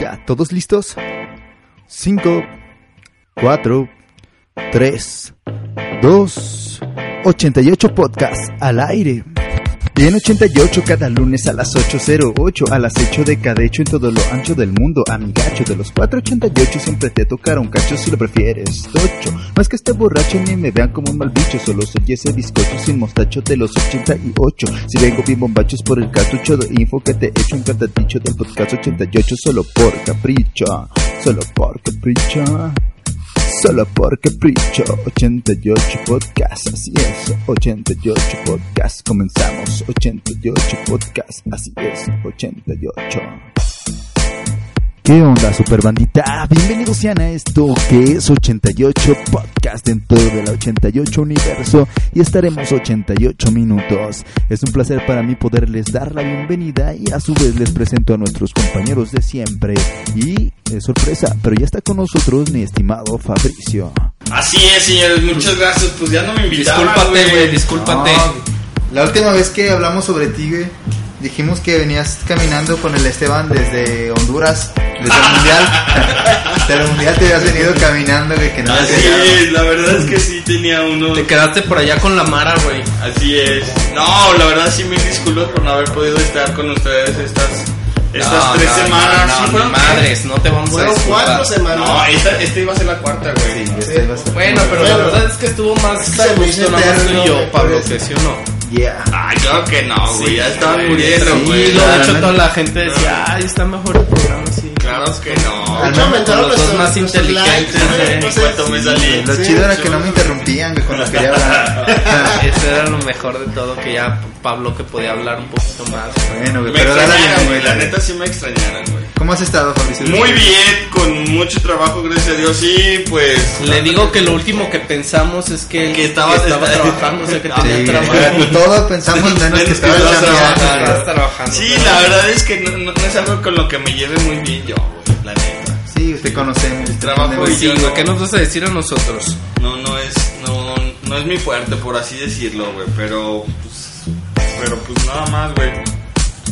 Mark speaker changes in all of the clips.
Speaker 1: Ya, ¿todos listos? 5, 4, 3, 2, 88 podcast al aire. Bien 88 cada lunes a las 8.08, al acecho de cadecho en todo lo ancho del mundo, amigacho de los 4.88 siempre te tocará un cacho si lo prefieres, tocho, no es que esté borracho ni me vean como un mal bicho, solo soy ese bizcocho sin mostacho de los 88, si vengo bien bombacho es por el cartucho de info que te echo en cada dicho del podcast 88, solo por capricho, solo por capricho. Solo porque Pricho 88 Podcast, así es, 88 Podcast, comenzamos 88 Podcast, así es, 88. ¿Qué onda, superbandita? Bienvenidos sean a esto que es 88 Podcast dentro del 88 Universo y estaremos 88 minutos. Es un placer para mí poderles dar la bienvenida y a su vez les presento a nuestros compañeros de siempre. Y, eh, sorpresa, pero ya está con nosotros mi estimado Fabricio.
Speaker 2: Así es, señores, muchas gracias. Pues ya no me invitaron.
Speaker 3: Discúlpate, güey, discúlpate.
Speaker 4: No, la última vez que hablamos sobre ti, güey, dijimos que venías caminando con el Esteban desde Honduras, desde el Mundial. desde el Mundial te habías venido caminando, güey,
Speaker 3: Ah,
Speaker 4: que no
Speaker 2: Así
Speaker 4: te
Speaker 2: es, la verdad es que sí tenía uno.
Speaker 3: Te quedaste por allá con la Mara, güey.
Speaker 2: Así es. No, la verdad sí me disculpo por no haber podido estar con ustedes estas, estas
Speaker 3: No,
Speaker 2: tres
Speaker 3: no,
Speaker 2: semanas.
Speaker 3: No,
Speaker 2: ¿Sí
Speaker 3: no,
Speaker 2: fueron
Speaker 3: ni madres, no te vamos a
Speaker 5: Fueron
Speaker 3: disculpar.
Speaker 5: cuatro semanas.
Speaker 2: No, esta, esta iba a ser la cuarta, güey.
Speaker 4: Sí, este va a ser-
Speaker 3: Bueno, pero la
Speaker 5: Bueno.
Speaker 3: verdad es que estuvo más
Speaker 5: que se
Speaker 3: a
Speaker 5: me
Speaker 3: gusto
Speaker 5: hizo
Speaker 3: nada más tú y
Speaker 5: eterno,
Speaker 3: yo,
Speaker 5: güey,
Speaker 3: Pablo,
Speaker 5: por
Speaker 3: que sí o no.
Speaker 4: Yeah.
Speaker 2: Ay, claro que no, güey. ya estaban
Speaker 3: güey,
Speaker 2: muriendo,
Speaker 3: sí,
Speaker 2: güey.
Speaker 3: lo-
Speaker 2: la
Speaker 3: de hecho,
Speaker 2: verdad.
Speaker 3: toda la gente decía, ay, está mejor el programa, sí.
Speaker 2: Claro que no.
Speaker 4: Al
Speaker 5: Mucho aumentaron
Speaker 3: los dos
Speaker 5: nuestros-
Speaker 3: más
Speaker 5: nuestros
Speaker 3: inteligentes,
Speaker 5: likes, güey,
Speaker 3: eh,
Speaker 2: En
Speaker 5: entonces-
Speaker 2: cuanto me salí.
Speaker 4: Lo
Speaker 5: Sí,
Speaker 4: chido era que
Speaker 5: yo-
Speaker 4: no me interrumpían, güey, cuando quería hablar.
Speaker 3: Eso era lo mejor de todo, que ya Pablo que podía hablar un poquito más.
Speaker 4: Bueno, güey,
Speaker 2: Me
Speaker 4: pero dale
Speaker 2: extrañaron, güey. La
Speaker 4: bienvenida.
Speaker 2: neta sí me extrañaron, güey.
Speaker 4: ¿Cómo has estado, Fabricio?
Speaker 2: Muy bien, con mucho trabajo, gracias a Dios. Y pues.
Speaker 3: Le digo que lo último que pensamos es que, él
Speaker 2: Que estabas-
Speaker 3: estaba trabajando, o sea, que tenía
Speaker 4: Sí,
Speaker 3: trabajo.
Speaker 4: todos pensamos menos que estaba
Speaker 2: Menos que
Speaker 4: chambeando,
Speaker 2: estabas trabajando.
Speaker 4: güey.
Speaker 3: Estabas trabajando.
Speaker 2: Sí,
Speaker 3: pero-
Speaker 2: la verdad es que no, no- no es algo con lo que me lleve muy bien yo, güey, la neta.
Speaker 4: Sí, usted conocemos. El
Speaker 2: trabajo
Speaker 3: Pues sí,
Speaker 2: yo
Speaker 3: güey,
Speaker 2: no.
Speaker 3: ¿qué nos vas a decir a nosotros?
Speaker 2: No, no es, no, no es mi fuerte, por así decirlo, güey, pero, pues, pero pues nada más, güey.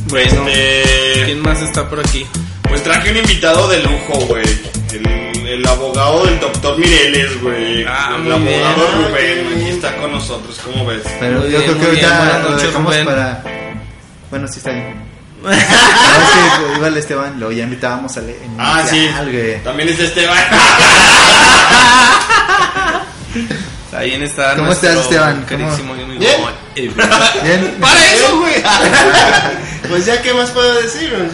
Speaker 3: Bueno,
Speaker 2: Este,
Speaker 3: ¿quién más está por aquí?
Speaker 2: pues traje un invitado de lujo, güey. El, el abogado del doctor Mireles, güey.
Speaker 3: Ah,
Speaker 2: el
Speaker 3: muy
Speaker 2: abogado
Speaker 5: bien.
Speaker 2: Rubén, aquí está con nosotros, ¿cómo ves?
Speaker 4: Pero
Speaker 3: Muy
Speaker 4: yo
Speaker 3: bien,
Speaker 4: creo que
Speaker 3: muy bien.
Speaker 4: ahorita
Speaker 3: Buenas
Speaker 4: lo
Speaker 3: noches,
Speaker 4: dejamos
Speaker 3: Rubén.
Speaker 4: para. Bueno, sí está bien. No, es que iba el Esteban, lo ya invitábamos a leer.
Speaker 2: Ah, sí. También es este, Esteban.
Speaker 3: Ahí está
Speaker 4: ¿Cómo
Speaker 3: nuestro
Speaker 4: estás, Esteban?
Speaker 3: queridísimo amigo
Speaker 5: Bien.
Speaker 3: Iván. Evan-
Speaker 4: Bien. eh,
Speaker 3: ¡Para eso, güey!
Speaker 5: Pues ya, ¿qué más puedo decir? güey?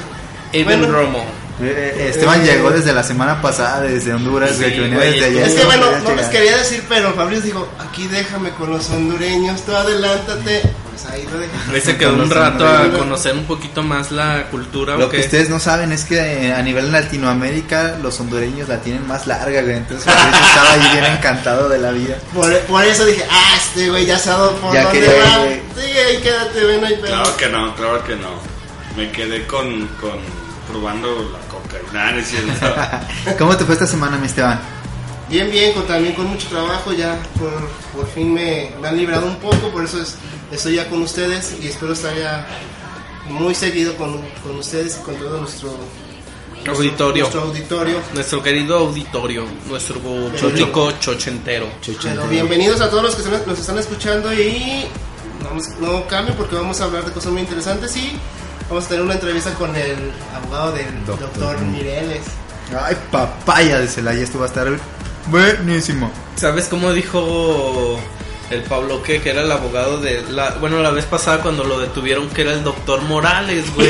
Speaker 3: Evan
Speaker 5: Bueno.
Speaker 3: Romo.
Speaker 4: Eh, Esteban llegó desde la semana pasada, desde Honduras,
Speaker 3: Sí,
Speaker 4: güey, que venía desde
Speaker 3: güey, Ya
Speaker 4: allá.
Speaker 5: Es que
Speaker 4: no
Speaker 5: bueno,
Speaker 4: podía
Speaker 5: no les
Speaker 4: llegar.
Speaker 5: quería decir, pero Fabriz dijo, aquí déjame con los hondureños, tú adelántate. Pues ahí lo dejé.
Speaker 3: Ahí se quedó un rato a conocer un poquito más la cultura.
Speaker 4: Lo
Speaker 3: ¿o
Speaker 4: que
Speaker 3: qué?
Speaker 4: ustedes no saben es que eh, a nivel Latinoamérica los hondureños la tienen más larga, güey. Entonces Fabricio estaba ahí bien encantado de la vida.
Speaker 5: Por, por eso dije, ah, este güey ya sabe por
Speaker 4: Ya
Speaker 5: dónde
Speaker 4: quería
Speaker 5: va.
Speaker 4: ir,
Speaker 5: Sigue ahí, quédate, ven ahí, pero...
Speaker 2: Claro que no, claro que no. Me quedé con, con probando la coca. Nah, no es cierto.
Speaker 4: ¿Cómo te fue esta semana, mi Esteban?
Speaker 5: Bien, bien, con, también con mucho trabajo, ya por, por fin me, me han librado un poco, por eso es- estoy ya con ustedes y espero estar ya muy seguido con, con ustedes y con todo nuestro nuestro-
Speaker 3: Auditorio.
Speaker 5: Nuestro auditorio.
Speaker 3: Nuestro querido auditorio, nuestro público chochentero.
Speaker 5: Pero bienvenidos a todos los que se- nos están escuchando y vamos- no cambien porque vamos a hablar de cosas muy interesantes y vamos a tener una entrevista con el abogado del
Speaker 4: Doctor.
Speaker 5: doctor, Mireles.
Speaker 4: Ay, papaya de Celaya, esto va a estar buenísimo.
Speaker 3: ¿Sabes cómo dijo el Pablo que, que era el abogado de la... Bueno, la vez pasada cuando lo detuvieron que era el doctor Morales, güey.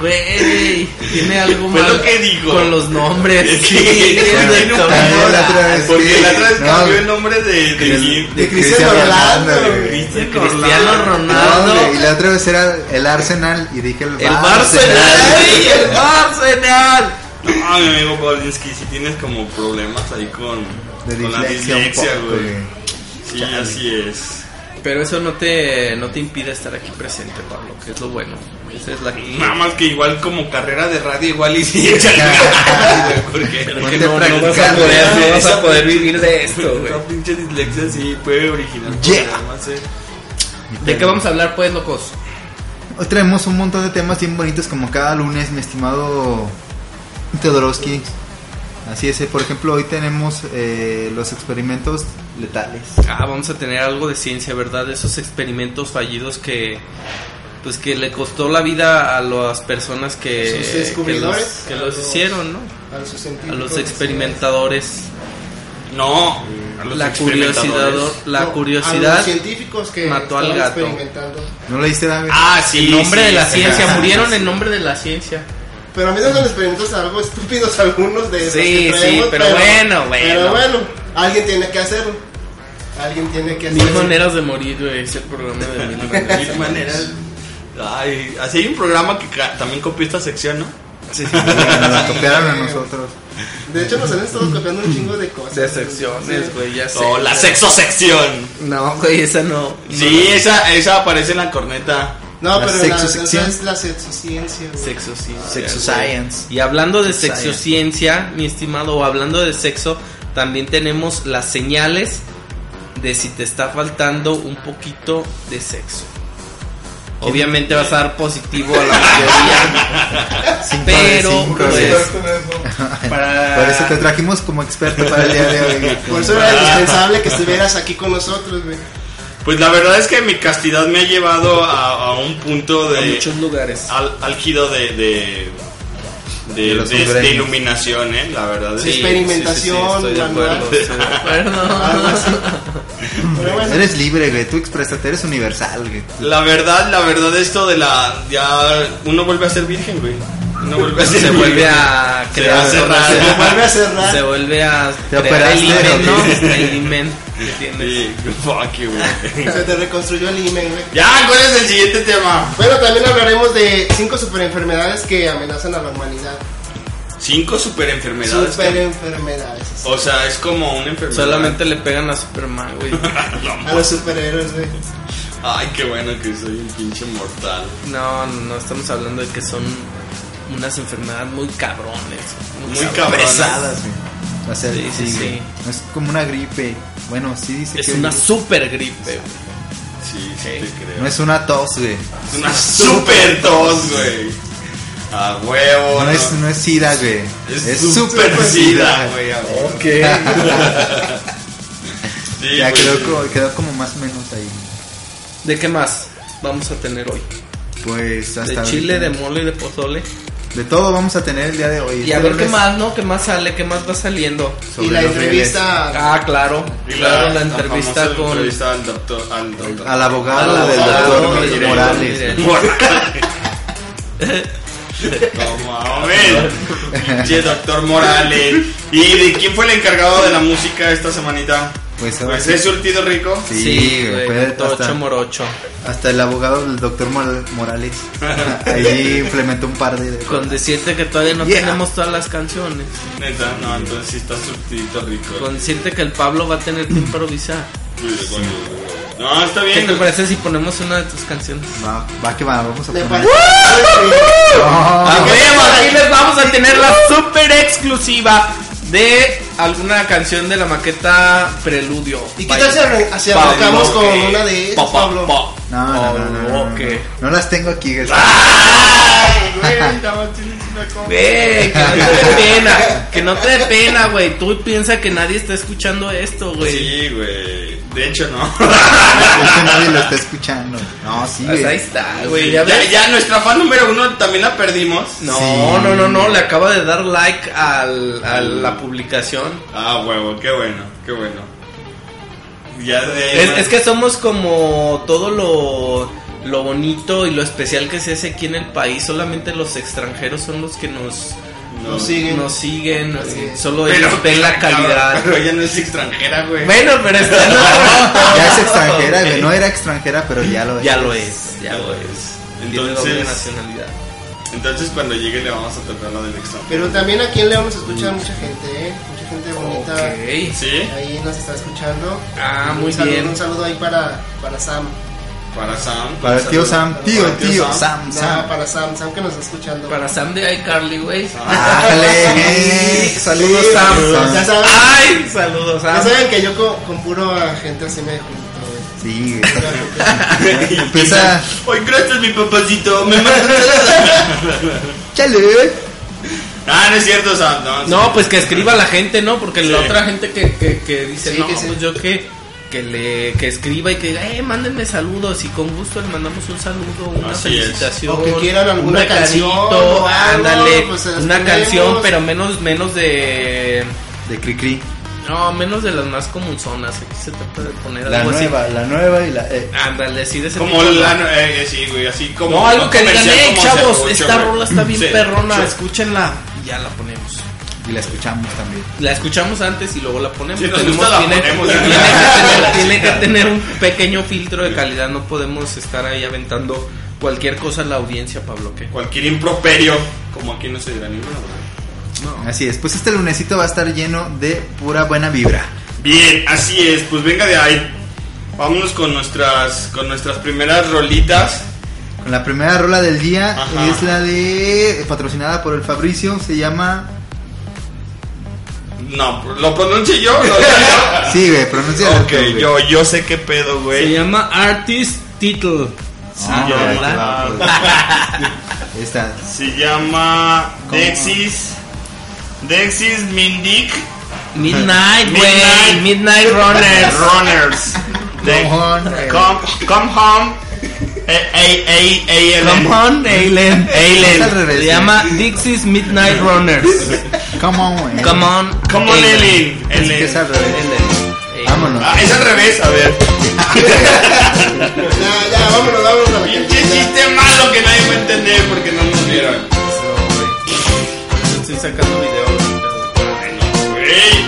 Speaker 3: Güey, tiene algo
Speaker 2: Fue
Speaker 3: mal
Speaker 2: lo que dijo.
Speaker 3: con los nombres.
Speaker 2: Es que-
Speaker 3: Sí, Ah,
Speaker 2: es que
Speaker 3: el
Speaker 2: tiene un
Speaker 3: doctor
Speaker 2: nombre,
Speaker 3: Morales.
Speaker 4: la otra vez,
Speaker 2: Porque
Speaker 4: sí.
Speaker 2: la otra vez
Speaker 4: No,
Speaker 2: cambió
Speaker 4: güey.
Speaker 2: el nombre de, de,
Speaker 4: Del-
Speaker 2: de-
Speaker 5: de Cristiano Ronaldo,
Speaker 4: güey.
Speaker 5: güey.
Speaker 3: De Cristiano
Speaker 4: No,
Speaker 3: Ronaldo.
Speaker 4: güey, y la otra vez era el Arsenal y dije el,
Speaker 3: el Barcelona,
Speaker 4: Barcelona.
Speaker 3: güey, el Barcelona.
Speaker 2: No, mi amigo Gordinsky, si tienes como problemas ahí con,
Speaker 4: De
Speaker 2: con la
Speaker 4: dislexia un
Speaker 2: dislexia,
Speaker 4: poco,
Speaker 2: güey.
Speaker 4: güey.
Speaker 2: Sí, así es.
Speaker 3: Pero eso no te, no te impide estar aquí presente, Pablo, que es lo bueno. Esa es la
Speaker 2: Nada más que igual como carrera de radio, igual y si echa el- Porque
Speaker 3: Porque
Speaker 4: Ponte
Speaker 3: no,
Speaker 4: a
Speaker 3: no vas a
Speaker 4: practicar,
Speaker 3: poder,
Speaker 2: güey.
Speaker 3: no vas a poder vivir de esto, güey.
Speaker 2: esa pinche dislexia sí puede originar
Speaker 4: Yeah.
Speaker 2: problemas, eh.
Speaker 3: ¿De qué vamos a hablar, pues, locos?
Speaker 4: Hoy traemos un montón de temas bien bonitos como cada lunes, mi estimado Teodorowski. Así es, eh, por ejemplo, hoy tenemos eh, los experimentos letales.
Speaker 3: Ah, vamos a tener algo de ciencia, ¿verdad? De esos experimentos fallidos que pues que le costó la vida a las personas que
Speaker 5: Sus
Speaker 3: que los,
Speaker 5: descubridores.
Speaker 3: que los hicieron, ¿no?
Speaker 5: A los,
Speaker 3: A los
Speaker 5: científicos,
Speaker 3: experimentadores,
Speaker 2: No, a los
Speaker 3: la curiosidad,
Speaker 2: experimentadores.
Speaker 3: la
Speaker 5: No, A
Speaker 3: curiosidad
Speaker 5: los científicos que
Speaker 3: mató al
Speaker 5: estaban
Speaker 3: gato.
Speaker 5: experimentando.
Speaker 4: ¿No le diste David?
Speaker 2: Ah, sí.
Speaker 3: en nombre
Speaker 2: sí,
Speaker 3: de la
Speaker 2: sí,
Speaker 3: ciencia,
Speaker 2: sí,
Speaker 3: murieron
Speaker 2: sí.
Speaker 3: en nombre de la ciencia.
Speaker 5: Pero a mí no son experimentos algo estúpidos algunos de esos
Speaker 3: Sí,
Speaker 5: que
Speaker 3: sí,
Speaker 5: traemos,
Speaker 3: pero bueno, bueno.
Speaker 5: Pero bueno, alguien tiene que hacerlo. Alguien tiene que
Speaker 3: Mil
Speaker 5: hacerlo.
Speaker 3: maneras de morir, güey, es el programa de mil maneras.
Speaker 2: Mil maneras. Ay, así hay un programa que ca- también copió esta sección, ¿no?
Speaker 3: Sí,
Speaker 4: Nos la copiaron a nosotros.
Speaker 5: De hecho, nos han estado copiando un chingo de cosas.
Speaker 3: De secciones, güey, ya sé.
Speaker 2: O Oh, la sexo sección.
Speaker 3: No, güey, esa no.
Speaker 2: Sí, esa, esa aparece en la corneta.
Speaker 5: No,
Speaker 4: La
Speaker 5: pero la-
Speaker 4: sexosección.
Speaker 5: esa es la sexociencia. güey.
Speaker 3: Sexo, sí.
Speaker 4: Sexo Science.
Speaker 3: Y hablando de
Speaker 4: Science.
Speaker 3: sexo ciencia, mi estimado, o hablando de sexo, también tenemos las señales de si te está faltando un poquito de sexo. Obviamente vas a dar positivo a la mayoría,
Speaker 4: Cinco de
Speaker 3: pero
Speaker 4: cinco,
Speaker 3: pues,
Speaker 4: ¿ves?
Speaker 3: para
Speaker 4: Por eso te trajimos como experto para el día de hoy.
Speaker 5: Por eso
Speaker 3: Ah.
Speaker 5: era indispensable que estuvieras aquí con nosotros, güey.
Speaker 2: Pues la verdad es que mi castidad me ha llevado a, a un punto
Speaker 3: a
Speaker 2: de
Speaker 3: muchos lugares.
Speaker 2: al, álgido de de, de,
Speaker 4: De los
Speaker 2: de- de
Speaker 4: hombreños.
Speaker 2: iluminación, eh, la verdad es
Speaker 5: Sí. experimentación,
Speaker 3: estoy de
Speaker 5: manual.
Speaker 3: acuerdo, estoy de
Speaker 5: Algo
Speaker 3: acuerdo.
Speaker 5: así. Pero bueno,
Speaker 4: Eres libre, güey. Tú exprésate, eres universal, güey.
Speaker 2: La verdad, la verdad esto de la ya uno vuelve a ser virgen, güey. Uno vuelve a ser
Speaker 3: Se
Speaker 2: virgen.
Speaker 3: vuelve a
Speaker 2: se va a
Speaker 3: crear
Speaker 5: se
Speaker 2: cerrar.
Speaker 5: vuelve a
Speaker 3: Se
Speaker 5: cerrar.
Speaker 3: vuelve a
Speaker 4: Te
Speaker 3: crear el
Speaker 4: operaste,
Speaker 3: imen,
Speaker 4: ¿no?
Speaker 3: ¿no? El imen que tienes.
Speaker 2: Sí, fuck you, güey.
Speaker 5: Se te reconstruyó el imen, güey.
Speaker 2: Ya, ¿cuál es el siguiente tema?
Speaker 5: Bueno, también hablaremos de cinco superenfermedades que amenazan a la humanidad.
Speaker 2: Cinco super
Speaker 3: este.
Speaker 2: enfermedades.
Speaker 5: Superenfermedades. así.
Speaker 2: O sea, es como una enfermedad.
Speaker 3: Solamente le pegan a Superman, güey.
Speaker 5: A los superhéroes, güey.
Speaker 2: Ay, qué bueno que soy un pinche mortal.
Speaker 3: No, no, no estamos hablando de que son unas enfermedades muy cabrones.
Speaker 2: Muy ¿eh? cabrones.
Speaker 4: Pesadas, güey. O sea,
Speaker 3: Sí, sí,
Speaker 4: sí, güey.
Speaker 3: sí.
Speaker 4: No Es como una gripe. Bueno, sí dice
Speaker 3: Es
Speaker 4: que.
Speaker 3: una super gripe.
Speaker 2: Sí, sí
Speaker 3: Ok.
Speaker 2: te creo.
Speaker 4: No es una tos, güey.
Speaker 2: Es una super tos, güey. A huevo.
Speaker 3: Oh,
Speaker 4: No es, no es sida, güey.
Speaker 2: Es super sida, güey. a huevo. Sí,
Speaker 4: Ya
Speaker 2: güey.
Speaker 4: quedó, co- quedó como más o menos ahí.
Speaker 3: ¿De qué más vamos a tener hoy?
Speaker 4: Pues hasta.
Speaker 3: de chile,
Speaker 4: ahorita.
Speaker 3: de mole y de pozole.
Speaker 4: De todo vamos a tener el día de hoy.
Speaker 3: Y
Speaker 4: Este
Speaker 3: a ver qué
Speaker 4: lunes
Speaker 3: más, ¿no? ¿Qué más sale? ¿Qué más va saliendo?
Speaker 4: sobre
Speaker 5: Y la
Speaker 4: los rieles.
Speaker 5: entrevista.
Speaker 3: Ah, claro.
Speaker 2: Y
Speaker 3: Claro, la
Speaker 2: famosa
Speaker 3: entrevista con...
Speaker 2: entrevista al doctor. Al doctor.
Speaker 4: Al abogado
Speaker 3: Al
Speaker 4: del
Speaker 3: abogado
Speaker 4: doctor
Speaker 3: del doctor
Speaker 4: Morales.
Speaker 3: Miguel.
Speaker 2: Como a ver. Pinche doctor Morales. ¿Y de quién fue el encargado de la música esta semanita?
Speaker 4: Pues ahora
Speaker 2: Pues
Speaker 4: sí.
Speaker 2: es surtido rico.
Speaker 4: Sí,
Speaker 3: Sí,
Speaker 4: güey,
Speaker 3: güey,
Speaker 4: fue
Speaker 3: con Tocho
Speaker 4: hasta-
Speaker 3: Morocho.
Speaker 4: Hasta el abogado del doctor Mor- Morales. Ahí implementó un par de.
Speaker 3: Con decirte que todavía no
Speaker 4: Yeah.
Speaker 3: tenemos todas las canciones.
Speaker 2: Neta, no, entonces sí está surtidito rico.
Speaker 3: Con decirte que el Pablo va a tener que improvisar.
Speaker 2: No, está
Speaker 3: ¿Qué
Speaker 2: bien.
Speaker 3: te parece si ponemos una de tus canciones?
Speaker 4: Va, va que va, vamos a
Speaker 5: Me
Speaker 4: poner.
Speaker 5: parece.
Speaker 4: No.
Speaker 3: A ver, ahí les vamos a tener la super exclusiva de alguna canción de la maqueta Preludio.
Speaker 5: ¿Y qué tal si arran- si
Speaker 3: Pablo, eh,
Speaker 5: arrancamos con
Speaker 2: ok.
Speaker 5: una de ellas,
Speaker 3: Pa, pa,
Speaker 5: Pablo?
Speaker 3: pa.
Speaker 4: No, no, no, no, no, no.
Speaker 3: Ok.
Speaker 4: No las tengo aquí, güey.
Speaker 2: Ay, güey, nada más tienes una cosa.
Speaker 3: Güey, que no te dé pena, que no te dé pena, güey. Tú piensas que nadie está escuchando esto, güey.
Speaker 2: Sí, güey. De hecho, no.
Speaker 4: Es que nadie lo está escuchando. No, sí,
Speaker 3: Pues ahí
Speaker 4: güey.
Speaker 3: está, güey.
Speaker 2: Ya,
Speaker 3: Ya ves.
Speaker 2: ya nuestra fan número uno también la perdimos.
Speaker 3: No,
Speaker 4: Sí.
Speaker 3: no, no, no, le acaba de dar like al, a la publicación.
Speaker 2: Ah, huevo, qué bueno, qué bueno. Ya de.
Speaker 3: Es, es que somos como todo lo, lo bonito y lo especial que se hace aquí en el país. Solamente los extranjeros son los que nos,
Speaker 2: No,
Speaker 5: No
Speaker 4: Pues
Speaker 5: siguen.
Speaker 3: nos siguen. eh,
Speaker 5: Así es.
Speaker 3: Solo ellos ven la calidad.
Speaker 2: Pero ella no es extranjera, güey.
Speaker 3: Bueno, pero está no.
Speaker 4: Ya es extranjera, güey. No era extranjera, pero ya lo es.
Speaker 3: Ya lo es, ya lo es. Tiene doble
Speaker 2: Entonces,
Speaker 3: nacionalidad.
Speaker 2: entonces cuando llegue le vamos a tocar la del extranjero.
Speaker 5: Pero también aquí en León nos escucha mucha gente, ¿eh? Mucha gente bonita.
Speaker 3: Ok.
Speaker 2: ¿Sí?
Speaker 5: Ahí nos está escuchando.
Speaker 3: Ah,
Speaker 5: Un
Speaker 3: muy
Speaker 5: saludo-
Speaker 3: bien.
Speaker 5: Un saludo ahí para, para Sam.
Speaker 2: Para Sam.
Speaker 4: Para el tío Sam, tío,
Speaker 2: Para el tío
Speaker 4: tío,
Speaker 2: Sam.
Speaker 4: Sam,
Speaker 5: No,
Speaker 4: Sam.
Speaker 5: para Sam, Sam que nos está escuchando.
Speaker 3: Para Sam de iCarly, güey.
Speaker 2: Ah,
Speaker 4: Ájale, güey.
Speaker 3: Saludos,
Speaker 5: Sí,
Speaker 3: Sam.
Speaker 4: Ah,
Speaker 5: Ya saben,
Speaker 3: Ay, saludos,
Speaker 5: ya
Speaker 3: Sam.
Speaker 5: saben que yo con, con puro a gente así me junto. güey.
Speaker 4: Sí, güey. Empieza.
Speaker 2: Hoy gracias, mi papacito. Me manda-
Speaker 4: ¡Chale!
Speaker 2: Ah, no es cierto, o sea, no.
Speaker 3: No, pues que escriba la gente, ¿no? Porque la
Speaker 2: Sí.
Speaker 3: otra gente que, que, que dice,
Speaker 5: Sí,
Speaker 3: no,
Speaker 5: que sí.
Speaker 3: pues yo que, que le que escriba y que diga, eh, mándenme saludos y con gusto le mandamos un saludo, una
Speaker 2: Así
Speaker 3: felicitación.
Speaker 5: es. O que quieran alguna
Speaker 3: un recadito,
Speaker 5: canción o algo,
Speaker 3: ándale,
Speaker 5: pues, se las
Speaker 3: una
Speaker 5: ponemos.
Speaker 3: canción, pero menos, menos de...
Speaker 4: De Cricri.
Speaker 3: No, menos de las más comunzonas. Aquí se trata de poner
Speaker 4: La
Speaker 3: algo así.
Speaker 4: nueva, la nueva y la. eh,
Speaker 3: Ándale, sí, de ese
Speaker 2: Como
Speaker 3: tipo,
Speaker 2: la.
Speaker 3: ¿no?
Speaker 2: eh, eh, sí, güey, así como.
Speaker 3: No, algo que digan,
Speaker 2: comercial,
Speaker 3: eh,
Speaker 2: como
Speaker 3: chavos,
Speaker 2: se-
Speaker 3: esta
Speaker 2: güey".
Speaker 3: rola está bien
Speaker 2: Sí,
Speaker 3: perrona,
Speaker 2: sí.
Speaker 3: escúchenla. Y ya la ponemos.
Speaker 4: y la escuchamos también.
Speaker 3: La escuchamos antes y luego la ponemos.
Speaker 2: Si nos
Speaker 3: Tenemos-
Speaker 2: gusta, la
Speaker 3: tiene,
Speaker 2: ponemos.
Speaker 3: tiene que tener, tiene que tener un pequeño filtro de calidad. No podemos estar ahí aventando cualquier cosa a la audiencia, Pablo. ¿qué?
Speaker 2: Cualquier improperio, como aquí no se dirá ninguno. güey.
Speaker 4: Así es, pues este lunesito va a estar lleno de pura buena vibra.
Speaker 2: Bien, así es, pues venga de ahí. Vámonos con nuestras, con nuestras primeras rolitas.
Speaker 4: Con la primera rola del día
Speaker 2: Ajá.
Speaker 4: es la de. patrocinada por el Fabricio, se llama.
Speaker 2: No, lo pronuncio yo. ¿Lo digo yo?
Speaker 4: Sí, güey, pronuncia
Speaker 2: ok, yo, yo sé qué pedo,
Speaker 3: Se
Speaker 2: güey.
Speaker 3: llama Artist Title.
Speaker 4: Ah,
Speaker 2: yo,
Speaker 4: ¿verdad?
Speaker 2: claro.
Speaker 4: Esta.
Speaker 2: Se llama
Speaker 4: ¿Cómo?
Speaker 2: Dexis. Dexis Mindic
Speaker 3: Midnight, güey.
Speaker 2: Midnight.
Speaker 3: Midnight Runners.
Speaker 2: Runners. De-
Speaker 4: Come on,
Speaker 2: come, come home. Eh, eh, eh, eh, eh,
Speaker 3: Come on, Alien.
Speaker 4: Es al
Speaker 3: Alien.
Speaker 4: revés,
Speaker 3: Se
Speaker 4: sí.
Speaker 3: llama Dixie's Midnight Runners.
Speaker 4: Come on, güey.
Speaker 3: Come on.
Speaker 2: Come on, Ellen.
Speaker 4: Así que es al revés. Vámonos.
Speaker 2: Ah, es al revés, a ver.
Speaker 5: Ya, ya, vámonos, vámonos a la
Speaker 2: Pinche
Speaker 5: canción, ya.
Speaker 2: chiste malo que nadie va a entender porque no nos vieron.
Speaker 3: Estoy sacando videos.
Speaker 2: Güey.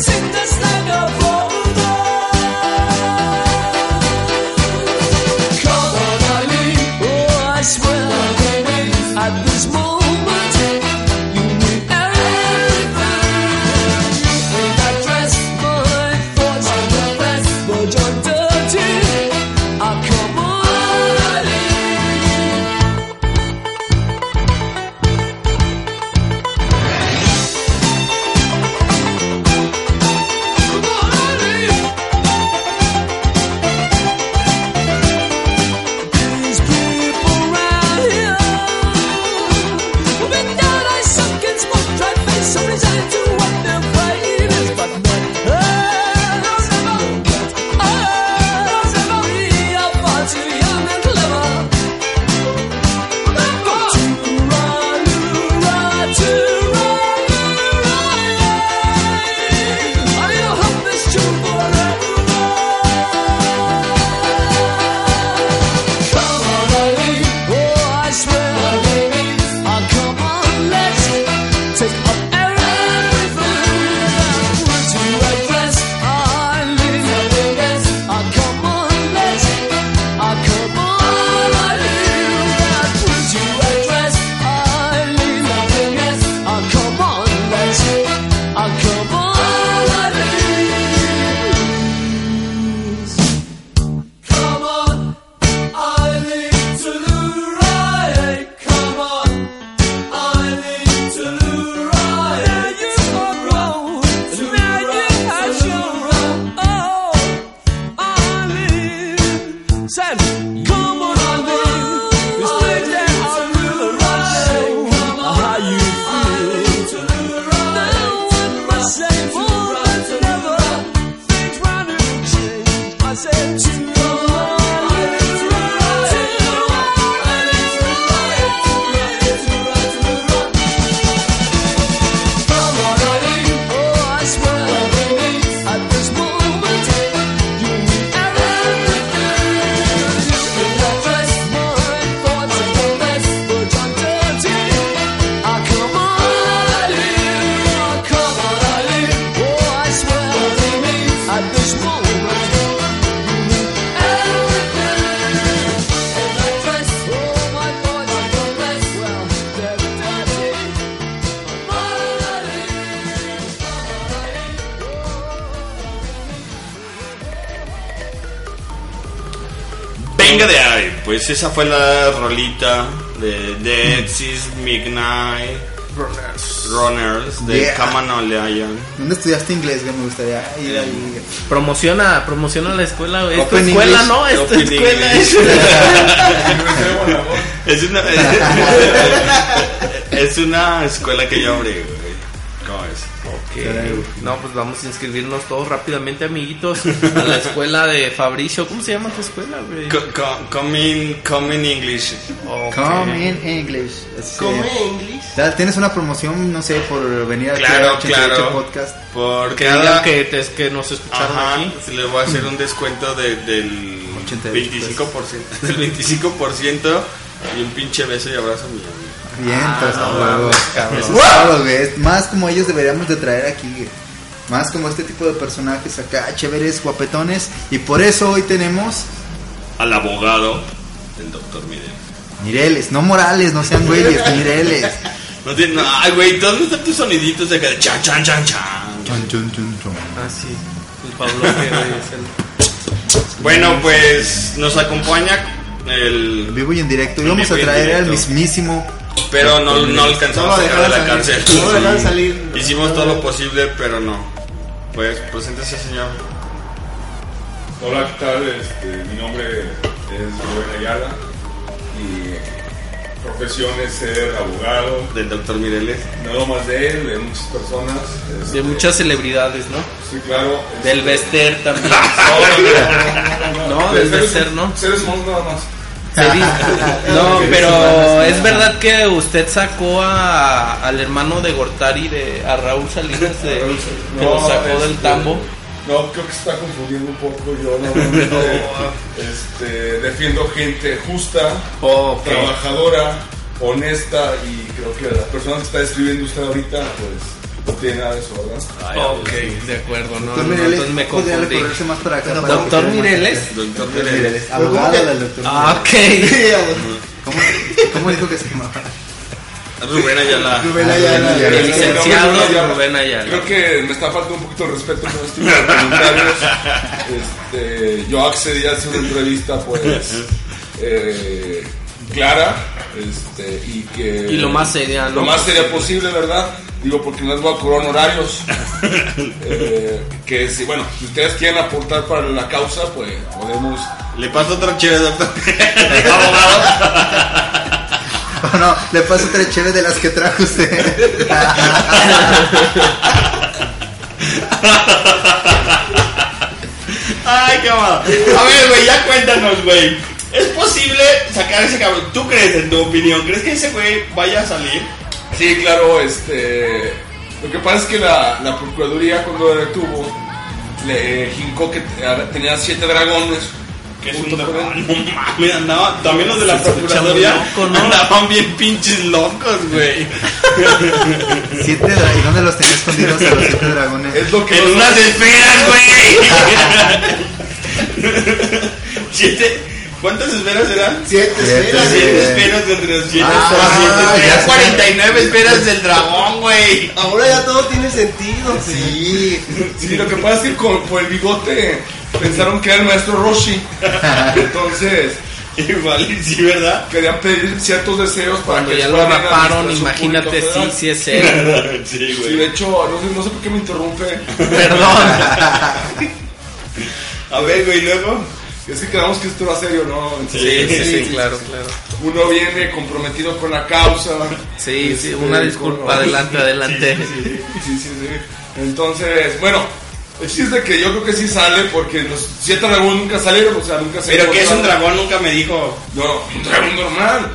Speaker 6: Sing this like a Come on, Eileen. Oh, I swear, baby, at this moment, you mean everything. You think that dress might fall to the best, but you're dirty. Ah, come on, Eileen. Come on, Eileen. These people round here, with their sunk in smoke, dry face, so resigned to what their pride is. But not us, never get us, never we are far too young and clever. Remember to run, run, to run, run. I will hope this true forever. Come on, baby. Oh, I swear, baby. Oh, come on, let's take up everything. Once you address, I live my biggest. Oh, come on, let's. Oh, come on, I live that. Once you address, I live my biggest. Oh, come on, let's. Oh, come on, I live. Come on. I need to lose right. Come on, I need to lose right.
Speaker 2: venga de Ari. Pues esa fue la rolita de Dead Seas Midnight Runners de
Speaker 4: Yeah.
Speaker 2: Kaman Oleayan.
Speaker 4: ¿Dónde estudiaste inglés, güey? Me gustaría ir ahí.
Speaker 3: Promociona, promociona la escuela, güey. Es tu
Speaker 4: Open
Speaker 3: escuela,
Speaker 4: English,
Speaker 3: ¿no? Es tu
Speaker 2: Open
Speaker 3: escuela.
Speaker 2: English.
Speaker 7: Bueno,
Speaker 2: Es una, es una escuela que yo abrí, güey. ¿Cómo es?
Speaker 3: Ok. No, pues vamos a inscribirnos todos rápidamente, amiguitos, a la escuela de Fabricio. ¿Cómo se llama tu escuela, güey?
Speaker 2: Co- co- Come in, come in English.
Speaker 3: Ok.
Speaker 4: Come in English. Así
Speaker 5: Come
Speaker 4: es.
Speaker 5: English.
Speaker 4: Ya Tienes una promoción, no sé, por venir aquí
Speaker 2: Claro,
Speaker 4: a 88
Speaker 2: claro.
Speaker 4: Podcast.
Speaker 2: Por
Speaker 3: Que
Speaker 2: cada...
Speaker 3: digan que, te- es que nos escucharon
Speaker 2: Ajá,
Speaker 3: aquí.
Speaker 2: se le voy a hacer un descuento de- del
Speaker 4: 88
Speaker 2: 25%, del 25% y un pinche beso y abrazo mío.
Speaker 4: Bien,
Speaker 3: Ah,
Speaker 4: entonces,
Speaker 3: no
Speaker 4: güey.
Speaker 3: mames, cabrón.
Speaker 4: Eso es todo, güey. Es Más como ellos deberíamos de traer aquí, güey. Más como este tipo de personajes acá, chéveres, guapetones. Y por eso hoy tenemos
Speaker 2: Al abogado del doctor Miguel.
Speaker 4: Mireles, no Morales, no sean güeyes, Mireles.
Speaker 2: No tiene, no, ay, güey, ¿dónde están tus soniditos de acá de chan, chan, chan, chan?
Speaker 4: Chon, chon, chon, chon.
Speaker 3: Ah, sí. El Pablo que güey, es el...
Speaker 2: Bueno, pues nos acompaña
Speaker 4: En
Speaker 2: el.
Speaker 4: vivo y en directo. Y
Speaker 2: En
Speaker 4: vamos a
Speaker 2: vivo y en
Speaker 4: traer al
Speaker 2: directo.
Speaker 4: mismísimo.
Speaker 2: Pero no, no alcanzamos
Speaker 5: No
Speaker 2: a
Speaker 5: lo
Speaker 2: sacar de la
Speaker 5: dejaron
Speaker 2: cárcel.
Speaker 5: salir, no lo dejaron salir.
Speaker 2: Hicimos todo lo posible, pero no. Pues, preséntese, señor.
Speaker 7: Hola, ¿qué tal? Este, mi nombre es Rubén Ayala y profesión es ser abogado,
Speaker 2: Del doctor Mireles.
Speaker 7: no más de él, de muchas personas. este,
Speaker 3: De muchas celebridades, ¿no?
Speaker 7: Sí, claro. este,
Speaker 3: Del Bester también. No,
Speaker 7: de
Speaker 3: del
Speaker 7: seres-
Speaker 3: Bester, ¿no?
Speaker 7: Seres humanos nada más.
Speaker 3: Se di- No, pero es verdad que usted sacó a, al hermano de Gortari, de, a Raúl Salinas, de, que lo sacó del
Speaker 7: este,
Speaker 3: tambo.
Speaker 7: No, creo que se está confundiendo un poco. Yo normalmente este, defiendo gente justa,
Speaker 3: Ok.
Speaker 7: trabajadora, honesta y creo que las personas que está escribiendo usted ahorita, pues no tiene nada de eso, ¿verdad?
Speaker 3: Ok, de acuerdo, no,
Speaker 4: Doctor
Speaker 3: no,
Speaker 4: Mireles,
Speaker 3: entonces me
Speaker 4: podría
Speaker 3: confundí.
Speaker 4: recorrerse más para acá. para que
Speaker 3: Doctor
Speaker 4: quede más
Speaker 3: Mireles.
Speaker 2: Doctor
Speaker 4: cerca.
Speaker 2: Mireles.
Speaker 4: Mireles, abogado del doctor.
Speaker 3: Ah, ok.
Speaker 4: ¿Cómo, ¿Cómo dijo que se llamaba?
Speaker 2: Rubén Ayala.
Speaker 4: Rubén Ayala.
Speaker 7: Rubén Ayala.
Speaker 3: El licenciado
Speaker 7: Rubén Ayala.
Speaker 3: Rubén Ayala.
Speaker 7: Creo que me está faltando un poquito de respeto con este tipo de comentarios. Este, yo accedí a hacer una entrevista, pues, eh, clara. Este, y que.
Speaker 3: Y lo más seria,
Speaker 7: Lo
Speaker 3: ¿no?
Speaker 7: más seria posible, ¿verdad? Digo, porque no les voy a cobrar horarios. Eh, que si, bueno, si ustedes quieren aportar para la causa, pues podemos.
Speaker 2: Le paso otra chévere, doctor.
Speaker 4: Oh, no, le paso tres chéves de las que trajo usted.
Speaker 2: Ay, cámara. A ver, güey, ya cuéntanos, güey. ¿Es posible sacar a ese cabrón? ¿Tú crees, en tu opinión, crees que ese güey vaya a salir?
Speaker 7: Sí, claro, este. Lo que pasa es que la, la Procuraduría, cuando lo detuvo, le eh, jincó que te- a- tenía siete dragones.
Speaker 2: Que es un
Speaker 7: junto con
Speaker 2: dragón.
Speaker 7: él.
Speaker 2: No mames, andaba. También los de la
Speaker 3: Se escucha
Speaker 2: Procuraduría
Speaker 3: muy loco, ¿no?
Speaker 2: andaban bien pinches locos, güey.
Speaker 4: Siete dragones. ¿Dónde los tenía escondidos a los siete dragones?
Speaker 7: Es lo que.
Speaker 2: En unas esferas, güey. Siete. ¿Cuántas esferas eran?
Speaker 5: Siete
Speaker 4: Siete,
Speaker 5: esferas.
Speaker 2: Siete
Speaker 4: Bien.
Speaker 2: esferas entre los siete.
Speaker 4: Ah,
Speaker 2: siete esferas.
Speaker 4: ya sé.
Speaker 2: 49 esferas del dragón, güey.
Speaker 5: Ahora ya todo tiene sentido.
Speaker 4: Sí.
Speaker 7: Sí, lo que pasa es que con, por el bigote pensaron que era el maestro Roshi. Entonces,
Speaker 2: Igual, y sí, ¿verdad?
Speaker 7: querían pedir ciertos deseos para
Speaker 3: Cuando
Speaker 7: que
Speaker 3: ya
Speaker 7: les
Speaker 3: lo
Speaker 7: fueran a
Speaker 3: raparon,
Speaker 7: administración
Speaker 3: imagínate
Speaker 7: pública
Speaker 3: sí,
Speaker 7: federal.
Speaker 3: sí es él.
Speaker 2: Sí,
Speaker 7: Sí, de hecho, no sé, no sé por qué me interrumpe.
Speaker 3: Perdón.
Speaker 2: A ver, güey, luego.
Speaker 7: Es que quedamos que esto era serio, ¿no?
Speaker 2: Sí, sí, sí,
Speaker 3: claro, claro.
Speaker 7: Uno viene comprometido con la causa.
Speaker 3: Sí, sí,
Speaker 7: Este,
Speaker 3: una disculpa,
Speaker 7: con-
Speaker 3: adelante, adelante.
Speaker 7: Sí, sí, sí. Entonces, bueno, el chiste es que yo creo que sí sale porque los siete dragones nunca salieron, o sea, nunca se
Speaker 2: Pero que es un
Speaker 7: encontraron.
Speaker 2: dragón nunca me dijo.
Speaker 7: No, un dragón normal.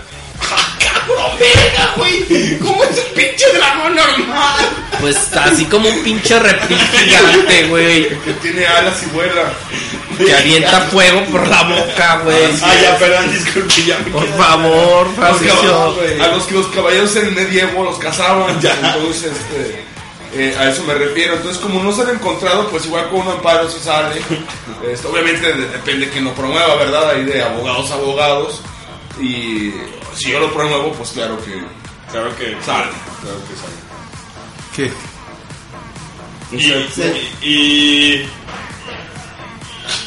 Speaker 2: ¡Cabrón, verga, güey! ¿Cómo es un pinche dragón normal?
Speaker 3: Pues así como un pinche reptil gigante, güey.
Speaker 7: Que tiene alas y vuela.
Speaker 3: Que avienta fuego por la boca, güey.
Speaker 2: Ah, ya, perdón, disculpe, ya me
Speaker 3: Por
Speaker 2: quedé.
Speaker 3: favor,
Speaker 7: Los
Speaker 3: Fabricio.
Speaker 7: caballeros- a los que los caballeros en medievo los cazaban, entonces este, eh, a eso me refiero. Entonces, como no se han encontrado, pues igual con un amparo se sale. Este, obviamente de- depende que lo promueva, ¿verdad? Hay de abogados a abogados. Y si yo lo promuevo, pues claro que
Speaker 2: Claro que.
Speaker 7: sale. Claro que sale.
Speaker 4: ¿Qué?
Speaker 2: Y. y-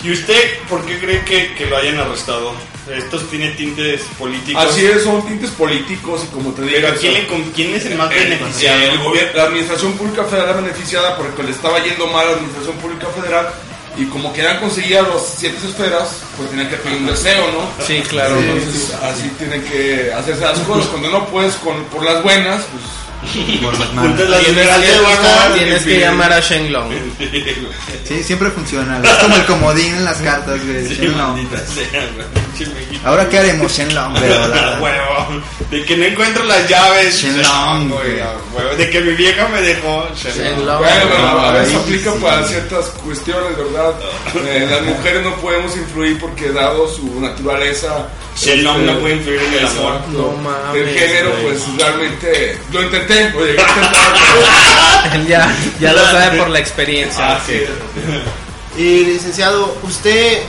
Speaker 2: ¿Y usted por qué cree que, que lo hayan arrestado? Estos tiene tintes políticos.
Speaker 7: Así es, son tintes políticos y como te digo.
Speaker 2: Pero ¿a
Speaker 7: o
Speaker 2: ¿quién,
Speaker 7: sea,
Speaker 2: le con- ¿quién es el más
Speaker 7: el-
Speaker 2: beneficiado?
Speaker 7: el gobierno- la administración pública federal beneficiada porque le estaba yendo mal a la administración pública federal y como querían conseguir a los siete esferas, pues tenían que pedir un deseo, ¿no?
Speaker 3: Sí, claro.
Speaker 7: Entonces así tienen que hacerse las cosas. Cuando no puedes con, por las buenas, pues
Speaker 2: Juntas las
Speaker 3: Tienes
Speaker 2: esferas de Batman
Speaker 3: que, tienes
Speaker 2: y
Speaker 3: que
Speaker 2: pide-
Speaker 3: llamar a Shenlong.
Speaker 4: Sí, siempre funciona. güey. Es como el comodín en las cartas, güey.
Speaker 2: Sí,
Speaker 4: Shenlong.
Speaker 2: maldita sea, güey. Che, México.
Speaker 4: Ahora qué haremos, Shenlong, pero
Speaker 2: Ah,
Speaker 4: la-
Speaker 2: huevo. De que no encuentro las llaves.
Speaker 4: Shenlong, güey.
Speaker 2: Ah, huevo. De que mi vieja me dejó. Shenlong.
Speaker 3: Shenlong.
Speaker 7: Bueno, a veces
Speaker 4: ahí
Speaker 7: aplica
Speaker 4: sí.
Speaker 7: para ciertas cuestiones, ¿verdad? Eh, las mujeres no podemos influir porque dado su naturaleza...
Speaker 2: Shenlong
Speaker 7: este,
Speaker 2: no puede influir en el amor.
Speaker 7: exacto,
Speaker 3: No mames,
Speaker 7: Del género,
Speaker 3: güey.
Speaker 7: pues realmente lo intenté, lo llegué a intentar,
Speaker 3: Él ya, ya lo sabe por la experiencia.
Speaker 2: Ah, sí.
Speaker 5: Y licenciado, usted,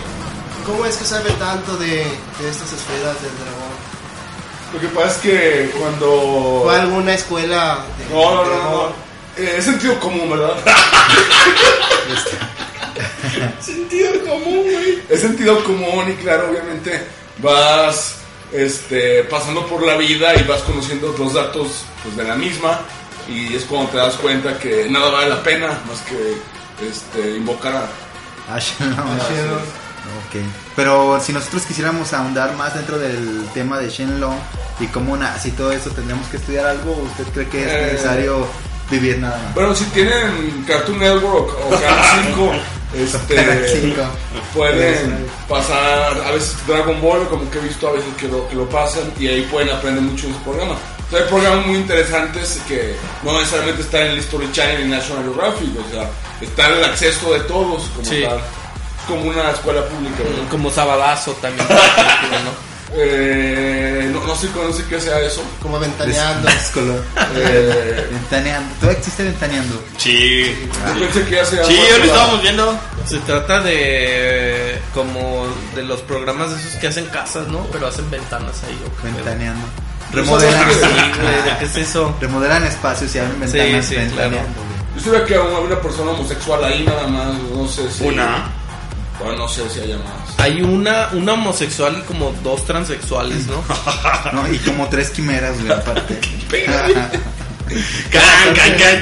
Speaker 5: ¿cómo es que sabe tanto de, de estas esferas del dragón?
Speaker 7: pero Lo que pasa es que cuando...
Speaker 5: ¿Fue a alguna escuela de
Speaker 7: No, no, no, no.
Speaker 5: dragón?
Speaker 7: Eh, es sentido común, ¿verdad? sentido común, güey. Es sentido común y claro, obviamente vas este, pasando por la vida y vas conociendo los datos pues, de la misma y es cuando te das cuenta que nada vale la pena más que este, invocar a...
Speaker 4: Ah, Shenlong.
Speaker 5: Sí, no.
Speaker 4: Ok. Pero si nosotros quisiéramos ahondar más dentro del tema de Shenlong y cómo nace y todo eso, ¿tendríamos que estudiar algo? o ¿Usted cree que
Speaker 7: Eh.
Speaker 4: es necesario vivir nada más?
Speaker 7: Bueno, si tienen Cartoon Network o Canal 5,
Speaker 4: Canal
Speaker 7: este,
Speaker 4: cinco.
Speaker 7: pueden pasar a veces Dragon Ball, como que he visto a veces que lo, que lo pasan y ahí pueden aprender mucho de ese programa. O sea, hay programas muy interesantes que no necesariamente están en el History Channel y National Geographic, o sea, está el acceso de todos como
Speaker 3: Sí.
Speaker 7: tal. Es como una escuela pública. ¿no?
Speaker 3: Como Sabadazo también. ¿no?
Speaker 7: Eh, no, no sé, no sé qué sea eso.
Speaker 5: Como ventaneando.
Speaker 4: Color.
Speaker 7: Eh,
Speaker 4: Ventaneando. Todo existe ventaneando.
Speaker 2: Sí.
Speaker 7: yo pensé que ya sea
Speaker 2: Sí,
Speaker 7: más
Speaker 2: ahora
Speaker 7: la-
Speaker 2: estábamos viendo.
Speaker 3: Se trata de como de los programas esos que hacen casas, ¿no? Pero hacen ventanas ahí. ¿o qué pedo?
Speaker 4: Ventaneando.
Speaker 3: Sí,
Speaker 4: Remodelan.
Speaker 3: güey, ¿de ¿Qué es eso?
Speaker 4: Remodelan espacios y abren ventanas
Speaker 3: sí,
Speaker 4: ventaneando.
Speaker 3: claro.
Speaker 4: güey.
Speaker 7: Yo sabía que había una persona homosexual ahí nada más, no sé si...
Speaker 2: Una.
Speaker 7: Bueno, no sé si haya más.
Speaker 3: Hay una, una homosexual y como dos transexuales, ¿no?
Speaker 4: No, Y como tres quimeras, güey, aparte.
Speaker 2: Can, can, can,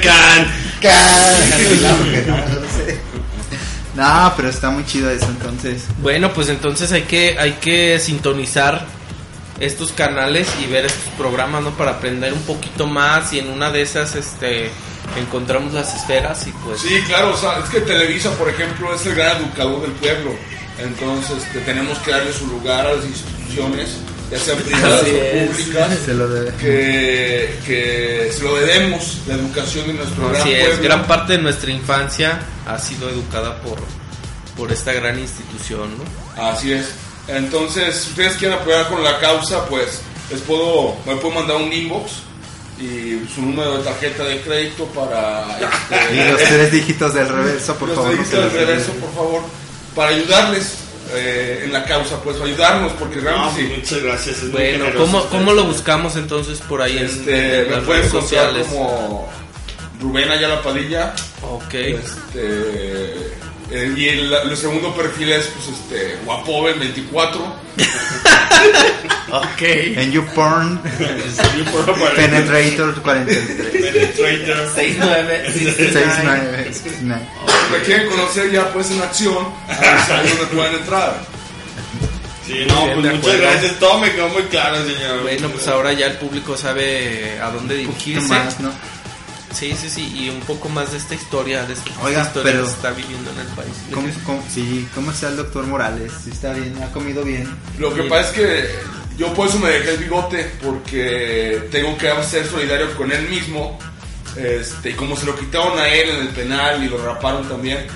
Speaker 2: can.
Speaker 4: No, pero está muy chido eso entonces.
Speaker 3: Bueno, pues entonces hay que, hay que sintonizar estos canales y ver estos programas, ¿no? Para aprender un poquito más y en una de esas, este, encontramos las esferas y pues...
Speaker 7: Sí, claro, o sea, es que Televisa, por ejemplo, es el gran educador del pueblo. Entonces, este, tenemos que darle su lugar a las instituciones, ya sean privadas
Speaker 3: Así
Speaker 7: o
Speaker 3: es.
Speaker 7: públicas,
Speaker 4: Se lo debe.
Speaker 7: que, que se lo debemos, la educación de nuestro gran
Speaker 3: Así
Speaker 7: pueblo.
Speaker 3: es, gran parte de nuestra infancia ha sido educada por, por esta gran institución, ¿no?
Speaker 7: Así es. Entonces, si ustedes quieren apoyar con la causa, pues les puedo, me puedo mandar un inbox y su número de tarjeta de crédito para este,
Speaker 4: Y los tres dígitos del reverso, por
Speaker 7: los
Speaker 4: favor. no
Speaker 7: deditos
Speaker 4: se
Speaker 7: al
Speaker 4: los
Speaker 7: reverso,
Speaker 4: olviden.
Speaker 7: por favor, para ayudarles eh, en la causa, pues ayudarnos, porque
Speaker 2: No,
Speaker 3: Ah,
Speaker 7: realmente sí.
Speaker 2: muchas gracias. es muy
Speaker 3: Bueno,
Speaker 2: generoso
Speaker 3: ¿cómo,
Speaker 2: usted.
Speaker 3: cómo lo buscamos entonces por ahí en-
Speaker 7: Este,
Speaker 3: en,
Speaker 7: me
Speaker 3: las
Speaker 7: pueden
Speaker 3: redes
Speaker 7: encontrar
Speaker 3: sociales?
Speaker 7: como Rubén Ayala Padilla.
Speaker 3: Ok,
Speaker 7: Este, eh, y el, el segundo perfil es pues, este, Guapoven24.
Speaker 3: ok.
Speaker 4: En YouPorn,
Speaker 2: Sí, por favor.
Speaker 4: Penetrator 43.
Speaker 2: Penetrator.
Speaker 3: 69.
Speaker 4: 69. 69.
Speaker 7: Me quieren conocer ya pues en acción, a ver dónde pueden entrar.
Speaker 2: Sí, no,
Speaker 3: Bien, de
Speaker 2: pues muchas
Speaker 3: acuerdo.
Speaker 2: gracias. Todo me quedó muy claro, señor.
Speaker 3: Bueno, pues ahora ya el público sabe a dónde
Speaker 4: Poquito
Speaker 3: dirigirse.
Speaker 4: más, ¿no?
Speaker 3: Sí, sí, sí, y un poco más de esta historia, de esta
Speaker 4: Oiga,
Speaker 3: historia
Speaker 4: pero-
Speaker 3: que se está viviendo en el país.
Speaker 4: ¿Cómo, cómo- sí, ¿cómo está el doctor Morales? Sí, está bien, ha comido bien.
Speaker 7: Lo que
Speaker 3: Sí.
Speaker 7: pasa es que yo por eso me dejé el bigote, porque tengo que ser solidario con él mismo. Este, y como se lo quitaron a él en el penal y lo raparon también,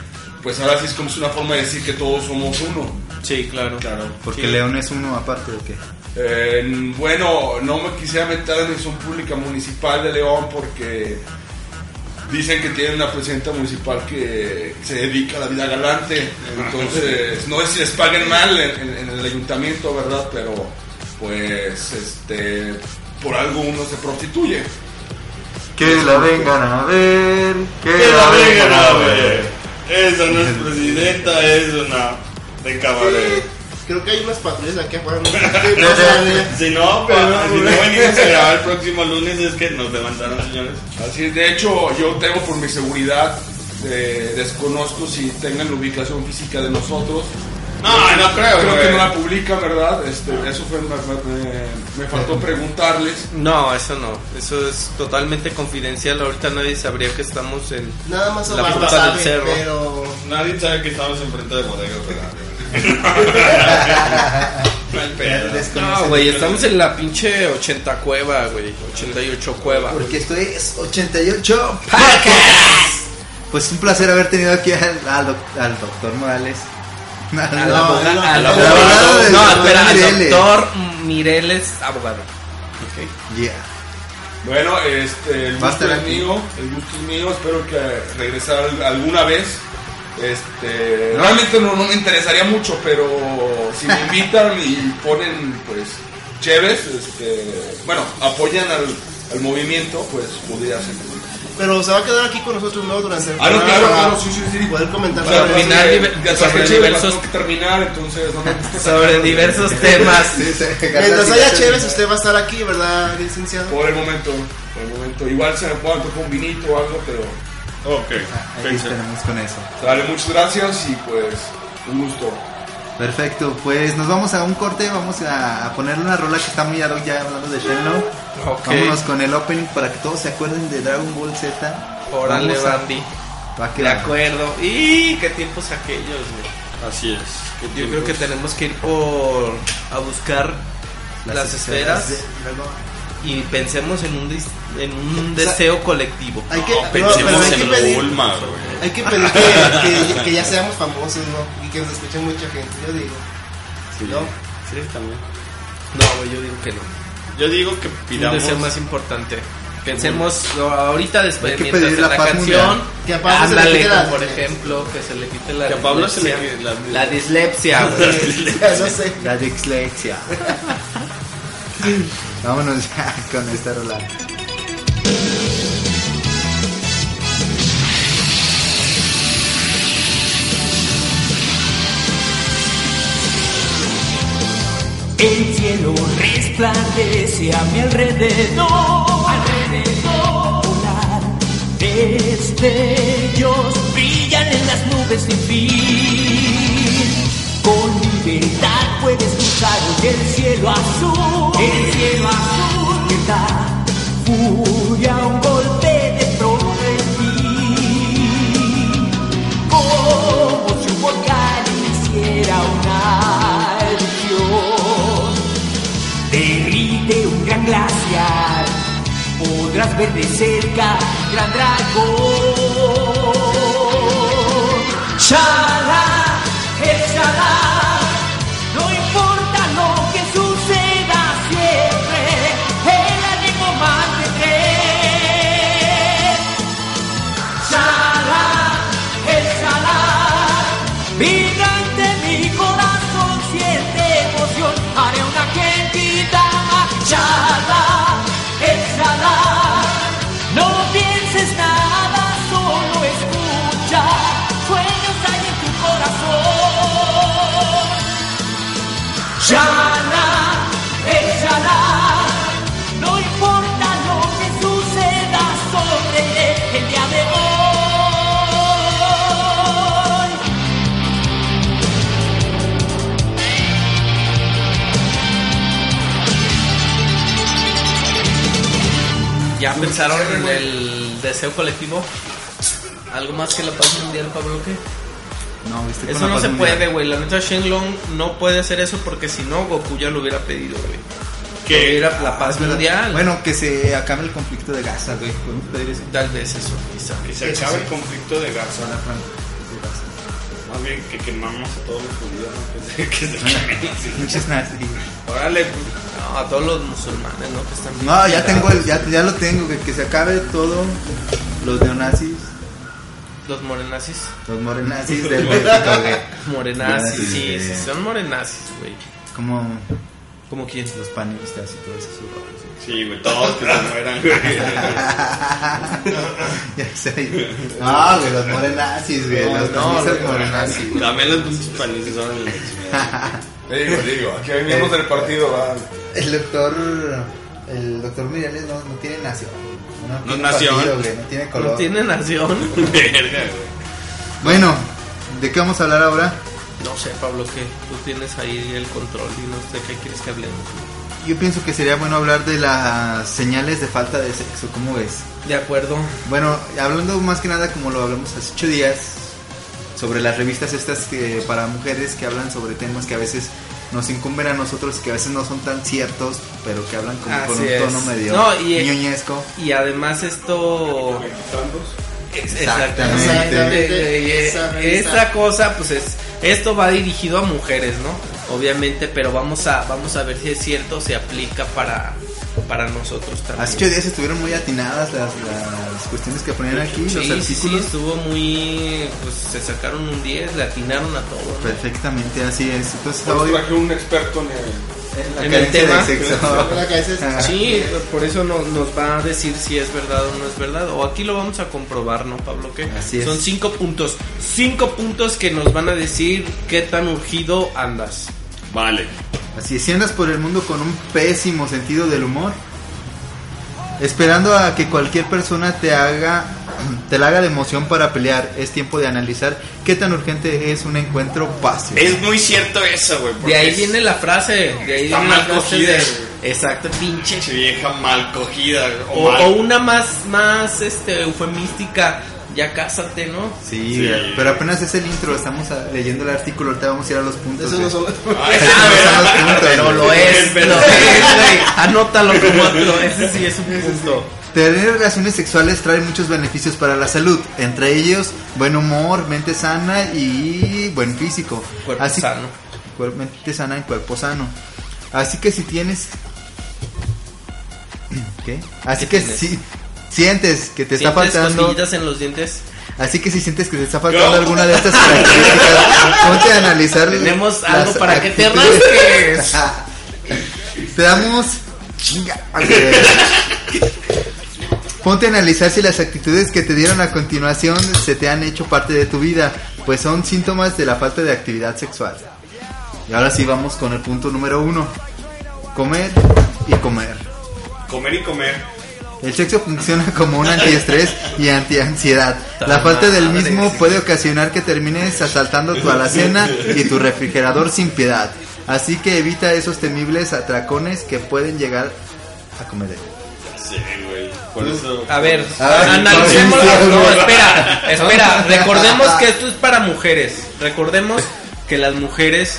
Speaker 7: pues ahora sí es como es una forma de decir que todos somos uno.
Speaker 3: Sí, claro.
Speaker 4: Porque
Speaker 3: Sí.
Speaker 4: León es uno aparte de que.
Speaker 7: Eh, bueno, no me quisiera meter en la dirección pública municipal de León porque dicen que tienen una presidenta municipal que se dedica a la vida galante. Entonces, no sé si les paguen mal en, en- en el ayuntamiento, ¿verdad? Pero, pues, este, por algo uno se prostituye.
Speaker 4: Que la vengan a ver.
Speaker 2: Que la vengan a ver. Eso no es presidenta, es una de cabaret.
Speaker 5: Creo que hay unas patrullas aquí afuera. No, No sé,
Speaker 2: Si no, pa- si no venimos a grabar el próximo lunes, es que nos levantaron, señores.
Speaker 7: Así es, de hecho, yo tengo por mi seguridad, eh, desconozco si tengan la ubicación física de nosotros.
Speaker 2: No, no creo,
Speaker 7: Creo
Speaker 2: güey.
Speaker 7: que no la publica, ¿verdad? Este, eso fue, me, me- me faltó preguntarles.
Speaker 3: No, eso no. Eso es totalmente confidencial. Ahorita nadie sabría que estamos en.
Speaker 5: Nada más
Speaker 3: La
Speaker 5: Omar lo
Speaker 3: punta del
Speaker 5: sabe,
Speaker 3: cerro.
Speaker 5: pero
Speaker 2: Nadie sabe que estamos enfrente de bodegas, ¿verdad? No hay pedo.
Speaker 3: No, güey, estamos en la pinche 80 cueva, güey. 88 cueva.
Speaker 4: Porque esto es 88 Pues un placer haber tenido aquí al, al doc- al doctor Morales.
Speaker 3: Al
Speaker 4: No,
Speaker 3: aboga-
Speaker 5: no,
Speaker 3: al
Speaker 5: no,
Speaker 3: abogado.
Speaker 4: abogado del
Speaker 3: No,
Speaker 4: doctor
Speaker 3: espera, al
Speaker 4: Mireles.
Speaker 3: doctor Mireles, abogado.
Speaker 4: yeah.
Speaker 7: Bueno, este, el
Speaker 4: Va a
Speaker 7: gusto
Speaker 4: estar
Speaker 7: es
Speaker 4: aquí.
Speaker 7: mío, el gusto es mío, espero que regresar al- alguna vez. Este, realmente no, no me interesaría mucho, pero si me invitan y ponen, pues, chéves, este, bueno, apoyan al, al movimiento, pues, podría ser.
Speaker 5: pero se va a quedar aquí con nosotros luego durante el
Speaker 7: Ah, no,
Speaker 5: programa
Speaker 7: claro,
Speaker 5: para
Speaker 7: claro, sí, sí, sí.
Speaker 5: Poder comentar
Speaker 7: Claro,
Speaker 5: sobre
Speaker 3: terminar
Speaker 7: sí,
Speaker 3: nive- sobre
Speaker 7: ya traje chéves, las
Speaker 3: diversos-
Speaker 7: tengo que terminar, entonces no me gusta
Speaker 3: Sobre
Speaker 7: sacarlas.
Speaker 3: diversos temas.
Speaker 4: Sí, se-
Speaker 5: Mientras haya chéveres, usted va a estar aquí, ¿verdad, licenciado?
Speaker 7: Por el momento, por el momento. Igual se me puede antojar un vinito o algo, pero
Speaker 2: Ok,
Speaker 4: Ahí
Speaker 2: pensé.
Speaker 4: estaremos con eso.
Speaker 7: dale, muchas gracias y pues, un gusto.
Speaker 4: Perfecto, pues nos vamos a un corte, vamos a, a ponerle una rola que está muy ad hoc ya hablando de Shenlong.
Speaker 3: Ok.
Speaker 4: Vámonos con el opening para que todos se acuerden de Dragon Ball Z.
Speaker 3: Órale,
Speaker 4: Vamos a-
Speaker 3: Bambi.
Speaker 4: Va que
Speaker 3: De
Speaker 4: va.
Speaker 3: acuerdo. Y qué tiempos aquellos, güey.
Speaker 2: Así es.
Speaker 3: Yo creo que tenemos que ir por a buscar las, esferas,
Speaker 4: de Dragon Ball.
Speaker 3: y pensemos en un dis- en un
Speaker 5: sea,
Speaker 3: deseo colectivo.
Speaker 5: Hay que,
Speaker 2: No,
Speaker 5: no, pero
Speaker 2: pensemos
Speaker 5: hay que
Speaker 2: en
Speaker 5: pedir,
Speaker 2: Bulma, güey.
Speaker 5: hay que, pedir que, que- que ya seamos famosos, ¿no? Y que nos escuche mucha gente, yo digo.
Speaker 2: Sí,
Speaker 5: ¿No?
Speaker 2: sí, también.
Speaker 3: No, güey, yo digo que no.
Speaker 2: Yo digo que
Speaker 3: Un
Speaker 2: pidamos.
Speaker 3: deseo más importante. Pensemos no, ahorita después
Speaker 4: Hay que
Speaker 3: mientras
Speaker 4: pedir
Speaker 3: en
Speaker 4: la
Speaker 3: la
Speaker 4: paz
Speaker 3: canción.
Speaker 4: mundial.
Speaker 5: Que a Pablo se le
Speaker 3: ándale,
Speaker 5: quite la
Speaker 3: como por
Speaker 5: dislexia.
Speaker 3: ejemplo, que se le quite la
Speaker 2: Que a Pablo se le
Speaker 3: dislexia.
Speaker 2: quite la-
Speaker 3: la dislexia, güey.
Speaker 5: no sé.
Speaker 4: La dislexia. Vámonos ya con esta rola.
Speaker 6: El cielo resplandece a mi alrededor, alrededor polar. Destellos brillan en las nubes sin fin. Con libertad puedes cruzar hoy el cielo azul, el cielo azul que da furia a un golpe de pronto en ti como si un volcán hiciera una erupción. Derrite un gran glaciar, podrás ver de cerca un gran dragón. Shala, el Shala, no importa lo que suceda siempre, el ánimo mantendré. Salar, el salar, vibrante mi corazón, siente emoción, haré una gentita más. Salar, el salar, no pienses nada, solo escucha, sueños hay en tu corazón. Shana, el Shana, no importa lo que suceda sobre el día de hoy.
Speaker 3: Ya pensaron en el deseo colectivo. Algo más que la paz mundial, Pablo, ¿qué?
Speaker 4: No, viste con
Speaker 3: Eso
Speaker 4: la
Speaker 3: no
Speaker 4: paz
Speaker 3: se
Speaker 4: mundial.
Speaker 3: puede, güey. La neta Shenlong no puede hacer eso porque si no Goku ya lo hubiera pedido, güey. Que
Speaker 2: Que
Speaker 3: era la
Speaker 4: Ah,
Speaker 3: paz
Speaker 4: es verdad.
Speaker 3: mundial.
Speaker 4: Bueno, que se acabe el conflicto de Gaza, güey. Podemos pedir eso.
Speaker 3: Tal vez eso, quizá.
Speaker 2: que se acabe el conflicto de Gaza.
Speaker 4: Hola, Fran. De Gaza.
Speaker 2: Más bien que quemamos a todos los judíos, ¿no? Que se- que se quemen así.
Speaker 4: Pinches nazis.
Speaker 2: Órale, pues.
Speaker 3: No, a todos los musulmanes, ¿no? Que están bien
Speaker 4: No, ya
Speaker 3: cagados.
Speaker 4: tengo el, ya, ya lo tengo, güey, que se acabe todo. Los neonazis,
Speaker 3: Los morenazis.
Speaker 4: los morenazis del México, güey.
Speaker 3: Morenazis,
Speaker 4: Morenazis,
Speaker 3: sí,
Speaker 4: sí.
Speaker 3: sí, son morenazis, güey.
Speaker 4: Como
Speaker 3: ¿Como quién?
Speaker 4: los panistas y todo eso.
Speaker 2: Sí, güey, todos que se mueran, güey.
Speaker 4: ya sé. No, güey, los morenazis, güey.
Speaker 3: No,
Speaker 4: los
Speaker 3: no,
Speaker 4: panistas
Speaker 3: güey.
Speaker 4: morenazis.
Speaker 2: También los pinches panices son el
Speaker 7: Le digo, le digo, aquí venimos del partido, va.
Speaker 4: El doctor. El doctor Mireles no, no tiene nación. No, tiene
Speaker 2: nación.
Speaker 4: partido, güey, no tiene color.
Speaker 3: No tiene nación.
Speaker 2: Verga, güey.
Speaker 4: Bueno, ¿de qué vamos a hablar ahora?
Speaker 3: No sé, Pablo, que tú tienes ahí el control y no sé qué quieres que hablemos.
Speaker 4: Yo pienso que sería bueno hablar de las señales de falta de sexo, ¿cómo ves?
Speaker 3: De acuerdo.
Speaker 4: Bueno, hablando más que nada como lo hablamos hace ocho días, sobre las revistas estas que para mujeres que hablan sobre temas que a veces nos incumben a nosotros, que a veces no son tan ciertos, pero que hablan como con
Speaker 3: Así
Speaker 4: un
Speaker 3: es.
Speaker 4: tono medio
Speaker 3: No, y- eh,
Speaker 4: ñoñesco.
Speaker 3: Y además esto... Es-
Speaker 4: Exactamente.
Speaker 3: exactamente, y, eh,
Speaker 5: Esa revista.
Speaker 3: Esta cosa, pues es... Esto va dirigido a mujeres, ¿no? Obviamente, pero vamos a, vamos a ver si es cierto, se aplica para, para nosotros también.
Speaker 4: Hace ocho días estuvieron muy atinadas las, las cuestiones que ponían aquí,
Speaker 3: Sí,
Speaker 4: los
Speaker 3: sí,
Speaker 4: artículos.
Speaker 3: sí, estuvo muy... Pues se sacaron un 10, le atinaron a todo. ¿no?
Speaker 4: Perfectamente, así es. Entonces,
Speaker 7: Nos
Speaker 4: hoy,
Speaker 7: traje un experto en el-
Speaker 4: en la
Speaker 3: en el
Speaker 4: carencia
Speaker 3: tema.
Speaker 4: de sexo.
Speaker 5: La cabeza es-
Speaker 3: Sí, por eso no- nos va a decir si es verdad o no es verdad. O aquí lo vamos a comprobar, ¿no, Pablo? ¿Qué?
Speaker 4: Así es.
Speaker 3: Son cinco puntos. Cinco puntos que nos van a decir qué tan urgido andas.
Speaker 2: Vale.
Speaker 4: Así es, si andas por el mundo con un pésimo sentido del humor, esperando a que cualquier persona te haga te la haga de emoción para pelear, es tiempo de analizar qué tan urgente es un encuentro pasivo.
Speaker 2: Es muy cierto eso, güey. porque
Speaker 3: De ahí
Speaker 2: es-
Speaker 3: viene la frase. De ahí viene
Speaker 2: Está
Speaker 3: la
Speaker 2: mal
Speaker 3: frase
Speaker 2: cogida.
Speaker 3: de- Exacto, pinche.
Speaker 2: Pinche vieja mal cogida. güey,
Speaker 3: O,
Speaker 2: mal-
Speaker 3: o una más, más este, eufemística. Ya cásate, ¿no?
Speaker 4: Sí,
Speaker 2: Sí.
Speaker 4: pero apenas es el intro, estamos a- leyendo el artículo, ahorita vamos a ir a los puntos.
Speaker 5: Eso
Speaker 4: güey.
Speaker 5: no son.
Speaker 2: Ah,
Speaker 4: Esos
Speaker 2: esa,
Speaker 4: no son
Speaker 2: ¿verdad?
Speaker 4: los puntos,
Speaker 2: Pero
Speaker 4: güey.
Speaker 2: lo es,
Speaker 3: Lo
Speaker 2: pero-
Speaker 3: es, güey. Anótalo como otro. Ese sí es un punto.
Speaker 4: Tener relaciones sexuales trae muchos beneficios para la salud, entre ellos buen humor, mente sana y buen físico.
Speaker 3: Cuerpo
Speaker 4: Así-
Speaker 3: sano.
Speaker 4: cuer- mente sana y cuerpo sano. Así que si tienes... ¿Qué? Así
Speaker 3: ¿Qué
Speaker 4: que
Speaker 3: tienes?
Speaker 4: si sientes que te está
Speaker 3: ¿Sientes
Speaker 4: faltando...
Speaker 3: cosquillitas en los dientes?
Speaker 4: Así que si sientes que te está faltando
Speaker 2: No.
Speaker 4: alguna de estas características, ponte a analizar...
Speaker 3: Tenemos
Speaker 4: las
Speaker 3: algo para que te
Speaker 4: actitudes.
Speaker 3: rasques.
Speaker 4: Te damos chinga. Ponte a analizar si las actitudes que te dieron a continuación se te han hecho parte de tu vida, pues son síntomas de la falta de actividad sexual. Y ahora sí vamos con el punto número uno. Comer y comer.
Speaker 2: Comer y comer.
Speaker 4: El sexo funciona como un antiestrés y antiansiedad. La falta del mismo puede ocasionar que termines asaltando tu alacena y tu refrigerador sin piedad. Así que evita esos temibles atracones que pueden llegar a cometer.
Speaker 2: Sí, güey. Por eso.
Speaker 3: A ver,
Speaker 4: Ay,
Speaker 3: analicemos.
Speaker 4: por
Speaker 3: No,
Speaker 4: favor.
Speaker 3: espera, espera. Recordemos que esto es para mujeres. Recordemos que las mujeres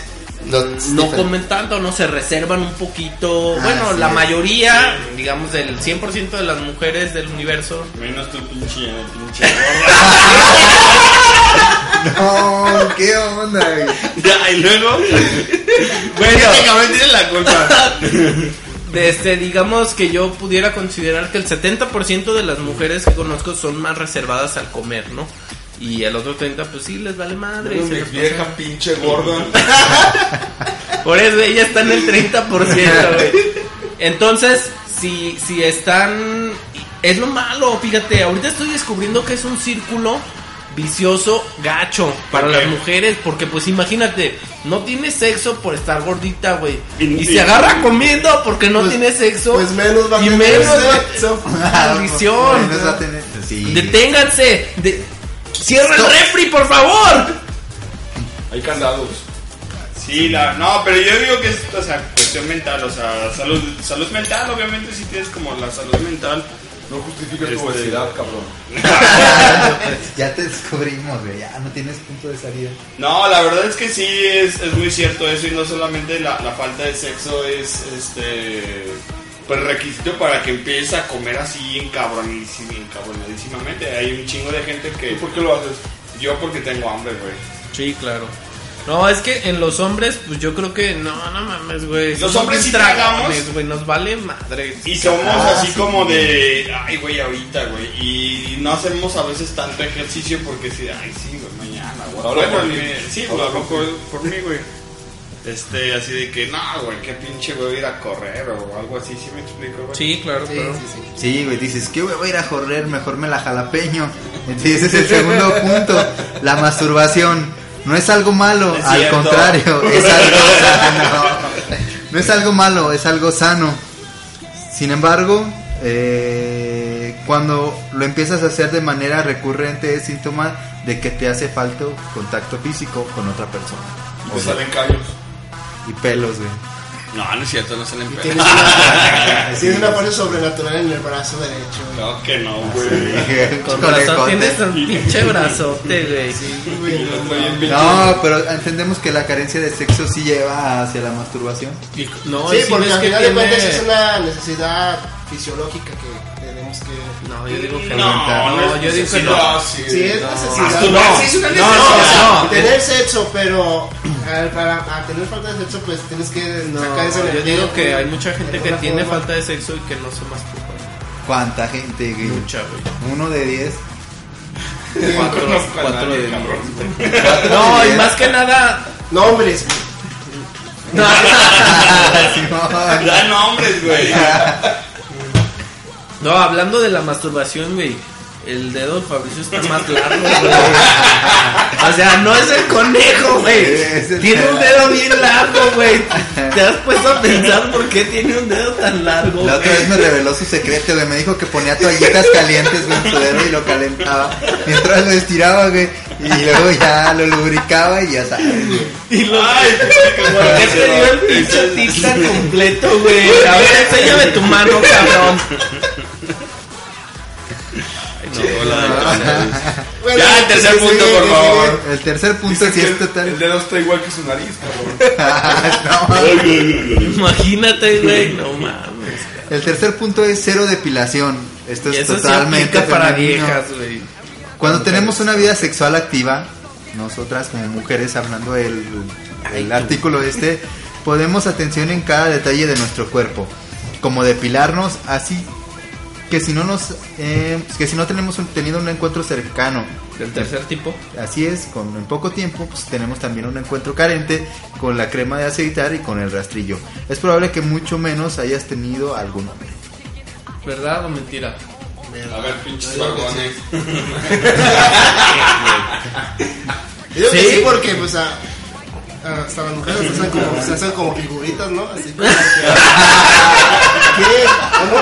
Speaker 3: no comen tanto, no se reservan un poquito.
Speaker 4: Ah,
Speaker 3: bueno,
Speaker 4: así
Speaker 3: la
Speaker 4: es.
Speaker 3: mayoría, digamos, del 100% de las mujeres del universo.
Speaker 2: Menos tu pinche, eh, pinche gorra.
Speaker 4: No, Oh, qué onda,
Speaker 2: Ya, y luego. Güey, este cabrón tiene la culpa.
Speaker 3: De este, digamos que yo pudiera considerar que el 70% de las mujeres que conozco son más reservadas al comer, ¿no? Y el otro 30, pues sí, les vale madre. y se
Speaker 7: Mi
Speaker 3: las
Speaker 7: vieja
Speaker 3: pasan.
Speaker 7: pinche gorda.
Speaker 3: Por eso ella está en el 30%, güey. Entonces, si, si están... Es lo malo, fíjate, ahorita estoy descubriendo que es un círculo vicioso gacho para
Speaker 2: ¿Por qué?
Speaker 3: las mujeres, porque pues imagínate, no tiene sexo por estar gordita, güey.
Speaker 2: Y-
Speaker 3: Y
Speaker 2: y-
Speaker 3: se agarra comiendo porque no tiene sexo.
Speaker 5: Pues menos va a
Speaker 3: y
Speaker 5: tener
Speaker 3: menos
Speaker 5: sexo.
Speaker 3: maldición.
Speaker 4: Menos va a tener- sí.
Speaker 3: Deténganse. De... Cierra el refri, por favor.
Speaker 7: Hay candados.
Speaker 2: Sí, la, no, pero yo digo que es o sea, cuestión mental, o sea, salud, salud mental, obviamente si tienes como la salud mental.
Speaker 7: No justifica
Speaker 2: Este-
Speaker 7: tu obesidad, cabrón.
Speaker 4: Ya te descubrimos, güey. Ya no tienes punto de salida.
Speaker 2: No, la verdad es que sí, es, es muy cierto eso y no solamente la, la falta de sexo es este pues requisito para que empieces a comer así encabronísimo, encabronadísimamente. Hay un chingo de gente que...
Speaker 7: ¿Y por qué lo haces?
Speaker 2: Yo porque tengo hambre, güey.
Speaker 3: Sí, claro. No, es que en los hombres, pues yo creo que no, no mames, güey.
Speaker 2: Los
Speaker 3: Somos
Speaker 2: hombres sí
Speaker 3: tragones,
Speaker 2: tragamos.
Speaker 3: güey, nos vale madre.
Speaker 2: Y somos
Speaker 4: Ah,
Speaker 2: así
Speaker 4: sí.
Speaker 2: como de... Ay, güey, ahorita, güey. Y no hacemos a veces tanto ejercicio porque sí, ay, sí, güey, mañana, güey.
Speaker 7: Habla por
Speaker 2: Bueno,
Speaker 7: ti.
Speaker 2: me- Sí,
Speaker 7: Habla
Speaker 2: güey, hablo
Speaker 7: por
Speaker 2: por, por mí, güey. Este, así de que, no, güey, qué pinche, güey, ir a correr o algo así, ¿sí me explico, güey?
Speaker 3: Sí, claro, claro.
Speaker 4: Sí, güey, dices, ¿qué güey, voy a ir a correr? Mejor me la jalapeño. Entonces ese es el segundo punto, la masturbación. No es algo malo,
Speaker 2: Es
Speaker 4: al
Speaker 2: cierto.
Speaker 4: contrario, es algo sano. No es algo malo, es algo sano. Sin embargo, eh, cuando lo empiezas a hacer de manera recurrente es síntoma de que te hace falta contacto físico con otra persona.
Speaker 7: Y
Speaker 4: O
Speaker 7: te
Speaker 4: sea,
Speaker 7: salen callos.
Speaker 4: y pelos, güey.
Speaker 2: No, no es cierto, no se le
Speaker 5: Tienes
Speaker 2: empeña.
Speaker 5: una, tienes una parte sobrenatural en el brazo derecho. güey.
Speaker 2: No, que no, güey.
Speaker 3: Con
Speaker 4: Con el
Speaker 3: razón
Speaker 4: cote.
Speaker 3: tienes un pinche brazote, güey.
Speaker 5: Sí, güey, no,
Speaker 2: Estoy en pinche-
Speaker 4: No, pero entendemos que la carencia de sexo sí lleva hacia la masturbación.
Speaker 3: Y- No,
Speaker 5: Sí,
Speaker 3: y si
Speaker 5: porque
Speaker 3: ves
Speaker 5: al
Speaker 3: que
Speaker 5: final de
Speaker 3: tiene-
Speaker 5: cuentas es una necesidad fisiológica que tenemos que...
Speaker 3: No, yo digo que no.
Speaker 2: No,
Speaker 3: No, yo digo que no.
Speaker 7: Sí,
Speaker 5: Sí, es necesidad.
Speaker 2: Ah, tú no.
Speaker 5: Sí, es una
Speaker 3: No,
Speaker 5: necesidad.
Speaker 3: no, no, no.
Speaker 5: Tener sexo, pero al- para a tener falta de sexo, pues tienes que
Speaker 3: No,
Speaker 5: sacar esa
Speaker 3: yo
Speaker 5: energía,
Speaker 3: digo que
Speaker 5: güey,
Speaker 3: hay mucha gente
Speaker 5: de
Speaker 3: que
Speaker 5: alguna
Speaker 3: tiene
Speaker 5: forma.
Speaker 3: falta de sexo y que no se masturba.
Speaker 4: ¿Cuánta gente, güey?
Speaker 3: Mucha, güey.
Speaker 4: Uno de diez.
Speaker 3: Cuatro,
Speaker 7: conozco a
Speaker 3: cuatro
Speaker 7: nadie,
Speaker 3: de
Speaker 7: cabrón.
Speaker 4: Cuatro
Speaker 3: No,
Speaker 4: de
Speaker 3: y
Speaker 4: diez.
Speaker 3: más que nada.
Speaker 5: No, hombres, güey.
Speaker 3: No,
Speaker 4: Simón.
Speaker 2: Da nombres, güey.
Speaker 3: no, hablando de la masturbación, güey. El dedo de Fabricio está más largo, güey. O sea, no es el
Speaker 4: Es
Speaker 3: conejo, güey.
Speaker 4: el-
Speaker 3: Tiene un dedo bien largo, güey. Te has puesto a pensar por qué tiene un dedo tan largo,
Speaker 4: La otra
Speaker 3: güey.
Speaker 4: vez me reveló su secreto, güey. Me dijo que ponía toallitas calientes, güey, en su dedo y lo calentaba. Mientras lo estiraba, güey. Y luego ya lo lubricaba y ya sabes. güey.
Speaker 3: Y lo
Speaker 2: Ay,
Speaker 3: ¿Por qué te dio el pinche tista completo, güey? A ver, enséñame tu mano, cabrón.
Speaker 5: Bueno,
Speaker 2: Ya, el tercer punto, por favor.
Speaker 4: El tercer punto sí
Speaker 7: Dicen que
Speaker 4: es
Speaker 7: el- El
Speaker 4: total.
Speaker 7: dedo está igual que su nariz, cabrón.
Speaker 3: Imagínate, güey. No mames.
Speaker 4: El tercer punto es cero depilación. Esto
Speaker 3: Y
Speaker 4: es
Speaker 3: eso se
Speaker 4: Pues totalmente
Speaker 3: aplica para
Speaker 4: femenino.
Speaker 3: viejas, güey.
Speaker 4: Cuando tenemos una vida sexual activa, nosotras como mujeres, hablando del del artículo este, podemos atención en cada detalle de nuestro cuerpo, como depilarnos, así que si no nos, eh, que si no tenemos un- tenido un encuentro cercano,
Speaker 3: Del tercer tipo.
Speaker 4: así es, con en poco tiempo, pues tenemos también un encuentro carente con la crema de aceitar y con el rastrillo. Es probable que mucho menos hayas tenido algún hombre.
Speaker 3: ¿Verdad o mentira?
Speaker 2: A ver, pinches barbones.
Speaker 5: Digo que
Speaker 3: ¿Sí?
Speaker 5: sí, porque pues a, a- hasta las mujeres se hacen como, se hacen como figuritas, ¿no? Así como que- ¿Qué? ¿Cómo?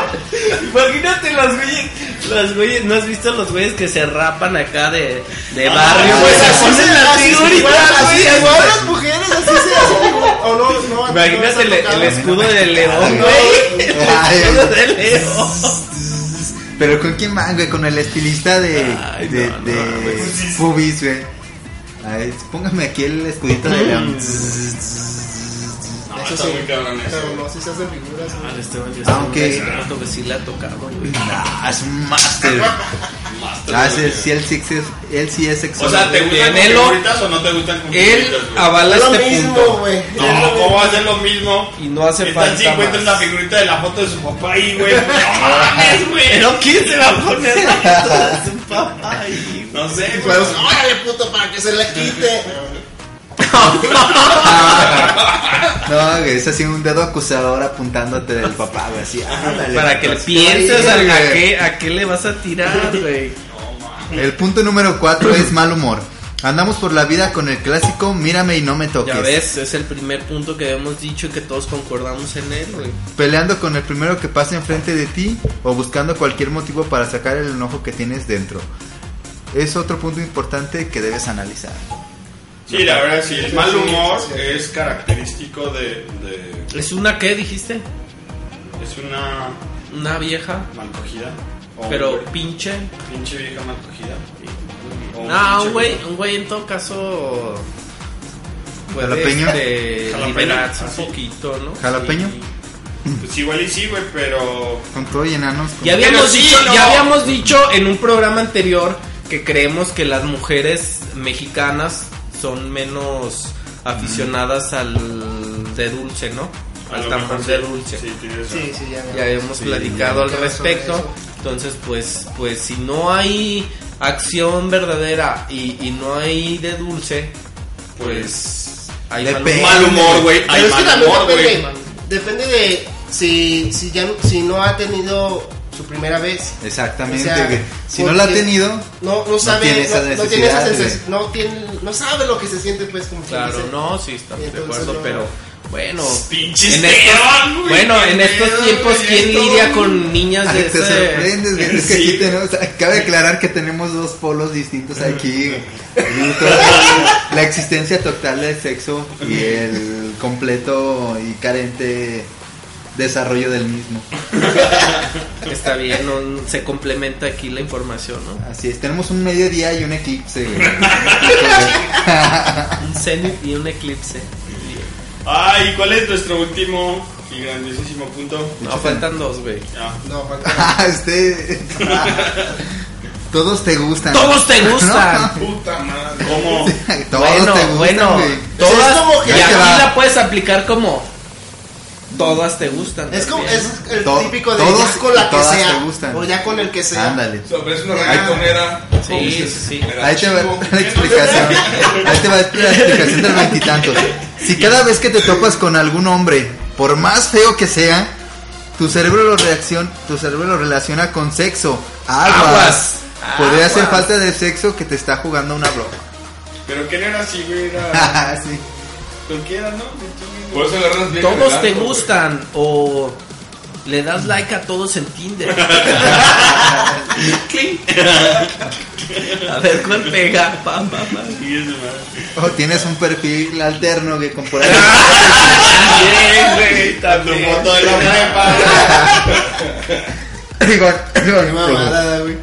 Speaker 3: Imagínate las güeyes. Las güeyes, ¿no has visto los güeyes que se rapan acá de, de barrio,
Speaker 5: Ah,
Speaker 3: güey?
Speaker 5: pues,
Speaker 3: Se
Speaker 5: así
Speaker 3: ponen
Speaker 5: se-
Speaker 3: las
Speaker 5: así se-
Speaker 3: figuritas,
Speaker 5: así
Speaker 3: güey.
Speaker 5: se- igual las mujeres así se hacen. O no, no, no,
Speaker 3: Imagínate el,
Speaker 5: no está
Speaker 3: el
Speaker 5: tocado.
Speaker 3: escudo de león,
Speaker 4: No.
Speaker 3: güey. El
Speaker 4: Ay.
Speaker 3: escudo de león.
Speaker 4: Pero con quién más, güey, con el estilista de.
Speaker 3: Ay,
Speaker 4: de.
Speaker 3: no, no,
Speaker 4: de.
Speaker 3: güey.
Speaker 4: Pubis, güey. ¿eh? A ver, póngame aquí el escudito de león.
Speaker 2: No,
Speaker 5: Eso
Speaker 2: está
Speaker 5: sí.
Speaker 2: muy cabrón eso.
Speaker 5: Pero no, sí se hacen figuras. ¿no?
Speaker 3: Al Esteban ya
Speaker 4: Aunque-
Speaker 3: que sí le ha tocado, güey.
Speaker 4: Ah, es un master. Ah, ese sí, él sí es, él sí es
Speaker 2: O sea,
Speaker 4: sexólogo.
Speaker 2: ¿te gustan con
Speaker 3: Tenelo.
Speaker 2: figuritas o no te gustan con
Speaker 3: Él
Speaker 2: figuritas, güey?
Speaker 3: avala
Speaker 5: Es lo
Speaker 3: este
Speaker 5: mismo,
Speaker 3: punto.
Speaker 5: güey.
Speaker 2: No, ¿cómo va a ser lo mismo?
Speaker 3: y no hace
Speaker 2: ¿Qué tal si
Speaker 3: falta.
Speaker 2: encuentras la
Speaker 3: más.
Speaker 2: figurita de la foto de su papá ahí, güey? No mames, güey.
Speaker 3: Pero quién se va a poner la foto de su papá ahí,
Speaker 2: No sé, güey.
Speaker 5: Pues, órale, puto, para que se la quite.
Speaker 4: No, güey, es así un dedo acusador apuntándote del papá, güey, así. ándale,
Speaker 3: güey? Para que
Speaker 5: pues,
Speaker 4: papá, sí,
Speaker 3: pienses a,
Speaker 4: güey.
Speaker 3: a qué, a qué le vas a tirar, güey.
Speaker 4: El punto número cuatro es mal humor. Andamos por la vida con el clásico mírame y no me toques.
Speaker 3: Ya ves, es el primer punto que hemos dicho y que todos concordamos en él, güey.
Speaker 4: peleando con el primero que pase enfrente de ti o buscando cualquier motivo para sacar el enojo que tienes dentro. Es otro punto importante que debes analizar.
Speaker 2: Sí, la verdad, sí. El mal humor es característico de... de-
Speaker 3: ¿Es una qué dijiste?
Speaker 2: es una
Speaker 3: Una vieja,
Speaker 2: mal cogida. O un
Speaker 3: pero
Speaker 2: güey,
Speaker 3: pinche.
Speaker 2: Pinche vieja mal cogida. O un
Speaker 3: No,
Speaker 2: pinche-
Speaker 3: Ah, un güey, un güey en todo caso.
Speaker 4: Jalapeño.
Speaker 3: Este,
Speaker 2: Jalapeño.
Speaker 3: liberarse
Speaker 2: Ah,
Speaker 3: un
Speaker 2: sí.
Speaker 3: poquito, ¿no?
Speaker 4: ¿Jalapeño?
Speaker 2: Pues igual y sí, güey, pero...
Speaker 4: Con todo y enanos. con-
Speaker 3: Ya habíamos,
Speaker 2: Pero sí,
Speaker 3: dicho,
Speaker 2: ¿no?
Speaker 3: ya habíamos dicho en un programa anterior que creemos que las mujeres mexicanas son menos aficionadas al de dulce, ¿no?
Speaker 2: a
Speaker 3: Al
Speaker 2: lo
Speaker 3: tambor
Speaker 2: mejor
Speaker 3: de
Speaker 2: sí.
Speaker 3: dulce.
Speaker 2: Sí, tienes razón.
Speaker 5: Sí, sí, ya.
Speaker 3: Ya habíamos platicado al
Speaker 5: ya hablamos sobre
Speaker 3: respecto.
Speaker 5: eso.
Speaker 3: Entonces, pues, pues si no hay acción verdadera y, y no hay de dulce, pues hay mal
Speaker 4: Depende.
Speaker 3: humor.
Speaker 2: Mal humor, güey.
Speaker 5: Pero
Speaker 2: Hay
Speaker 5: es que
Speaker 2: mal
Speaker 5: también
Speaker 2: humor, güey.
Speaker 5: depende, depende de si, si, ya, si no ha tenido su primera vez.
Speaker 4: Exactamente.
Speaker 5: O sea,
Speaker 4: que si no la ha
Speaker 5: porque-
Speaker 4: tenido,
Speaker 5: No, no sabe,
Speaker 4: tiene esa
Speaker 5: no, no tiene esa
Speaker 4: necesidad de-
Speaker 5: sensación, no, tiene, no sabe lo que se siente pues como quien
Speaker 3: Claro,
Speaker 5: dice.
Speaker 3: no, sí, estamos de
Speaker 5: Entonces,
Speaker 3: acuerdo,
Speaker 5: no.
Speaker 3: pero bueno.
Speaker 2: Pinches
Speaker 3: en estos-
Speaker 2: Esteban, güey,
Speaker 3: bueno,
Speaker 2: qué
Speaker 3: en estos
Speaker 2: pedo,
Speaker 3: tiempos,
Speaker 2: güey,
Speaker 3: ¿quién
Speaker 2: esto?
Speaker 3: lidia con niñas de
Speaker 4: Ay, Ah, te
Speaker 3: ese?
Speaker 4: sorprendes, güey, es que
Speaker 2: Sí.
Speaker 4: aquí tenemos, cabe aclarar que tenemos dos polos distintos aquí. La existencia total del sexo y el completo y carente desarrollo del mismo.
Speaker 3: Está bien, no- se complementa aquí la información, ¿no?
Speaker 4: Así es, tenemos un mediodía y un eclipse, güey.
Speaker 3: Un cenit y un eclipse.
Speaker 2: Ay, ¿cuál es nuestro último y grandísimo punto?
Speaker 3: No, faltan dos, güey.
Speaker 2: Ya.
Speaker 5: No, falta-
Speaker 4: Ah, este. Todos te gustan.
Speaker 3: Todos te gustan.
Speaker 7: Puta madre.
Speaker 2: ¿Cómo?
Speaker 4: Todos
Speaker 3: bueno,
Speaker 4: te gustan,
Speaker 3: bueno,
Speaker 4: güey.
Speaker 3: todas.
Speaker 5: Es como que-
Speaker 3: y
Speaker 4: Ahí te
Speaker 3: aquí
Speaker 4: va.
Speaker 3: la puedes aplicar como todas te gustan.
Speaker 5: Es como
Speaker 3: también.
Speaker 5: es el
Speaker 4: To-
Speaker 5: típico de
Speaker 4: todos
Speaker 5: ya con
Speaker 4: y
Speaker 5: la que
Speaker 4: todas
Speaker 5: sea
Speaker 4: te gustan.
Speaker 5: o ya con el que sea.
Speaker 4: Ándale.
Speaker 7: O sea, pero es una reggaetonera.
Speaker 3: Sí, sí, sí.
Speaker 7: Me la
Speaker 4: Ahí te va
Speaker 7: chingo.
Speaker 4: la explicación. Ahí te va la explicación del veintitantos. Si cada vez que te topas con algún hombre, por más feo que sea, tu cerebro lo reaccion- tu cerebro lo relaciona con sexo. Aguas.
Speaker 3: Aguas.
Speaker 5: Ah,
Speaker 4: Podría ser
Speaker 3: Aguas.
Speaker 4: falta de sexo que te está jugando una broma.
Speaker 2: ¿Pero quién era así, güey? Era...
Speaker 5: Ah,
Speaker 4: Sí.
Speaker 2: ¿Tú quién era, no?
Speaker 7: Por eso agarras bien
Speaker 3: Todos te
Speaker 7: adelante,
Speaker 3: gustan o le das like a todos en Tinder. a ver cuál pega. Pam, pam, pam.
Speaker 2: Sí, eso, madre.
Speaker 4: O tienes un perfil alterno que comprar.
Speaker 3: Bien, güey,
Speaker 2: Tu
Speaker 3: también.
Speaker 2: Ah, foto de la prepa.
Speaker 5: Qué mamada, güey.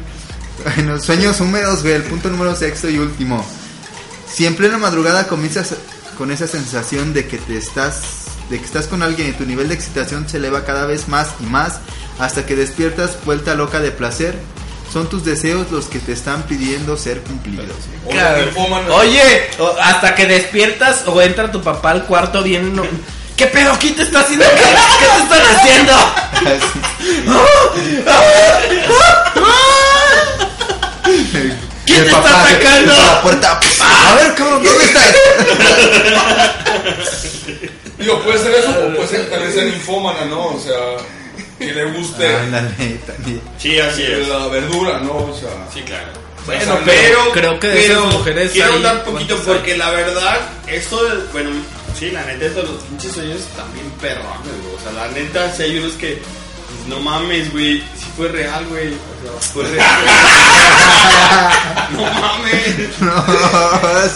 Speaker 4: Bueno, sueños húmedos, güey, el punto número sexto y último. Siempre en la madrugada comienzas con esa sensación de que te estás de que estás con alguien y tu nivel de excitación se eleva cada vez más y más hasta que despiertas vuelta loca de placer. Son tus deseos los que te están pidiendo ser cumplidos. güey.
Speaker 7: O
Speaker 3: Claro.
Speaker 7: los ninfómanos.
Speaker 3: Oye, o- hasta que despiertas o entra tu papá al cuarto bien. no- ¿Qué pedo? ¿Quién te está haciendo? ¿Qué, qué te están haciendo? ¿Quién
Speaker 4: El
Speaker 3: te está
Speaker 4: papá
Speaker 3: atacando?
Speaker 4: por la puerta. A ver, cabrón, ¿dónde estás?
Speaker 7: Digo, puede ser eso o puede ser también ser ninfómana, ¿no? O sea, que le guste
Speaker 4: Ándale, también.
Speaker 2: Sí, así es.
Speaker 7: la verdura, ¿no? O sea,
Speaker 2: Sí, claro.
Speaker 3: Bueno,
Speaker 2: pero
Speaker 3: creo que de
Speaker 2: pero
Speaker 3: esas mujeres
Speaker 2: quiero
Speaker 3: hay-
Speaker 2: andar poquito
Speaker 3: ¿cuántas hay?
Speaker 2: porque la verdad esto de- bueno sí la neta esto de los pinches sueños también perrones güey. o sea la neta si hay unos que pues, no mames güey sí fue real güey o sea fue real güey. no mames
Speaker 4: No,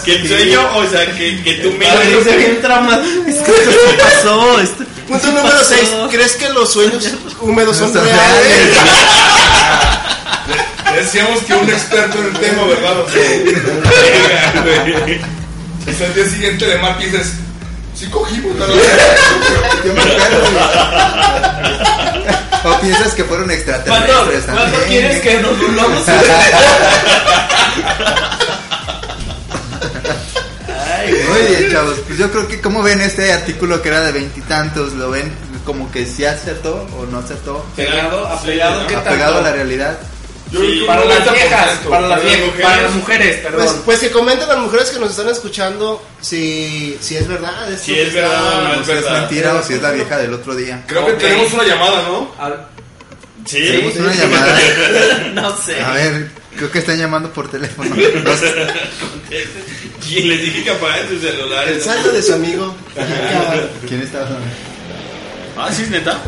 Speaker 2: que el
Speaker 4: sí.
Speaker 2: sueño o sea que, que tu
Speaker 3: A ver, se
Speaker 2: mente
Speaker 3: entra más. Es que esto sí pasó. esto- sí
Speaker 5: Punto número
Speaker 3: pasó.
Speaker 5: 6. ¿Crees que los sueños húmedos son
Speaker 4: Son
Speaker 5: reales?
Speaker 7: decíamos que un experto en el tema, ¿verdad? O sea, güey. Quizás al día siguiente le marcas y dices, sí cogimos, Eh, tal vez.
Speaker 4: Yo me acuerdo, güey. O piensas que fueron
Speaker 3: ¿Cuándo,
Speaker 4: extraterrestres
Speaker 3: cuándo
Speaker 4: también.
Speaker 3: quieres que nos volvamos a
Speaker 4: Oye, chavos, pues yo creo que, ¿cómo ven este artículo que era de veintitantos? ¿Lo ven como que sí acertó o no acertó?
Speaker 3: Pegado, apegado, ¿qué
Speaker 4: ¿Apegado a
Speaker 3: tanto?
Speaker 4: la realidad?
Speaker 2: Yo creo que
Speaker 3: para
Speaker 2: un
Speaker 3: las
Speaker 2: 90%
Speaker 3: viejas, para las
Speaker 2: de
Speaker 3: viejas,
Speaker 2: mujeres.
Speaker 3: para las mujeres, perdón.
Speaker 5: Pues, pues que comenten las mujeres que nos están escuchando si, si es verdad. esto
Speaker 2: Si
Speaker 5: que
Speaker 2: es verdad
Speaker 5: está-
Speaker 2: o no
Speaker 4: O
Speaker 2: es
Speaker 4: si es
Speaker 2: verdad.
Speaker 4: mentira o si es la vieja del otro día.
Speaker 7: Creo que
Speaker 3: Ok.
Speaker 7: tenemos una llamada, ¿no?
Speaker 3: A-
Speaker 2: Sí.
Speaker 4: Tenemos una llamada.
Speaker 3: no sé.
Speaker 4: A ver, creo que están llamando por teléfono. No sé.
Speaker 2: ¿Quién les dije que apagaran sus
Speaker 5: El
Speaker 2: celulares?
Speaker 5: saldo de su amigo.
Speaker 4: ¿Quién está hablando?
Speaker 2: Ah, sí, es neta.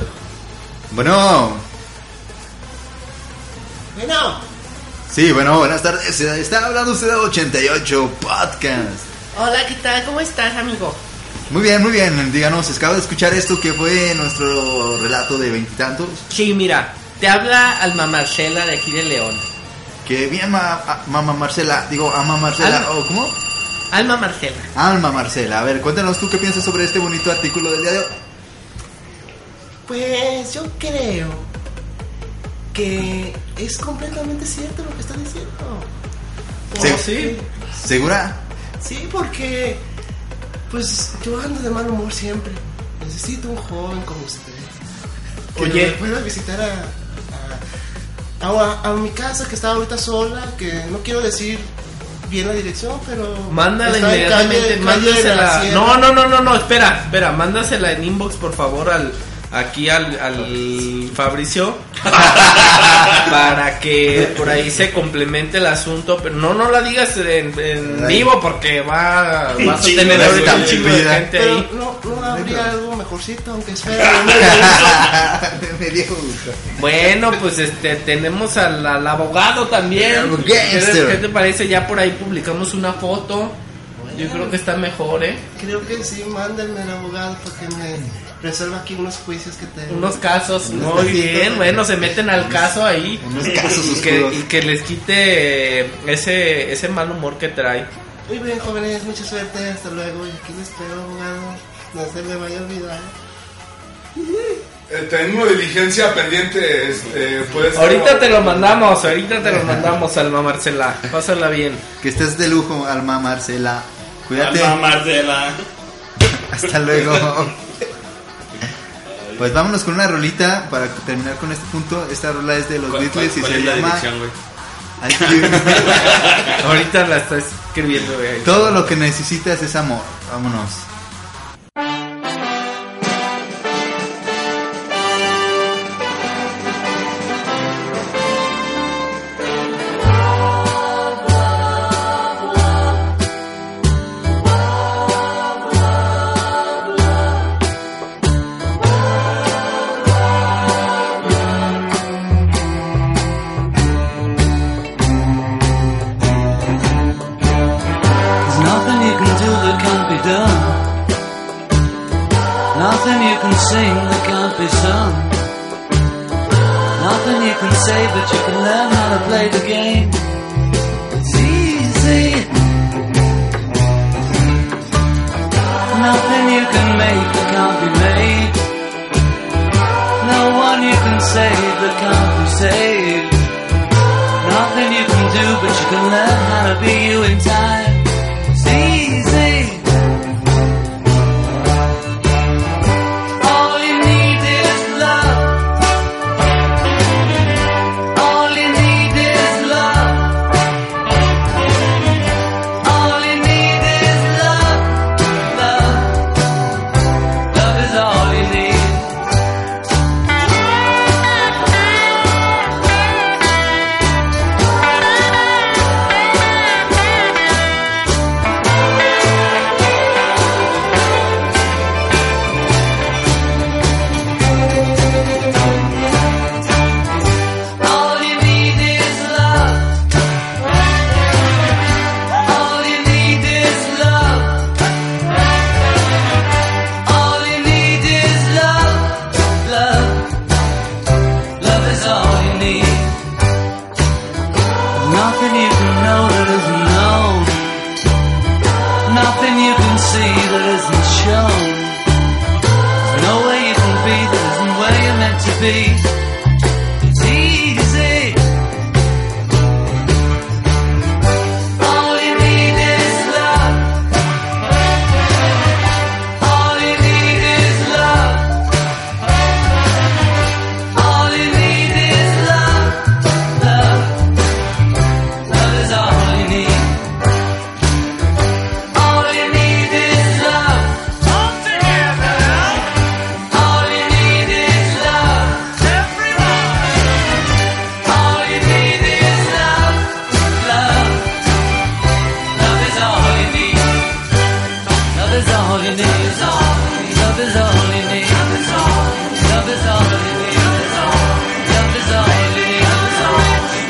Speaker 4: Bueno,
Speaker 5: Bueno,
Speaker 4: sí, bueno, buenas tardes. Está hablando usted de 88 Podcast.
Speaker 8: Hola, ¿qué tal? ¿Cómo estás, amigo?
Speaker 4: Muy bien, muy bien. Díganos, acabo de escuchar esto que fue nuestro relato de veintitantos.
Speaker 8: Sí, mira, te habla Alma Marcela de aquí de León.
Speaker 4: Que bien, ma- a- mamá Marcela. Digo, ama Marcela.
Speaker 8: Alma.
Speaker 4: ¿O cómo?
Speaker 8: Alma Marcela.
Speaker 4: Alma Marcela. A ver, cuéntanos tú qué piensas sobre este bonito artículo del día de hoy.
Speaker 5: pues yo creo que es completamente cierto lo que está diciendo.
Speaker 4: Sí.
Speaker 5: sí.
Speaker 4: ¿Segura?
Speaker 5: Sí, porque pues yo ando de mal humor siempre. Necesito un joven como usted. Que
Speaker 3: Oye.
Speaker 5: me pueda visitar a, a, a- a mi casa que está ahorita sola, que no quiero decir bien la dirección, pero...
Speaker 3: Mándala
Speaker 5: está en
Speaker 3: inmediatamente,
Speaker 5: calle- calle de la
Speaker 3: mándasela.
Speaker 5: Sierra.
Speaker 3: No, no, no, no, no, espera, espera, mándasela en inbox por favor al aquí al, al Fabricio para que por ahí se complemente el asunto, pero no no la digas en, en vivo porque va, vas a
Speaker 2: chingo
Speaker 3: tener
Speaker 2: de
Speaker 3: ahorita un
Speaker 2: gente.
Speaker 3: chingo de gente
Speaker 5: Pero
Speaker 3: ahí.
Speaker 5: no, no habría algo mejorcito, aunque sea.
Speaker 4: Me dio gusto.
Speaker 3: Bueno, pues este tenemos al, al abogado también.
Speaker 4: El
Speaker 3: ¿Qué,
Speaker 4: gangster.
Speaker 3: qué te parece? Ya por ahí publicamos una foto. Yo creo que está mejor, ¿eh?
Speaker 5: Creo que sí, mándenme al abogado para que me resuelva aquí unos juicios que te.
Speaker 3: Unos casos. Muy bien, bueno, se meten al caso ahí.
Speaker 4: Unos casos
Speaker 3: Y que,
Speaker 4: oscuros.
Speaker 3: y que les quite ese, ese mal humor que trae.
Speaker 5: Muy bien, jóvenes, mucha suerte, hasta luego. Y aquí les espero, abogado. No se me vaya a olvidar.
Speaker 7: Eh, tengo diligencia pendiente, este, pues...
Speaker 3: Ahorita te lo mandamos, ahorita te lo mandamos, Alma Marcela. Pásala bien.
Speaker 4: Que estés de lujo, Alma Marcela. Cuídate.
Speaker 2: Alma Marcela.
Speaker 4: Hasta luego. Pues vámonos con una rolita para terminar con este punto. Esta rola es de los
Speaker 2: ¿Cuál- cuál-
Speaker 4: Beatles y
Speaker 2: cuál
Speaker 4: se
Speaker 2: es la
Speaker 4: llama
Speaker 2: dirección, güey?
Speaker 4: I Give-
Speaker 3: Ahorita la está escribiendo, güey.
Speaker 4: Todo lo que necesitas es amor. Vámonos.
Speaker 9: There's nothing you can do that can't be done. Nothing you can sing that can't be sung. Nothing you can say, but you can learn how to play the game. It's easy. Nothing you can make that can't be made. No one you can save that can't be saved. Nothing you can do, but you can learn how to be you in time. It's easy. All you need is love. All you need is love. All you need is love. Love. Love is all you need. All you need is love. All you need is love. All you need is love. Love. Love is all you need. Nothing you can know that isn't known. Nothing you can see that isn't shown. Nowhere you can be that isn't where you're meant to be. It's easy. All you need is love. All you need is love. All you need is love. Love. Love is all you need. All you need is love. All together. All you need is love. Everyone. All you need is love, love. Love is all you need. Love is all you need. Love is all you need. Love is all you need. Love is all you need. Love is all you need. Love is all you need.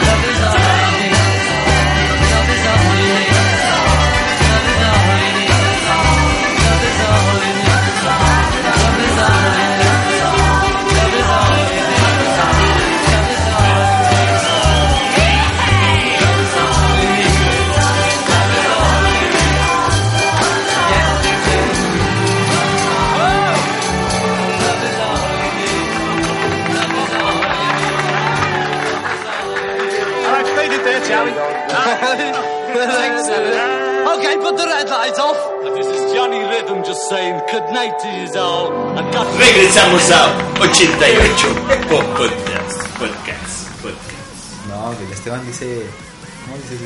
Speaker 9: Love is all you need. Love is all you need. Love is all you need. Love is all you need. Love is all you need. Love is all you need. Love is all you need. Love is all you need. Okay, put the red light off.
Speaker 10: This is Johnny Rhythm just saying good night to you all and God
Speaker 2: Regresamos a 88 con podcast, podcast, podcast.
Speaker 4: No, que el Esteban dice. ¿Cómo dice?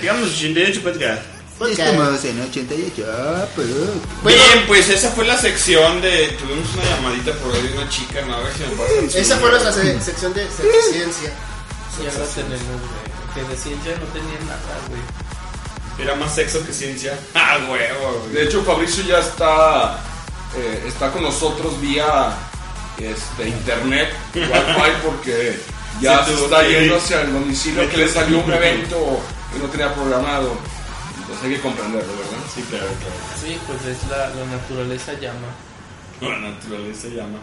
Speaker 2: Digamos 88 podcast.
Speaker 5: Podcast.
Speaker 4: Estamos en 88. pues.
Speaker 5: Bueno,
Speaker 2: Bien, pues esa fue la sección de. Tuvimos una llamadita por ahí de una chica, ¿no? A ver si me pasa. el
Speaker 5: esa
Speaker 2: suyo.
Speaker 5: fue nuestra se- sección de de ciencia.
Speaker 3: Ya la tenemos, güey. Que de ciencia no tenía nada, güey.
Speaker 2: Era más sexo que ciencia. Ah, huevo, güey.
Speaker 7: De hecho, Fabricio ya está, eh, está con nosotros vía este, internet, wifi, porque ya
Speaker 2: Se
Speaker 7: se,
Speaker 2: tuvo
Speaker 7: está
Speaker 2: que ir.
Speaker 7: yendo hacia el domicilio que le salió un evento que no tenía programado. Entonces hay que comprenderlo, ¿verdad?
Speaker 2: Sí, claro, claro.
Speaker 3: Sí, pues es la, la naturaleza llama.
Speaker 2: La naturaleza llama.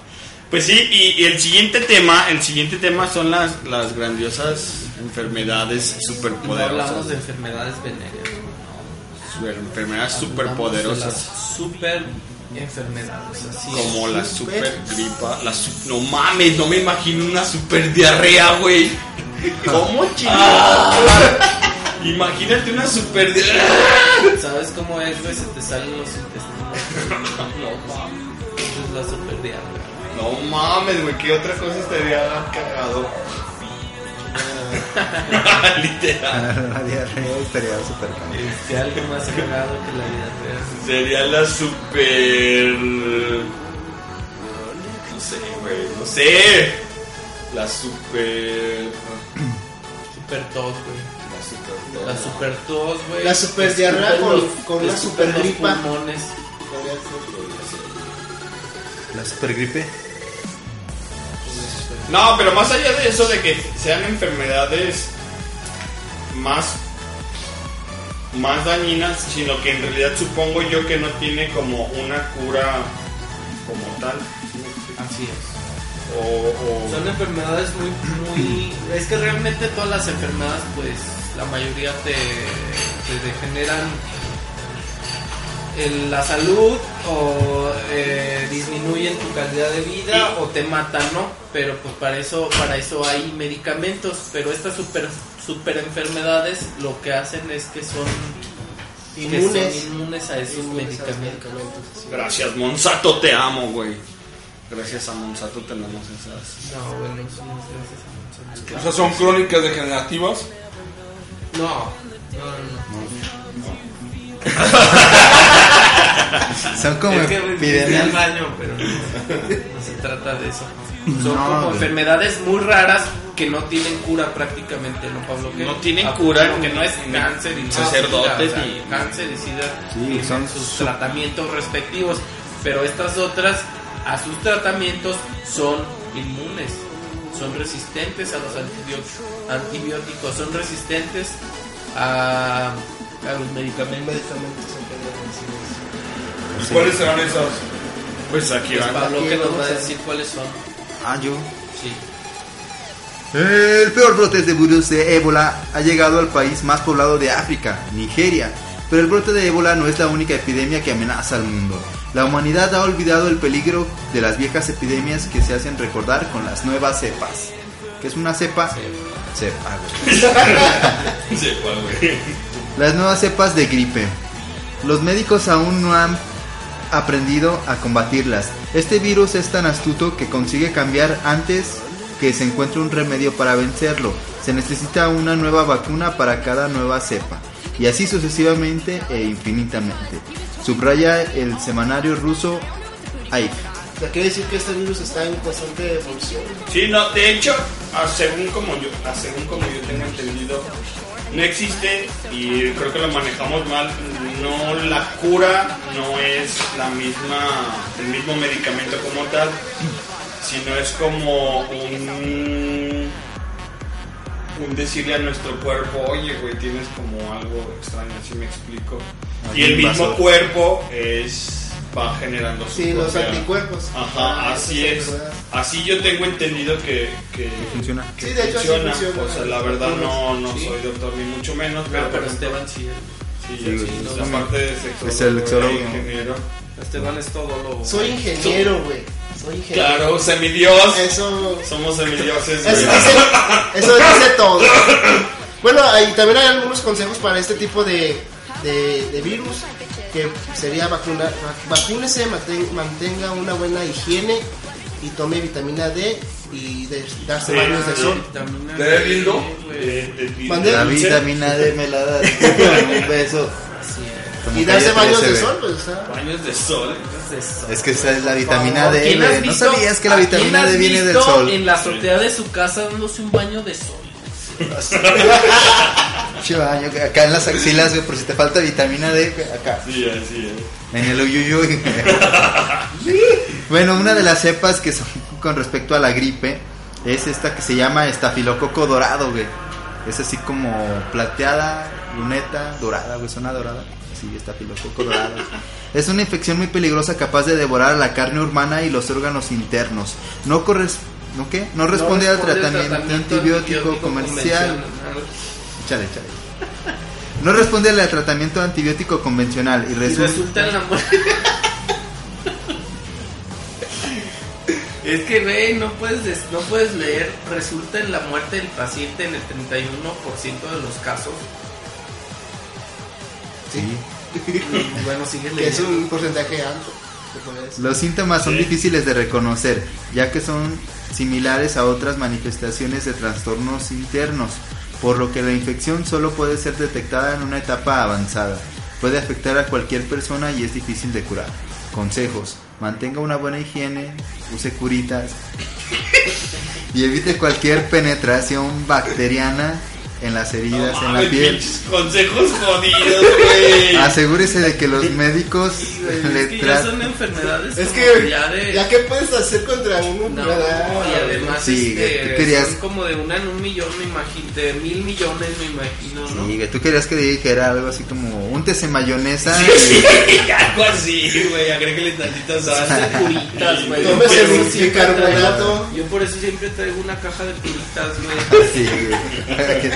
Speaker 2: Pues sí, y, y el siguiente tema, el siguiente tema son las, las grandiosas
Speaker 3: No
Speaker 2: enfermedades
Speaker 3: hablamos
Speaker 2: superpoderosas.
Speaker 3: de enfermedades venéreas.
Speaker 2: Su- Enfermedades superpoderosas.
Speaker 3: Super enfermedades. Así es.
Speaker 2: Como la super gripa, la su- no mames, no me imagino una super diarrea, güey. ¿Cómo chingados? Imagínate una super diarrea.
Speaker 3: ¿Sabes cómo es, güey? Se te salen los intestinos. No mames. Esa es la super diarrea.
Speaker 2: No mames, güey, ¿qué otra cosa estaría cagado? Literal.
Speaker 4: La diarrea estaría súper cabrón.
Speaker 3: Que algo más cagado que la diarrea.
Speaker 2: Sería la super. No sé, güey, no sé. La super.
Speaker 3: Super tos, güey.
Speaker 2: La super.
Speaker 3: La super tos, güey.
Speaker 5: La super diarrea
Speaker 3: Te escupen
Speaker 5: con-
Speaker 3: los-
Speaker 5: con
Speaker 3: te
Speaker 5: una
Speaker 3: escupen
Speaker 5: super
Speaker 3: los
Speaker 5: gripa.
Speaker 3: pulmones.
Speaker 5: Podría ser.
Speaker 4: La supergripe.
Speaker 2: No, pero más allá de eso de que sean enfermedades más más dañinas, sino que en realidad supongo yo que no tiene como una cura como tal
Speaker 3: Así es.
Speaker 2: o, o-
Speaker 3: Son enfermedades muy, muy... Es que realmente todas las enfermedades, pues, la mayoría te, te degeneran en la salud o eh, disminuyen tu calidad de vida o te matan, ¿no? Pero pues para eso, para eso hay medicamentos. Pero estas super, super enfermedades lo que hacen es que son que son
Speaker 5: Inmunes.
Speaker 3: inmunes a esos
Speaker 5: Inmunes a los
Speaker 3: medicamentos.
Speaker 5: medicamentos, sí.
Speaker 2: gracias Monsanto te amo, güey. Gracias a Monsanto tenemos esas.
Speaker 3: No, bueno, eso no es
Speaker 7: O
Speaker 3: gracias a
Speaker 7: sea, son crónicas degenerativas.
Speaker 3: No, no, no. no.
Speaker 4: Son como
Speaker 3: es que fui al
Speaker 4: epidemias.
Speaker 3: baño, pero no, no se trata de eso. Son
Speaker 4: No,
Speaker 3: como
Speaker 4: güey.
Speaker 3: enfermedades muy raras que no tienen cura prácticamente, ¿no, Pablo? Que
Speaker 2: No tienen cura,
Speaker 3: que
Speaker 2: ni-
Speaker 3: no es
Speaker 2: ni
Speaker 3: cáncer y
Speaker 2: sacerdotes
Speaker 3: sida, o sea,
Speaker 2: ni-
Speaker 3: cáncer y sida
Speaker 4: Sí,
Speaker 3: tienen
Speaker 4: son
Speaker 3: sus
Speaker 4: su-
Speaker 3: tratamientos respectivos, pero estas otras a sus tratamientos son inmunes, son resistentes a los antibió- antibióticos, son resistentes a, a los medicamentos.
Speaker 5: Medicamentos son peligrosos.
Speaker 7: ¿Y cuáles serán esas?
Speaker 2: Pues aquí
Speaker 3: Pues
Speaker 2: van.
Speaker 3: Pablo que nos va
Speaker 5: vamos
Speaker 3: a
Speaker 5: a-
Speaker 3: decir cuáles son.
Speaker 4: Ah, yo.
Speaker 3: Sí.
Speaker 4: El peor brote de virus de ébola ha llegado al país más poblado de África, Nigeria. Pero el brote de ébola no es la única epidemia que amenaza al mundo. La humanidad ha olvidado el peligro de las viejas epidemias que se hacen recordar con las nuevas cepas. ¿Qué es una cepa? Cepa, güey.
Speaker 2: Sí, cuál, güey.
Speaker 4: Las nuevas cepas de gripe. Los médicos aún no han aprendido a combatirlas. Este virus es tan astuto que consigue cambiar antes que se encuentre un remedio para vencerlo. Se necesita una nueva vacuna para cada nueva cepa. Y así sucesivamente e infinitamente. Subraya el semanario ruso AIF.
Speaker 5: O sea, quiere decir que este virus está en constante evolución.
Speaker 2: Sí, no, de hecho, a según como yo, a según como yo tengo entendido, no existe y creo que lo manejamos mal. No la cura no es la misma el mismo medicamento como tal, sino es como un un decirle a nuestro cuerpo, oye, güey, tienes como algo extraño, si me explico. Y el
Speaker 4: Alguien
Speaker 2: mismo
Speaker 4: pasó.
Speaker 2: cuerpo es va generando su
Speaker 5: Sí, los
Speaker 2: propia-
Speaker 5: anticuerpos.
Speaker 2: Ajá,
Speaker 5: Ah,
Speaker 2: así
Speaker 5: esas
Speaker 2: es.
Speaker 5: enfermedades.
Speaker 2: Así yo tengo entendido que, que
Speaker 4: Funciona.
Speaker 2: que
Speaker 5: Sí, de hecho, así funciona.
Speaker 2: O sea, la verdad no, no
Speaker 3: Sí.
Speaker 2: soy doctor ni mucho menos, pero,
Speaker 3: Pero,
Speaker 2: por ejemplo,
Speaker 3: Esteban sí. eh.
Speaker 2: sí,
Speaker 4: Sí,
Speaker 2: sí,
Speaker 4: sí,
Speaker 2: la
Speaker 4: sí.
Speaker 2: parte de sexólogo,
Speaker 4: Es el
Speaker 2: era
Speaker 4: sexólogo.
Speaker 2: ingeniero.
Speaker 3: Esteban es todo lo.
Speaker 5: Soy ingeniero, güey. Soy ingeniero.
Speaker 2: Claro, semidios.
Speaker 5: Eso,
Speaker 2: Somos semidioses.
Speaker 5: eso,
Speaker 2: güey.
Speaker 5: dice, eso dice todo. Bueno, ahí también hay algunos consejos para este tipo de, de, de virus, que sería vacunar, va- vacúnese, manten- mantenga una buena higiene y tome vitamina D y de- darse
Speaker 2: Sí,
Speaker 5: baños de
Speaker 2: sí.
Speaker 5: sol.
Speaker 3: Vitamina
Speaker 7: ¿Te
Speaker 3: D,
Speaker 7: ves lindo?
Speaker 3: güey.
Speaker 2: De- de- de-
Speaker 5: Mandé
Speaker 4: La
Speaker 2: de-
Speaker 4: vitamina D me la da. Un beso.
Speaker 3: Así es.
Speaker 4: Como
Speaker 5: Y
Speaker 4: que
Speaker 5: darse
Speaker 4: ella
Speaker 5: baños
Speaker 4: crece,
Speaker 5: de
Speaker 4: güey.
Speaker 5: sol, pues, o sea,
Speaker 2: Baños de sol.
Speaker 4: Es que esa es la vitamina D,
Speaker 3: ¿Quién
Speaker 4: güey.
Speaker 3: has
Speaker 4: No
Speaker 3: visto-
Speaker 4: sabías que la
Speaker 3: a quién
Speaker 4: vitamina
Speaker 3: has
Speaker 4: D viene del
Speaker 3: visto
Speaker 4: sol.
Speaker 3: En la azotea de su casa dándose un baño de sol.
Speaker 4: Che, baño, güey, acá en las axilas, güey, por si te falta vitamina D, güey, acá.
Speaker 2: Sí, así es.
Speaker 4: En el uyuyuy. bueno, una de las cepas que son con respecto a la gripe es esta que se llama estafilococo dorado, güey. Es así como plateada, luneta, dorada, güey, zona dorada. Sí, estafilococo dorado. Es una infección muy peligrosa capaz de devorar la carne humana y los órganos internos. No corres... ¿No qué? No responde, al tratamiento, antibiótico, comercial.
Speaker 3: convencional.
Speaker 4: Échale, échale. No responde al tratamiento antibiótico convencional y
Speaker 3: Y
Speaker 4: resulta...
Speaker 3: resulta en la muerte. Es que, güey, no puedes, des- no puedes leer. Resulta en la muerte del paciente en el 31% de los casos.
Speaker 4: Sí.
Speaker 3: Y, Bueno, sigue
Speaker 5: que es
Speaker 3: leyendo.
Speaker 5: un porcentaje alto. se podría decir.
Speaker 4: Los síntomas son
Speaker 2: Sí.
Speaker 4: difíciles de reconocer, ya que son similares a otras manifestaciones de trastornos internos, por lo que la infección solo puede ser detectada en una etapa avanzada. Puede afectar a cualquier persona y es difícil de curar. Consejos: mantenga una buena higiene, use curitas y evite cualquier penetración bacteriana en las heridas en la
Speaker 2: Mames,
Speaker 4: piel. Ah,
Speaker 2: pinches Consejos jodidos, güey.
Speaker 4: Asegúrese de que los médicos le
Speaker 3: Es que ya
Speaker 4: traten.
Speaker 3: son enfermedades
Speaker 5: Es
Speaker 3: como
Speaker 5: que,
Speaker 3: ya de-
Speaker 5: ¿ya qué puedes hacer contra una
Speaker 3: No,
Speaker 5: enfermedad?
Speaker 3: y además
Speaker 4: Sí,
Speaker 3: este,
Speaker 4: ¿qué querías?
Speaker 3: son como de una en un millón, me imagino, de mil millones, me imagino, ¿no?
Speaker 4: Sí, güey, tú querías que dijera algo así como un tese mayonesa.
Speaker 11: Algo así, güey. Agrégale tantita sal.
Speaker 3: Curitas, güey.
Speaker 5: Tómese
Speaker 3: Yo por
Speaker 5: un
Speaker 3: eso siempre
Speaker 5: bicarbonato.
Speaker 3: traigo- Yo por eso siempre traigo una caja de curitas, güey.
Speaker 4: Sí, güey.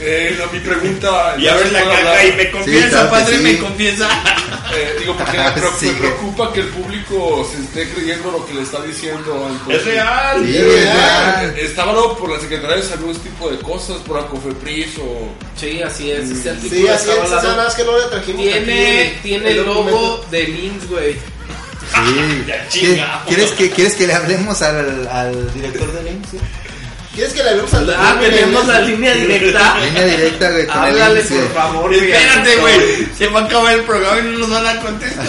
Speaker 7: Eh, no, mi pregunta.
Speaker 2: Y abres la
Speaker 7: ¿puedo
Speaker 2: caja
Speaker 7: hablar?
Speaker 2: y me
Speaker 4: Sí,
Speaker 2: confiesa,
Speaker 4: claro que
Speaker 2: padre,
Speaker 4: sí.
Speaker 2: me confiesa.
Speaker 7: Eh, digo, porque me, pre-
Speaker 4: Sí,
Speaker 7: me
Speaker 4: güey.
Speaker 7: preocupa que el público se esté creyendo lo que le está diciendo. entonces-
Speaker 2: Es real.
Speaker 4: Sí,
Speaker 2: es
Speaker 4: güey, ya.
Speaker 2: real.
Speaker 7: Está valorado por la Secretaría de Salud este tipo de cosas, por Acofepris o...
Speaker 3: Sí, así es. Este artículo
Speaker 5: Sí, así es,
Speaker 3: está
Speaker 5: esa nada
Speaker 3: hablando-
Speaker 5: más que no le trajimos
Speaker 3: Tiene,
Speaker 5: aquí
Speaker 3: tiene el logo de IMSS, güey.
Speaker 4: Sí. ¿Qué-
Speaker 2: Ya chingamos.
Speaker 4: ¿Quieres que, ¿Quieres que le hablemos al, al director de IMSS? güey?
Speaker 5: ¿Quieres que le hablemos al
Speaker 3: Ah, tenemos la línea directa.
Speaker 4: Línea directa, güey, con el
Speaker 3: Háblale,
Speaker 4: IMSS, güey.
Speaker 3: por favor, güey.
Speaker 11: Espérate, güey. Se va a acabar el programa y no nos van a contestar.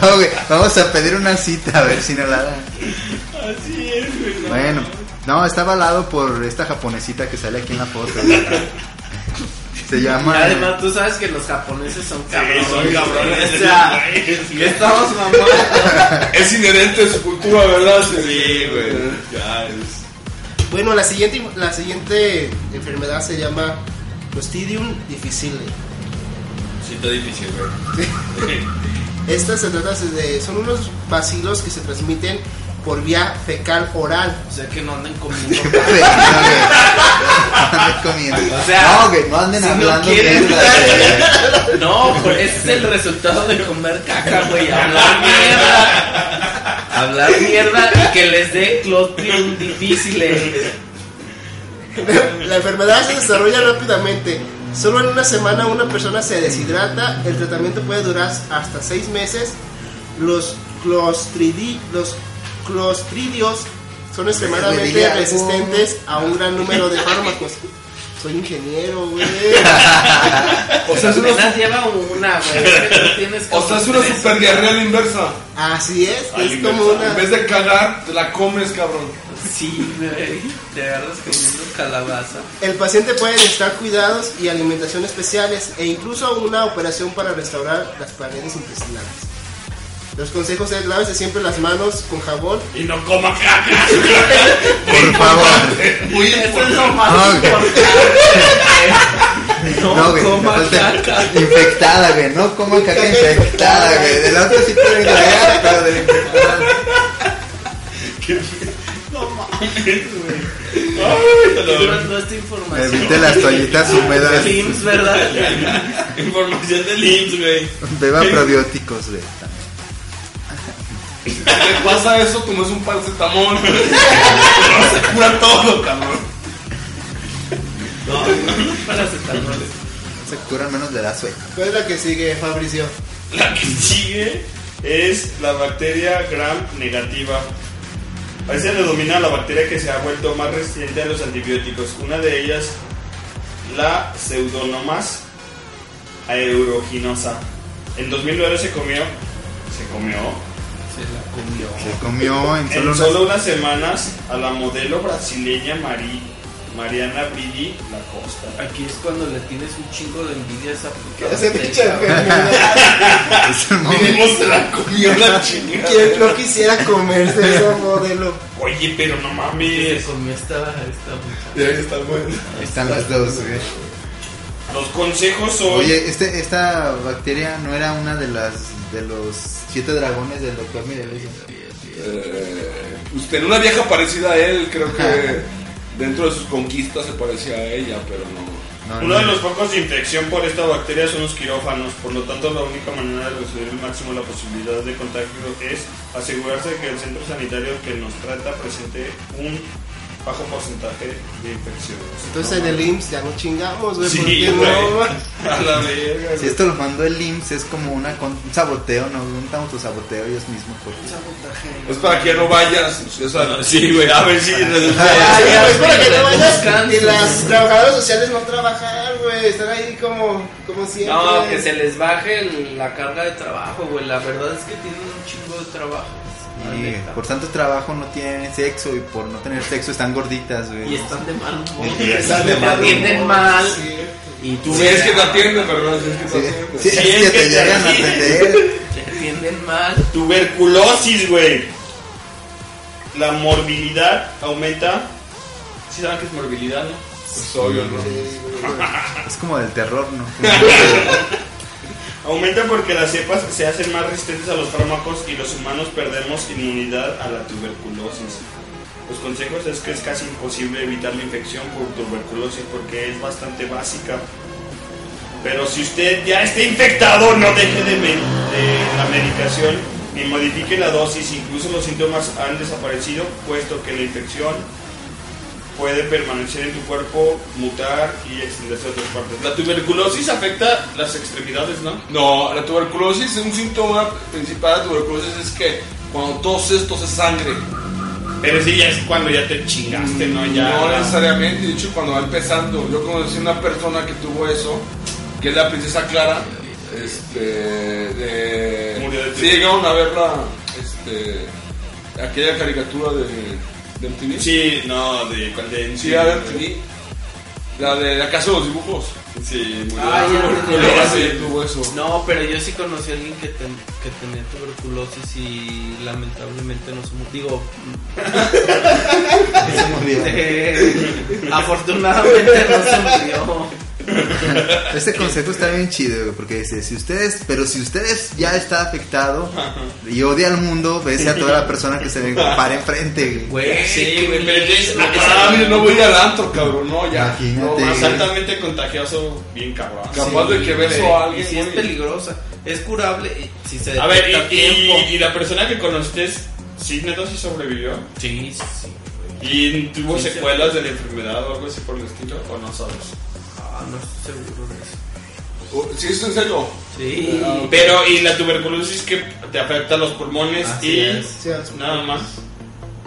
Speaker 4: No, güey, vamos a pedir una cita a ver si no la dan.
Speaker 2: Así es, güey. no.
Speaker 4: Bueno, no, está avalado por esta japonesita que sale aquí en la foto. güey. Se llama.
Speaker 3: Y Además, tú sabes que los japoneses son cabrones.
Speaker 2: Sí, son cabrones.
Speaker 3: O sea,
Speaker 2: güey.
Speaker 3: estamos mamando.
Speaker 7: Es inherente a su cultura, ¿verdad?
Speaker 2: Sí, güey. Ya es.
Speaker 5: Bueno, la siguiente, la siguiente enfermedad se llama Clostridium difficile.
Speaker 2: Siento difícil, güey.
Speaker 5: Estas se trata de, son unos bacilos que se transmiten por vía fecal oral.
Speaker 3: O sea, que no anden comiendo.
Speaker 4: güey, no, güey. No anden comiendo.
Speaker 3: O sea,
Speaker 4: no, güey, no anden
Speaker 3: si no
Speaker 4: hablando
Speaker 3: quieres-
Speaker 4: mierda, güey.
Speaker 3: No, pues, ese es el resultado de comer caca, güey. Hablar mierda. Hablar mierda y que les dé eh. clostridium difíciles.
Speaker 5: La enfermedad se desarrolla rápidamente. Solo en una semana una persona se deshidrata. El tratamiento puede durar hasta seis meses. Los, clostridi- los clostridios son
Speaker 4: Güey,
Speaker 5: extremadamente
Speaker 4: algo.
Speaker 5: resistentes a un gran número de fármacos. Soy ingeniero, güey.
Speaker 7: O sea, es una,
Speaker 3: Apenas lleva una, güey. Es que tú tienes que
Speaker 7: o sea, es una
Speaker 3: hacer eso.
Speaker 7: super diarrea inversa.
Speaker 5: Así es,
Speaker 2: Al
Speaker 5: es como
Speaker 2: inverso.
Speaker 5: una.
Speaker 7: En vez de cagar, te la comes, cabrón.
Speaker 3: Sí, güey. Te agarras comiendo calabaza.
Speaker 5: El paciente puede necesitar cuidados y alimentación especiales e incluso una operación para restaurar las paredes intestinales. Los consejos es lávese siempre las manos con jabón
Speaker 2: Y no coma caca.
Speaker 4: Por favor.
Speaker 2: Muy
Speaker 3: Eso
Speaker 2: importante.
Speaker 3: es lo más
Speaker 4: No, güey.
Speaker 3: importante. No,
Speaker 4: No, güey,
Speaker 3: coma
Speaker 4: aparte,
Speaker 3: caca.
Speaker 4: infectada, güey, no como caca infectada, güey. De la otra sí puede engañar, pero de la infectada.
Speaker 3: Toda nuestra información.
Speaker 4: Evite las toallitas húmedas,
Speaker 3: Teams, ¿verdad?
Speaker 2: Información del IMSS, güey.
Speaker 4: beba probióticos, güey.
Speaker 7: Si te pasa eso, tomas un paracetamol. Se cura todo, cabrón.
Speaker 3: No, no paracetamol.
Speaker 4: Se curan menos de la sueño.
Speaker 5: ¿Cuál es la que sigue, Fabricio?
Speaker 2: La que sigue es la bacteria gram negativa. A se le domina la bacteria que se ha vuelto más resistente a los antibióticos. Una de ellas la pseudonomas aeruginosa. En 2009 se comió, se comió,
Speaker 4: Se comió en solo
Speaker 2: en
Speaker 4: una...
Speaker 2: solo unas semanas a la modelo brasileña Mari- Mariana Bridi Lacosta.
Speaker 8: Aquí es cuando le tienes un chingo de envidia a esa puta.
Speaker 5: Ese
Speaker 8: gente,
Speaker 5: pinche
Speaker 8: cabrón.
Speaker 5: enfermedad.
Speaker 2: ¿Cómo se la comió la chingada?
Speaker 5: ¿Quién no quisiera comerse ese modelo?
Speaker 2: Oye, pero no mames.
Speaker 8: Se comió esta, esta muchacha.
Speaker 7: Ya está bueno.
Speaker 4: Ahí están las dos, güey.
Speaker 2: Los consejos son.
Speaker 4: Oye, este, esta bacteria no era una de las de los siete dragones del doctor Mireles.
Speaker 7: Eh, usted, una vieja parecida a él, creo que dentro de sus conquistas se parecía a ella, pero no.
Speaker 4: No,
Speaker 2: Uno de
Speaker 4: Ah, no.
Speaker 2: los focos de infección por esta bacteria son los quirófanos, por lo tanto la única manera de reducir al máximo la posibilidad de contagio es asegurarse de que el centro sanitario que nos trata presente un bajo porcentaje de infecciones.
Speaker 5: Entonces en el IMSS ya no chingamos, güey.
Speaker 2: Sí,
Speaker 5: porque
Speaker 2: güey.
Speaker 5: no,
Speaker 2: A la verga.
Speaker 4: Si esto lo mandó el IMSS es como una con- un saboteo, no, un autosaboteo ellos mismos. pues. porque-
Speaker 7: Es para que ya no vayas. o sea,
Speaker 2: Sí, güey, a ver si
Speaker 5: Ay,
Speaker 8: ya,
Speaker 5: güey, para pues, que no
Speaker 8: güey,
Speaker 5: vayas.
Speaker 8: descanso.
Speaker 5: Y las trabajadoras sociales no trabajar, güey. Están ahí como, como siempre.
Speaker 8: No, que se les baje el- la carga de trabajo, güey. La verdad es que tienen un chingo de trabajo. la
Speaker 4: Y
Speaker 8: neta.
Speaker 4: por tanto trabajo no tienen sexo y por no tener sexo están gorditas, güey.
Speaker 8: Y están de mal humor.
Speaker 4: Y están
Speaker 5: de
Speaker 8: Te
Speaker 5: mal
Speaker 8: atienden
Speaker 5: humor,
Speaker 8: mal.
Speaker 5: sí.
Speaker 8: Y tú
Speaker 7: si
Speaker 8: ves
Speaker 7: es que te atienden, ¿verdad? Si es que te
Speaker 4: Sí,
Speaker 7: atienden.
Speaker 4: sí,
Speaker 2: Sí,
Speaker 4: es que
Speaker 2: es que
Speaker 4: te llegan a
Speaker 2: sí.
Speaker 4: atender.
Speaker 8: te atienden mal.
Speaker 2: Tuberculosis, güey. La morbilidad aumenta. ¿Sí saben qué es morbilidad, no?
Speaker 7: Pues obvio, ¿no?
Speaker 5: Sí, güey.
Speaker 4: Es como del terror, ¿no?
Speaker 2: Aumenta porque las cepas se hacen más resistentes a los fármacos y los humanos perdemos inmunidad a la tuberculosis. Los consejos es que es casi imposible evitar la infección por tuberculosis porque es bastante básica. Pero si usted ya está infectado, no deje de, me- de la medicación ni modifique la dosis. Incluso los síntomas han desaparecido, puesto que la infección puede permanecer en tu cuerpo, mutar y extenderse a otras partes. La tuberculosis afecta las extremidades, ¿no?
Speaker 7: No, la tuberculosis, un síntoma principal de la tuberculosis es que cuando toses, toses sangre.
Speaker 2: Pero sí, ya es cuando ya te chingaste, ¿no? Ya.
Speaker 7: No
Speaker 2: la-
Speaker 7: necesariamente, de hecho cuando va empezando, yo conocí una persona que tuvo eso, que es la princesa Clara, este, de...
Speaker 2: Murió de
Speaker 7: sí,
Speaker 2: tuberculosis.
Speaker 7: llegaron a verla, este, aquella caricatura de, de MTV.
Speaker 2: Sí, no, de cuando de
Speaker 7: Sí, era de MTV. La de la casa de los dibujos.
Speaker 2: Sí, murió.
Speaker 8: Ah, ya, ya, ya,
Speaker 7: Ella
Speaker 8: ya.
Speaker 7: sí tuvo eso.
Speaker 8: No, pero yo sí conocí a alguien que, ten- que tenía tuberculosis y lamentablemente no se murió. Digo,
Speaker 4: Se murió.
Speaker 8: eh, afortunadamente no se murió.
Speaker 4: Este consejo está bien chido, güey, porque dice, si ustedes, pero si ustedes ya está afectado y odia al mundo, bese a toda la persona que se le pare enfrente, güey.
Speaker 8: Güey,
Speaker 2: Sí, güey, pero ya es-
Speaker 8: no,
Speaker 2: ah,
Speaker 7: Ah, mire, no voy al antro, cabrón, no, ya.
Speaker 4: Imagínate.
Speaker 7: No, más alta-
Speaker 2: Exactamente contagioso, bien cabrón.
Speaker 7: capaz de que beso a alguien.
Speaker 8: Y si es
Speaker 7: güey.
Speaker 8: peligrosa, es curable eh, si se
Speaker 2: A ver,
Speaker 8: detecta a
Speaker 2: y, y-
Speaker 8: tiempo.
Speaker 2: y la persona que conociste, sí, neta, sí sobrevivió.
Speaker 8: Sí, sí, sí.
Speaker 2: ¿Y tuvo
Speaker 8: Sí, sí.
Speaker 2: secuelas de la enfermedad o algo así por el estilo? ¿O no sabes?
Speaker 8: Ah, no estoy seguro de eso.
Speaker 7: Oh, Sí, eso es en serio.
Speaker 8: Sí.
Speaker 2: Pero, ¿y la tuberculosis que te afecta los pulmones?
Speaker 8: Así
Speaker 2: y
Speaker 8: es.
Speaker 5: Sí, a su-
Speaker 2: nada más.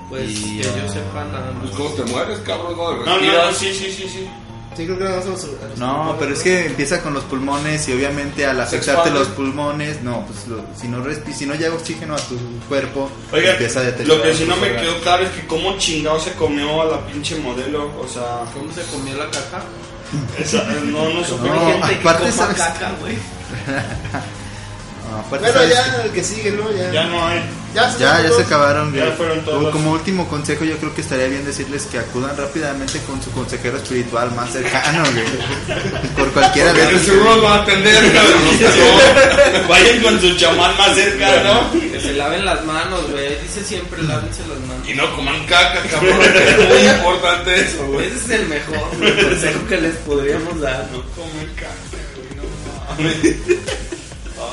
Speaker 8: Pues
Speaker 4: Y,
Speaker 8: que
Speaker 4: ah,
Speaker 8: yo sepa nada más.
Speaker 7: Pues cómo te mueres, cabrón, no
Speaker 2: No, no,
Speaker 7: respiras.
Speaker 2: no, sí, sí, sí, sí.
Speaker 5: Sí, creo que nada más a los- a los-
Speaker 4: No, pero es que empieza con los pulmones y obviamente al afectarte
Speaker 7: expande.
Speaker 4: los pulmones, no, pues lo- si no respi si no llega oxígeno a tu cuerpo,
Speaker 2: Oiga,
Speaker 4: empieza a
Speaker 2: lo
Speaker 4: deteriorar.
Speaker 2: que sí no
Speaker 4: tus
Speaker 2: me
Speaker 4: órganos.
Speaker 2: quedó claro es que cómo chingado se comió a la pinche modelo, o sea,
Speaker 8: ¿Cómo se comió la caca?
Speaker 2: esa- eh, no, no supe.
Speaker 4: No,
Speaker 8: Hay gente que
Speaker 4: aparte,
Speaker 8: coma
Speaker 4: ¿sabes?
Speaker 8: caca, güey.
Speaker 4: Ah, aparte,
Speaker 5: Bueno,
Speaker 4: ¿sabes
Speaker 5: ya, el que sigue, ¿no? Ya,
Speaker 2: Ya no hay.
Speaker 5: ya,
Speaker 4: qué? Ya, ya se
Speaker 5: todos.
Speaker 4: acabaron.
Speaker 2: Ya
Speaker 4: güey.
Speaker 2: fueron todos.
Speaker 4: Como, como último consejo, yo creo que estaría bien decirles que acudan rápidamente con su consejero espiritual más cercano, güey. Por cualquiera de
Speaker 7: Pero
Speaker 4: ellos.
Speaker 7: seguro lo va a atender, cabrón.
Speaker 2: Vayan con su chamán más cerca, ¿no?
Speaker 8: Que se laven las manos, güey. Dice siempre, lávense las manos.
Speaker 7: Y no coman caca, cabrón. Es muy importante eso, güey.
Speaker 8: Ese es el mejor güey, consejo que les podríamos dar.
Speaker 2: No comer caca, güey, no mames.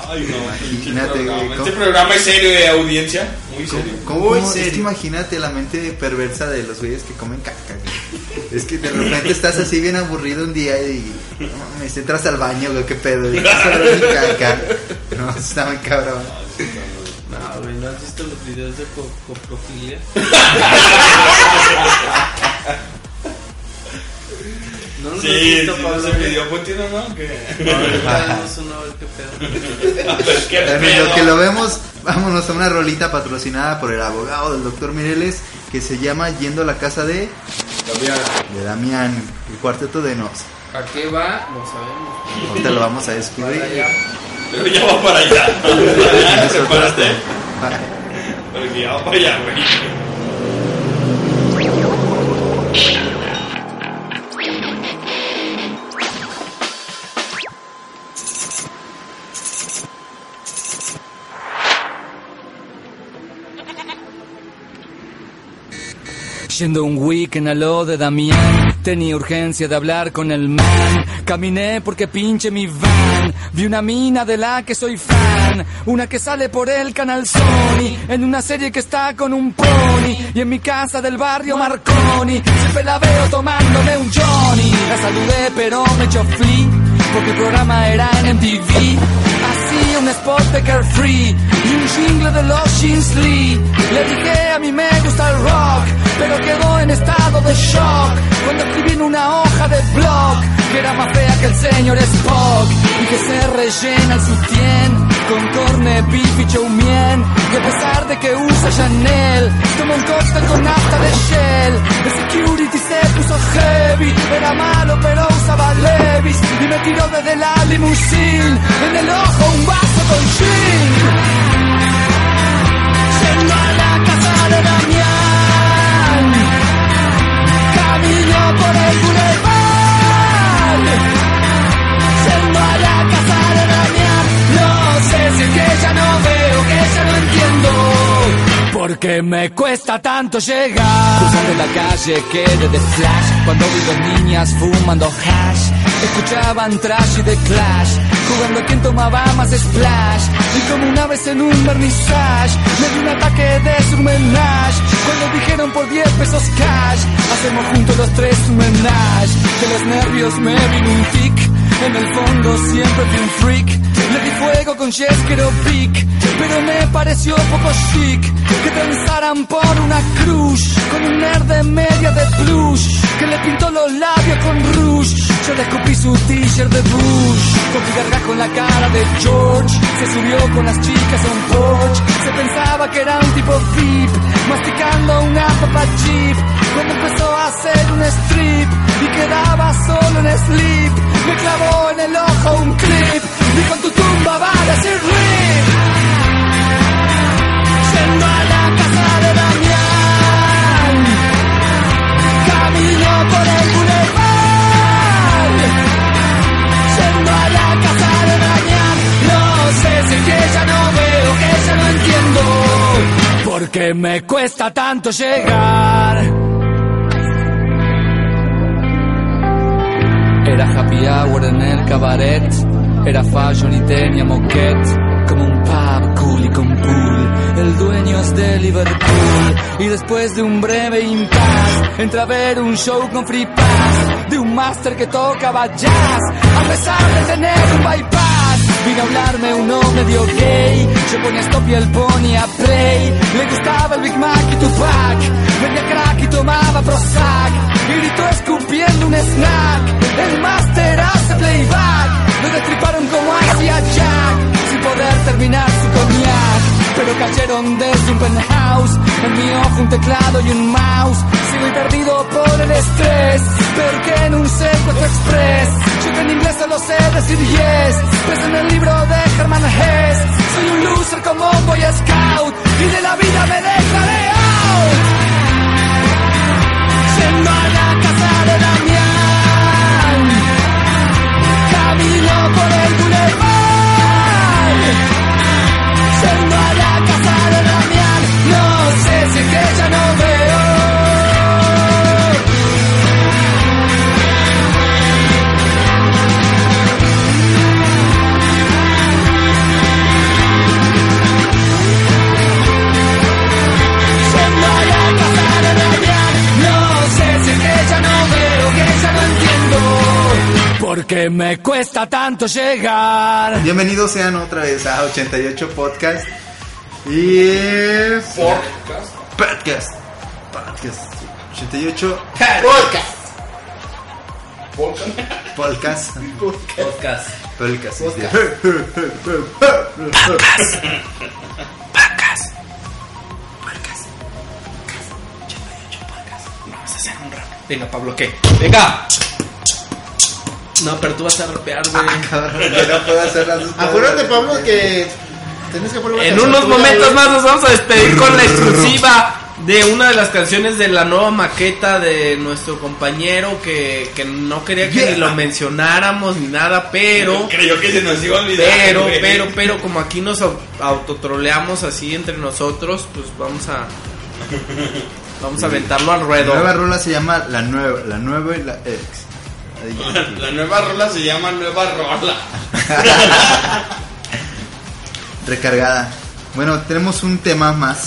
Speaker 2: Ay, no, pinche
Speaker 4: Imagínate, güey,
Speaker 2: programa.
Speaker 4: cómo-
Speaker 2: Este programa es serio de audiencia, muy serio.
Speaker 4: ¿Cómo,
Speaker 5: Muy
Speaker 4: cómo- es que
Speaker 5: serio.
Speaker 4: imagínate la mente perversa de los güeyes que comen caca, güey. Es que de repente estás así bien aburrido un día y no mames, entras al baño, güey, qué pedo, y estás hablando de caca. No, está muy cabrón.
Speaker 8: No, güey, ¿no has visto los videos de co- coprofilia? no los
Speaker 2: Sí,
Speaker 8: has visto,
Speaker 2: sí, no se pidió Putin o no? ¿Qué?
Speaker 3: Damos una vez qué pedo.
Speaker 2: Pues qué
Speaker 4: En lo
Speaker 2: pedo.
Speaker 4: que lo vemos, vámonos a una rolita patrocinada por el abogado del doctor Mireles que se llama Yendo a la casa de,
Speaker 7: También.
Speaker 4: de Damián, el cuarteto de Nos.
Speaker 8: ¿A qué va? No sabemos.
Speaker 4: Ahorita lo vamos a descubrir.
Speaker 8: Ahora ya.
Speaker 2: Pero ya va para allá. Sepárate.
Speaker 4: Ah,
Speaker 2: Porque ya va para allá, güey.
Speaker 12: Yendo un weekend a lo de Damián, tenía urgencia de hablar con el man. Caminé porque pinche mi van. Vi una mina de la que soy fan. Una que sale por el canal Sony. En una serie que está con un pony. Y en mi casa del barrio Marconi. Siempre la veo tomándome un Johnny. La saludé pero me echó flick porque el programa era en MTV. Hacía un spot de Carefree y un jingle de los Jeans Lee. Le dije a mí me gusta el rock, pero quedó en estado de shock cuando escribí en una hoja de blog que era más fea que el señor Spock y que se rellena el sutién con corne, beef y chow mein. Y a pesar de que usa Chanel, toma un cóctel con nafta de Shell. El security se puso heavy, era malo pero usaba Levis. Y me tiró desde la limusine, en el ojo un vaso con gin. Yendo a la casa de Damián, camino por el boulevard. Yendo a la casa de Damián No sé si es que ya no veo, que ya no entiendo Porque me cuesta tanto llegar Cruzando la calle quedé de flash Cuando vi dos niñas fumando hash Escuchaban trash y de clash Jugando a quien tomaba más splash Y como una vez en un vernissage Me dio un ataque de surmenage Cuando dijeron por 10 pesos cash Hacemos juntos los tres un menage De los nervios me vino un tic en el fondo siempre fui un freak. Le di fuego con yes, quiero pic. Pero me pareció poco chic que pensaran por una cruz. Con un nerd de media de plush que le pintó los labios con rouge. Yo le escupí su t-shirt de Bush. Con mi gargajo en la cara de George. Se subió con las chicas a un porch. Se pensaba que era un tipo VIP. Masticando una papa chip. Cuando empezó a hacer un strip y quedaba solo en sleep. Me clavó en el ojo un clip y con tu tumba va a decir rip. Yendo a la casa de Damián, camino por el boulevard. Yendo a la casa de Damián, no sé si es que ya no veo, que ya no entiendo. Porque me cuesta tanto llegar. Era happy hour en el cabaret, era fashion y tenía moquette, como un pub cool y con pool, el dueño es de Liverpool. Y después de un breve impasse, entra a ver un show con free pass, de un máster que tocaba jazz, a pesar de tener un bypass. Vino a hablarme un hombre medio gay, yo ponía stop y él ponía play, le gustaba el Big Mac y Tupac, vendía crack y tomaba Prozac, y gritó escupiendo un snack. El máster hace playback. Lo destriparon como hacía Jack. Sin poder terminar su coñac. Pero cayeron desde un penthouse. En mi ojo un teclado y un mouse. Sigo y perdido por el estrés. Porque en un secuestro express. Yo que en inglés solo sé decir yes. Pues en el libro de Herman Hess. Soy un loser como un boy scout. Y de la vida me dejaré out. Yendo a la casa de Damián Camino por el boulevard Yendo a la casa de Damián No sé si es que ya no veo Yendo a la casa de Damián No sé si es que ya no veo Que ya no entiendo Porque me cuesta tanto llegar
Speaker 4: Bienvenidos sean otra vez a 88 Podcast y
Speaker 7: Podcast.
Speaker 4: Podcast. Podcast. 88
Speaker 7: Podcast.
Speaker 4: Polcas.
Speaker 8: Podcast.
Speaker 4: Polcas. sí, sí.
Speaker 3: Vamos a hacer un rap. Venga, Pablo, ¿qué? ¡Venga! No, pero tú vas a rapear, güey.
Speaker 4: Yo no puedo hacer las dos
Speaker 5: Acuérdate, Pablo, que tenés que poner una
Speaker 3: En
Speaker 5: canción
Speaker 3: unos
Speaker 5: tuya,
Speaker 3: momentos
Speaker 5: güey.
Speaker 3: más nos vamos a despedir con la exclusiva de una de las canciones de la nueva maqueta de nuestro compañero que, que no quería que ni lo mencionáramos ni nada, pero...
Speaker 2: Creyó que se nos iba a olvidar.
Speaker 3: Pero,
Speaker 2: güey.
Speaker 3: pero, pero, como aquí nos au- autotroleamos así entre nosotros, pues vamos a... Vamos a aventarlo al
Speaker 4: La
Speaker 3: ruedo.
Speaker 4: nueva rola se llama La Nueva, La Nueva y la Ex.
Speaker 2: La nueva rola se llama Nueva Rola.
Speaker 4: Recargada. Bueno, tenemos un tema más.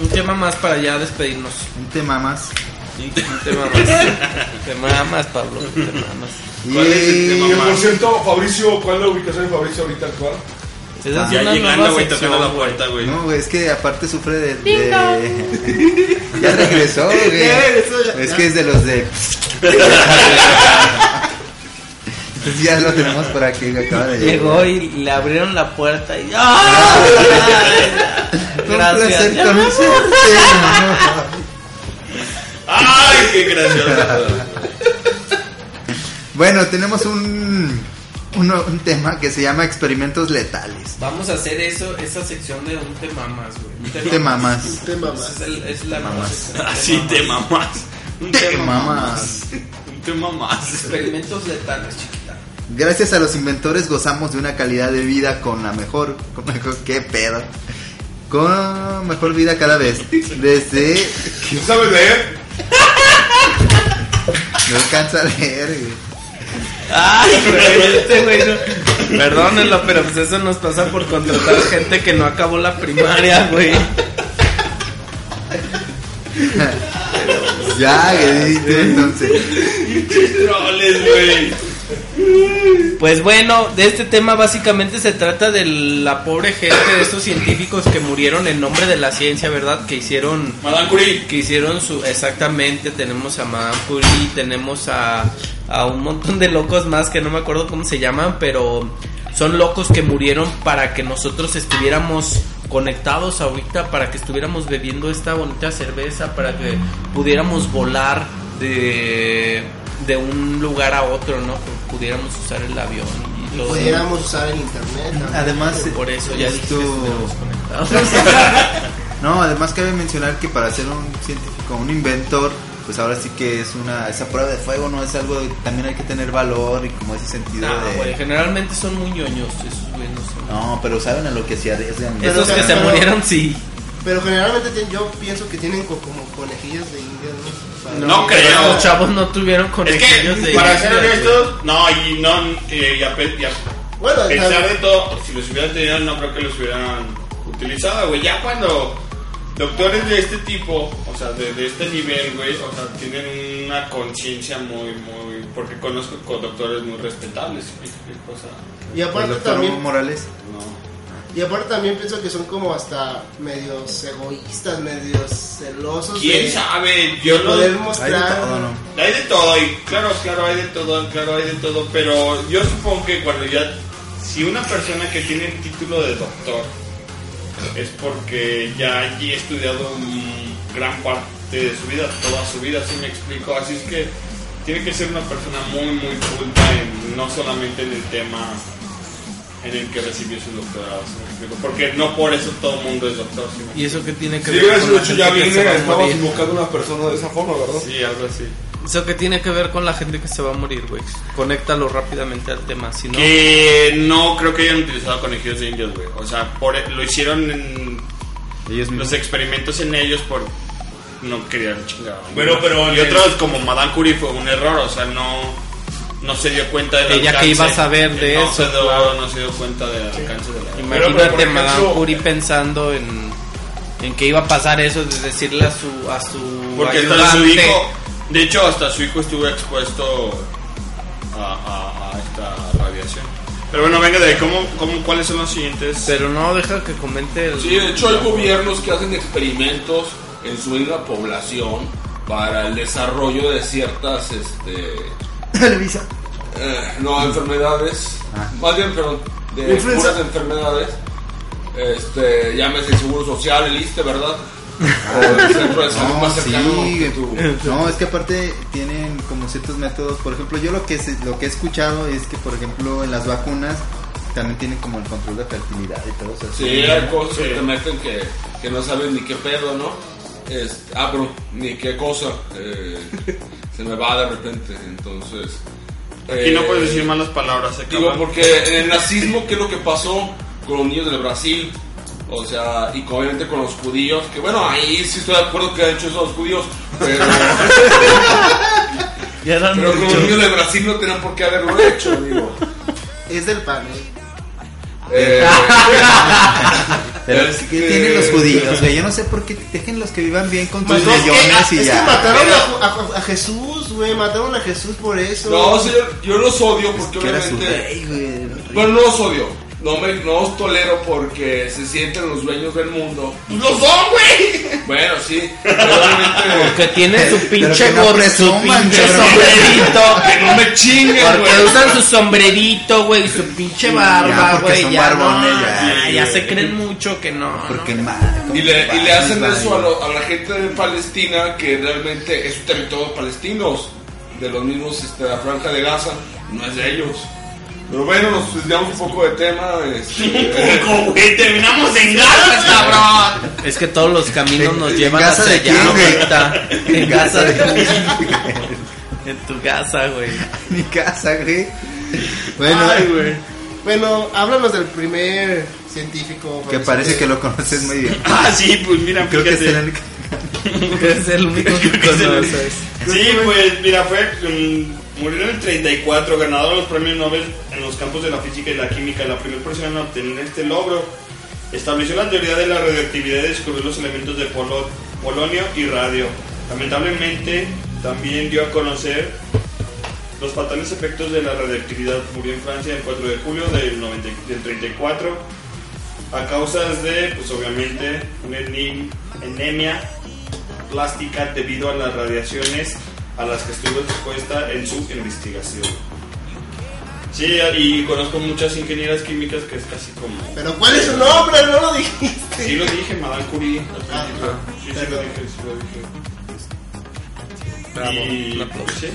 Speaker 3: Un tema más para ya despedirnos.
Speaker 4: Un tema más.
Speaker 3: Un tema más. Te mamas, Pablo. Te mamas.
Speaker 4: Y
Speaker 2: ¿Cuál es este, el tema
Speaker 7: Que Eh, por
Speaker 2: más?
Speaker 7: cierto, Fabricio, ¿cuál es la ubicación de Fabricio ahorita actual?
Speaker 3: Esa es
Speaker 2: Ya
Speaker 3: una
Speaker 2: llegando,
Speaker 3: nueva
Speaker 2: güey, tocando la
Speaker 3: sección, güey.
Speaker 2: puerta, güey.
Speaker 4: No, güey, es que aparte sufre de. de- ya regresó, güey.
Speaker 5: Ya regresó, ya-
Speaker 4: es
Speaker 5: ya.
Speaker 4: que es de los de. Entonces ya lo tenemos por aquí, güey, acaba de llegar.
Speaker 3: Llegó y le abrieron la puerta y ¡Ah!
Speaker 4: Fue un placer
Speaker 3: Gracias.
Speaker 4: conocerte.
Speaker 2: ¡Ay, qué gracioso!
Speaker 4: Bueno, tenemos un, un, un tema que se llama experimentos letales.
Speaker 3: Vamos a hacer eso, esa sección de un te mamas, güey. Un
Speaker 4: Te mamas.
Speaker 5: Te
Speaker 3: Esa
Speaker 5: mamás.
Speaker 3: Es, el- es la nueva sección.
Speaker 2: Así Ah, te mamás. Un
Speaker 4: Te
Speaker 2: tema
Speaker 4: mamas.
Speaker 2: Un tema más.
Speaker 3: Experimentos letales, chiquita.
Speaker 4: Gracias a los inventores gozamos de una calidad de vida con la mejor, con mejor, qué pedo, con mejor vida cada vez. Desde
Speaker 7: ¿No sabes leer?
Speaker 4: no alcanza a leer. güey.
Speaker 3: Ay, güey, este güey no. Perdónenlo, pero pues eso nos pasa por contratar gente que no acabó la primaria, güey.
Speaker 4: Ya, güey, tú entonces.
Speaker 2: Troles, güey.
Speaker 3: Pues bueno, de este tema básicamente se trata de la pobre gente, de estos científicos que murieron en nombre de la ciencia, ¿verdad? Que hicieron
Speaker 2: Madame Curie.
Speaker 3: que hicieron su exactamente tenemos a Madame Curie tenemos a, a un montón de locos más que no me acuerdo cómo se llaman pero son locos que murieron para que nosotros estuviéramos conectados ahorita para que estuviéramos bebiendo esta bonita cerveza para que pudiéramos volar de de un lugar a otro no Que pudiéramos usar el avión y todo
Speaker 5: Pudiéramos usar el internet. también.
Speaker 4: Además,
Speaker 3: por eso ya dije que
Speaker 4: esto-
Speaker 3: estuviéramos conectados
Speaker 4: No, además cabe mencionar que para ser un científico, un inventor, pues ahora sí que es una esa prueba de fuego, no es algo también hay que tener valor y como ese sentido
Speaker 3: No,
Speaker 4: de
Speaker 3: güey, generalmente son muy ñoños esos güeyes no son-
Speaker 4: No, pero saben a lo que se arriesgan.
Speaker 5: Pero-
Speaker 3: esos que se
Speaker 5: pero-
Speaker 3: murieron sí
Speaker 5: Pero generalmente tien- yo pienso que tienen co- como conejillos de indias, ¿no? Para-
Speaker 2: No creo.
Speaker 3: Los chavos no tuvieron con
Speaker 2: Es
Speaker 3: ellos
Speaker 2: que,
Speaker 3: de-
Speaker 2: para ser honestos, no, y no, eh, y a pe- y a-
Speaker 5: Bueno,
Speaker 2: A
Speaker 5: o sea,
Speaker 2: pesar de todo, si los hubieran tenido, no creo que los hubieran utilizado, güey. Ya cuando doctores de este tipo, o sea, de, de este nivel, güey, o sea, tienen una conciencia muy, muy. Porque conozco co- doctores muy respetables, güey, que- o sea,
Speaker 5: y
Speaker 4: El
Speaker 5: aparte
Speaker 4: doctor
Speaker 5: también
Speaker 4: Morales.
Speaker 2: no.
Speaker 5: y aparte también pienso que son como hasta medios egoístas, medios celosos
Speaker 2: ¿Quién
Speaker 5: de
Speaker 2: sabe? Yo no.
Speaker 5: poder
Speaker 4: Hay de
Speaker 5: mostrar
Speaker 4: todo, Oh, ¿no?
Speaker 2: Hay de todo, y claro, claro, hay de todo, claro, hay de todo, pero yo supongo que cuando ya, si una persona que tiene el título de doctor es porque ya allí ha estudiado mm, gran parte de su vida, toda su vida, así me explico, así es que tiene que ser una persona muy, muy culta, en- no solamente en el tema en el que recibió su doctorado, ¿sí me explico? porque no por eso todo el mundo es doctor, ¿sí me
Speaker 3: ¿Y eso qué tiene que
Speaker 7: Sí,
Speaker 3: ver
Speaker 7: gracias,
Speaker 3: con
Speaker 7: de
Speaker 3: la
Speaker 7: hecho ya
Speaker 3: gente que
Speaker 7: vine,
Speaker 3: se va a
Speaker 7: estabas
Speaker 3: morir?
Speaker 7: invocando a una persona de esa forma, ¿verdad?
Speaker 2: explico? Sí, algo así.
Speaker 3: ¿Eso qué tiene que ver con la gente que se va a morir, güey? Conéctalo rápidamente al tema, si no...
Speaker 2: Que no creo que hayan utilizado conejillos de indios, güey. O sea, por, e, lo hicieron en
Speaker 4: Ellos
Speaker 2: los experimentos en ellos por no querían chingar.
Speaker 7: Bueno, pero
Speaker 2: y
Speaker 7: en el-
Speaker 2: otros como Madame Curie fue un error, o sea, no no se dio cuenta del
Speaker 3: Ella que
Speaker 2: alcance.
Speaker 3: iba a saber de
Speaker 2: no
Speaker 3: eso,
Speaker 2: se dio-
Speaker 3: claro.
Speaker 2: no se dio cuenta del alcance de la
Speaker 7: Pero,
Speaker 3: Imagínate
Speaker 7: pero, por ejemplo-
Speaker 3: Madame Curie pensando en... En que iba a pasar eso de decirle a su... A su
Speaker 2: porque hasta su
Speaker 3: ayudante,
Speaker 2: hijo, de hecho hasta su hijo estuvo expuesto a, a- a esta radiación. Pero bueno, venga de ahí, cómo, cómo cuáles son los siguientes.
Speaker 3: Pero no, deja que comente el...
Speaker 7: Sí, de hecho hay gobiernos que hacen experimentos en su misma población para el desarrollo de ciertas, este,
Speaker 4: Televisa.
Speaker 7: eh, no enfermedades, más bien, perdón, de
Speaker 5: Influenza.
Speaker 7: puras enfermedades, este, llámese el seguro social, el ISSSTE, ¿verdad? O el centro de salud
Speaker 4: No,
Speaker 7: más cercano.
Speaker 4: sí, no, es que aparte tienen como ciertos métodos. Por ejemplo, yo lo que sé- lo que he escuchado es que, por ejemplo, en las vacunas también tienen como el control de fertilidad y todo eso.
Speaker 7: Sí, hay cosas que te meten que, que no sabes ni qué pedo, ¿no? Este, ah, pero ni qué cosa. eh, se me va de repente, entonces.
Speaker 2: Aquí no puedes decir
Speaker 7: más
Speaker 2: malas palabras, se
Speaker 7: Digo,
Speaker 2: acaban.
Speaker 7: porque en el nazismo, ¿qué es lo que pasó con los niños del Brasil? O sea, y con- obviamente con los judíos, que bueno, ahí sí estoy de acuerdo que han hecho eso los judíos, pero.
Speaker 3: Ya eran
Speaker 7: pero con los
Speaker 3: muchos.
Speaker 7: niños de Brasil no tenían por qué haberlo hecho, digo.
Speaker 5: Es del panel.
Speaker 7: Eh, este,
Speaker 4: Pero
Speaker 7: es
Speaker 4: ¿qué
Speaker 7: que-
Speaker 4: tienen los judíos, güey? Yo no sé por qué dejen los que vivan bien con tus
Speaker 5: Mató-
Speaker 4: millones
Speaker 5: es
Speaker 4: pues, y
Speaker 5: que
Speaker 4: ya.
Speaker 5: mataron a, a- a Jesús, güey. Mataron a Jesús por eso.
Speaker 7: No, señor, yo los odio porque
Speaker 4: Que era su
Speaker 7: obviamente.
Speaker 4: rey, güey.
Speaker 7: Bueno, no los odio. No, me, no los tolero porque se sienten los dueños del mundo. ¡Pues ¡Los son, güey! Bueno, sí. pero obviamente-
Speaker 3: Que tiene su pinche
Speaker 4: que no
Speaker 3: gorro, su
Speaker 4: presuman,
Speaker 3: pinche
Speaker 4: cabrón.
Speaker 3: sombrerito.
Speaker 7: Que no me chinguen,
Speaker 3: Porque
Speaker 7: güey.
Speaker 3: usan su sombrerito, güey, y su pinche
Speaker 4: Ya,
Speaker 3: barba,
Speaker 4: porque
Speaker 3: güey.
Speaker 4: son
Speaker 3: Ya, no,
Speaker 4: barbones, ya,
Speaker 3: ya,
Speaker 4: sí,
Speaker 3: ya
Speaker 4: güey.
Speaker 3: se creen mucho que no. no.
Speaker 4: Porque madre, ¿cómo
Speaker 7: Y le,
Speaker 4: te
Speaker 7: y le
Speaker 4: vas,
Speaker 7: hacen
Speaker 4: güey?
Speaker 7: eso a, lo- a la gente de Palestina que realmente es un territorio palestino. De los mismos, este, la franja de Gaza. No es de ellos. Pero bueno, nos desviamos un poco de tema. este,
Speaker 2: Poco, güey, terminamos en
Speaker 3: Ah, cabrón. Es que todos los caminos nos
Speaker 4: ¿En
Speaker 3: llevan
Speaker 4: casa de
Speaker 3: hacia allá,
Speaker 4: quién, güey?
Speaker 3: ahorita. En
Speaker 4: ¿En
Speaker 3: casa
Speaker 4: casa de
Speaker 3: de En tu casa, güey.
Speaker 4: Mi casa, güey. Bueno,
Speaker 5: Ay, güey. Bueno, háblanos del primer científico.
Speaker 4: que
Speaker 5: profesor.
Speaker 4: parece que lo conoces muy bien.
Speaker 2: Ah, sí, pues mira,
Speaker 4: Creo que es
Speaker 2: fíjate.
Speaker 4: el único.
Speaker 3: Es el único que conoces.
Speaker 2: Sí, pues mira, fue mm, murió en el 34, ganador de los premios Nobel en los campos de la física y la química, la primera persona en obtener este logro. Estableció la teoría de la radioactividad y descubrió los elementos de polo- polonio y radio. Lamentablemente, también dio a conocer los fatales efectos de la radioactividad. Murió en Francia el 4 de julio del, 90 y- del 34 a causas de, pues obviamente, una ene- anemia plástica debido a las radiaciones a las que estuvo expuesta en su investigación. Sí, y conozco muchas ingenieras químicas que es casi como...
Speaker 5: Pero ¿cuál es su nombre? No lo dijiste.
Speaker 2: Sí lo dije, Madame Curie. al
Speaker 5: Ah,
Speaker 2: principio.
Speaker 5: ah,
Speaker 2: Sí, sí lo dije, sí lo dije.
Speaker 3: Bravo,
Speaker 2: Y-
Speaker 3: un aplauso.
Speaker 2: sí.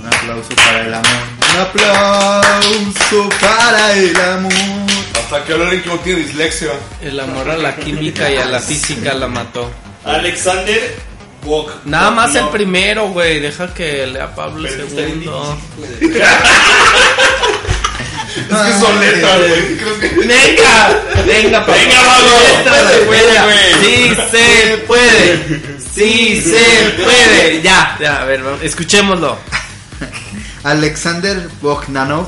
Speaker 4: Un aplauso para el amor. Un aplauso para el amor.
Speaker 7: hasta que hablan que no tiene dislexia.
Speaker 3: El amor a la química y a la física la mató.
Speaker 2: Alexander Bok.
Speaker 3: Nada
Speaker 2: Bok-
Speaker 3: más el
Speaker 2: no,
Speaker 3: primero, güey. Deja que lea Pablo el
Speaker 2: Pero está bien
Speaker 3: segundo.
Speaker 7: Es que son letras, güey. ¿Crees que-
Speaker 3: ¡Venga! ¡Venga, Pablo!
Speaker 2: Venga, Pablo.
Speaker 3: Esta se
Speaker 2: Puede,
Speaker 3: puede. ¡Sí se puede! ¡Sí se puede! Ya, ya, a ver, vamos, escuchémoslo.
Speaker 4: Alexander Bogdanov,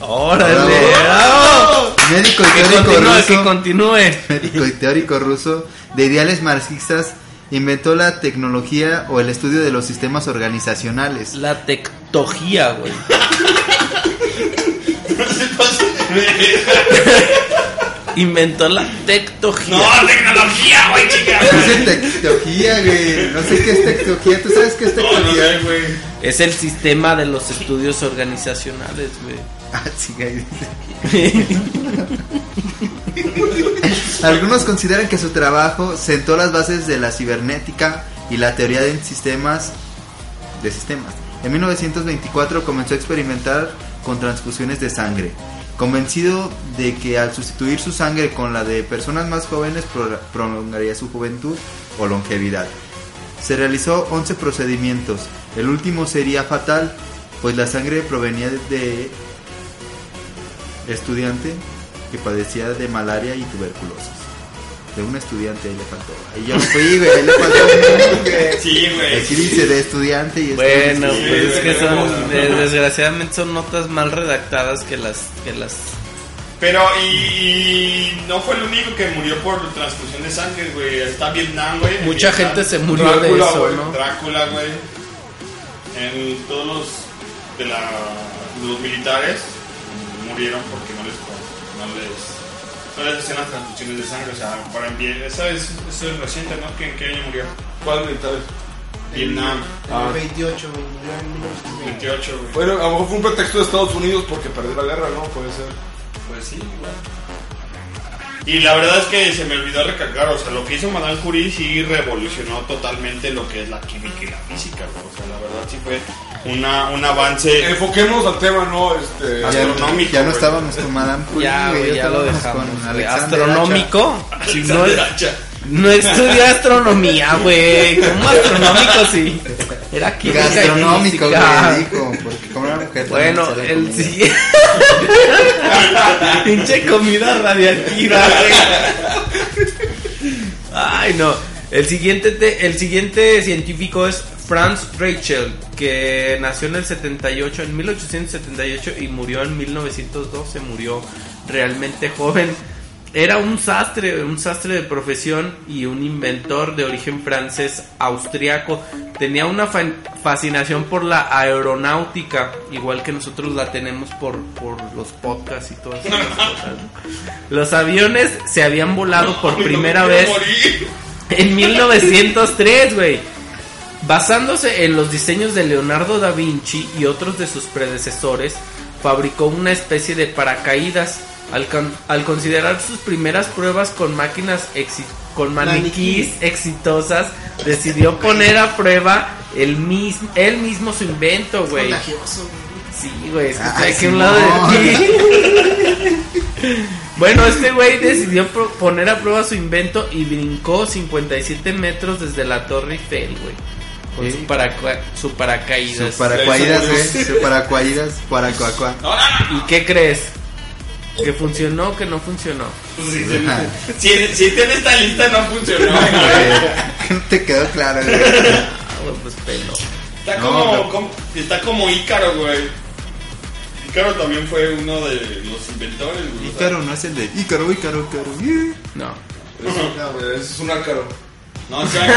Speaker 3: ¡Órale!
Speaker 4: Bravo. médico y
Speaker 3: Que
Speaker 4: teórico
Speaker 3: continúe, que
Speaker 4: ruso,
Speaker 3: continúe.
Speaker 4: médico y teórico ruso de ideales marxistas, inventó la tecnología o el estudio de los sistemas organizacionales.
Speaker 3: La tectogía, güey. Inventó la tectogía.
Speaker 2: ¡No, tecnología, güey, chica!
Speaker 4: Dice Pues tecnología, güey. No sé qué es tecnología. ¿Tú sabes qué es
Speaker 2: No, no sé,
Speaker 4: tecnología?
Speaker 2: güey.
Speaker 3: Es el sistema de los estudios organizacionales, güey.
Speaker 4: Ah, sí, güey. Algunos consideran que su trabajo sentó las bases de la cibernética y la teoría de sistemas de sistemas. En 1924 comenzó a experimentar con transfusiones de sangre, convencido de que al sustituir su sangre con la de personas más jóvenes pro- prolongaría su juventud o longevidad. Se realizó 11 procedimientos, el último sería fatal, pues la sangre provenía de estudiante que padecía de malaria y tuberculosis. De un estudiante ahí le faltó. Ahí yo no fui, güey, ahí le faltó. güey.
Speaker 2: Sí, güey.
Speaker 4: Aquí dice de estudiante y
Speaker 3: Bueno,
Speaker 4: estudiante.
Speaker 3: pues es que son,
Speaker 2: Sí,
Speaker 3: eh, desgraciadamente son notas mal redactadas que las, que las.
Speaker 2: Pero, y, y no fue el único que murió por transfusión de sangre, güey. Está Vietnam, güey.
Speaker 3: Mucha
Speaker 2: Vietnam.
Speaker 3: gente se murió de eso,
Speaker 2: güey.
Speaker 3: ¿no?
Speaker 2: Drácula, güey. En todos los, de la, los militares murieron porque no les, no les, no les hacían las transfusiones de sangre. O sea, para enviar, eso es, eso es reciente, ¿no? ¿Qué- ¿En qué año murió?
Speaker 7: ¿Cuál militar?
Speaker 2: Vietnam.
Speaker 7: Ah.
Speaker 5: 28, 29 minutos.
Speaker 2: 28, güey.
Speaker 7: Bueno, a lo mejor fue un pretexto de Estados Unidos porque perdió la guerra, ¿no? Puede ser.
Speaker 2: Pues sí, igual. Y la verdad es que se me olvidó recalcar, o sea, lo que hizo Madame Curie sí revolucionó totalmente lo que es la química y la física, güey. O sea, la verdad sí fue una, un avance
Speaker 7: Enfoquémonos al tema, ¿no? Este,
Speaker 4: Ya,
Speaker 2: Astronómico,
Speaker 4: ya no
Speaker 2: güey.
Speaker 4: estábamos con Madame Curie,
Speaker 3: Ya,
Speaker 4: güey,
Speaker 3: güey, ya lo
Speaker 4: estábamos
Speaker 3: dejamos.
Speaker 4: con
Speaker 3: güey.
Speaker 4: Alexander
Speaker 3: ¿Astronómico? Si no,
Speaker 2: Alexander Hacha.
Speaker 3: no estudié astronomía, güey. ¿Cómo astronómico sí? Era
Speaker 4: Hacha.
Speaker 3: química y
Speaker 4: Gastronómico,
Speaker 3: física.
Speaker 4: güey, dijo, porque como era mujer.
Speaker 3: Bueno,
Speaker 4: también se le
Speaker 3: el
Speaker 4: comía.
Speaker 3: siguiente. Pinche comida radiactiva, güey. Ay, no. El siguiente, te- el siguiente científico es Franz Rachel, que nació en el 78, en 1878 y murió en 1912. Murió realmente joven. Era un sastre, un sastre de profesión y un inventor de origen francés austriaco. Tenía una fan- fascinación por la aeronáutica, igual que nosotros la tenemos por, por los podcasts y todas esas cosas. Los aviones se habían volado por primera vez en 1903, güey. Basándose en los diseños de Leonardo da Vinci y otros de sus predecesores, fabricó una especie de paracaídas. Al, con- al considerar sus primeras pruebas con máquinas exi- con maniquís exitosas, decidió poner a prueba el mis- él mismo su invento, güey.
Speaker 5: Contagioso, güey.
Speaker 3: Sí, güey, es que
Speaker 4: Ah,
Speaker 3: estoy aquí a un
Speaker 4: Simón.
Speaker 3: lado de ti. bueno, este güey decidió pro- poner a prueba su invento y brincó 57 metros desde la Torre Eiffel, güey. Con su, paracua- su paracaídas.
Speaker 4: Su paracuaidas,
Speaker 7: Ahí se
Speaker 4: güey. Su paracuaidas, paracuacua.
Speaker 3: ¿Y qué crees? ¿Que funcionó o que no funcionó?
Speaker 2: Pues sí, se- si, si tiene esta lista no funcionó.
Speaker 4: No Eh, te quedó claro, güey.
Speaker 3: Ah, güey, pues pelo.
Speaker 2: Está
Speaker 4: No,
Speaker 2: como,
Speaker 4: pero-
Speaker 2: como- está como Ícaro, güey. Ícaro también fue uno de los inventores, güey. o sea,
Speaker 4: Ícaro no es el de Ícaro, Ícaro, Ícaro. yeah.
Speaker 3: No.
Speaker 7: Eh, Ese es un ácaro.
Speaker 2: No, ¿saben,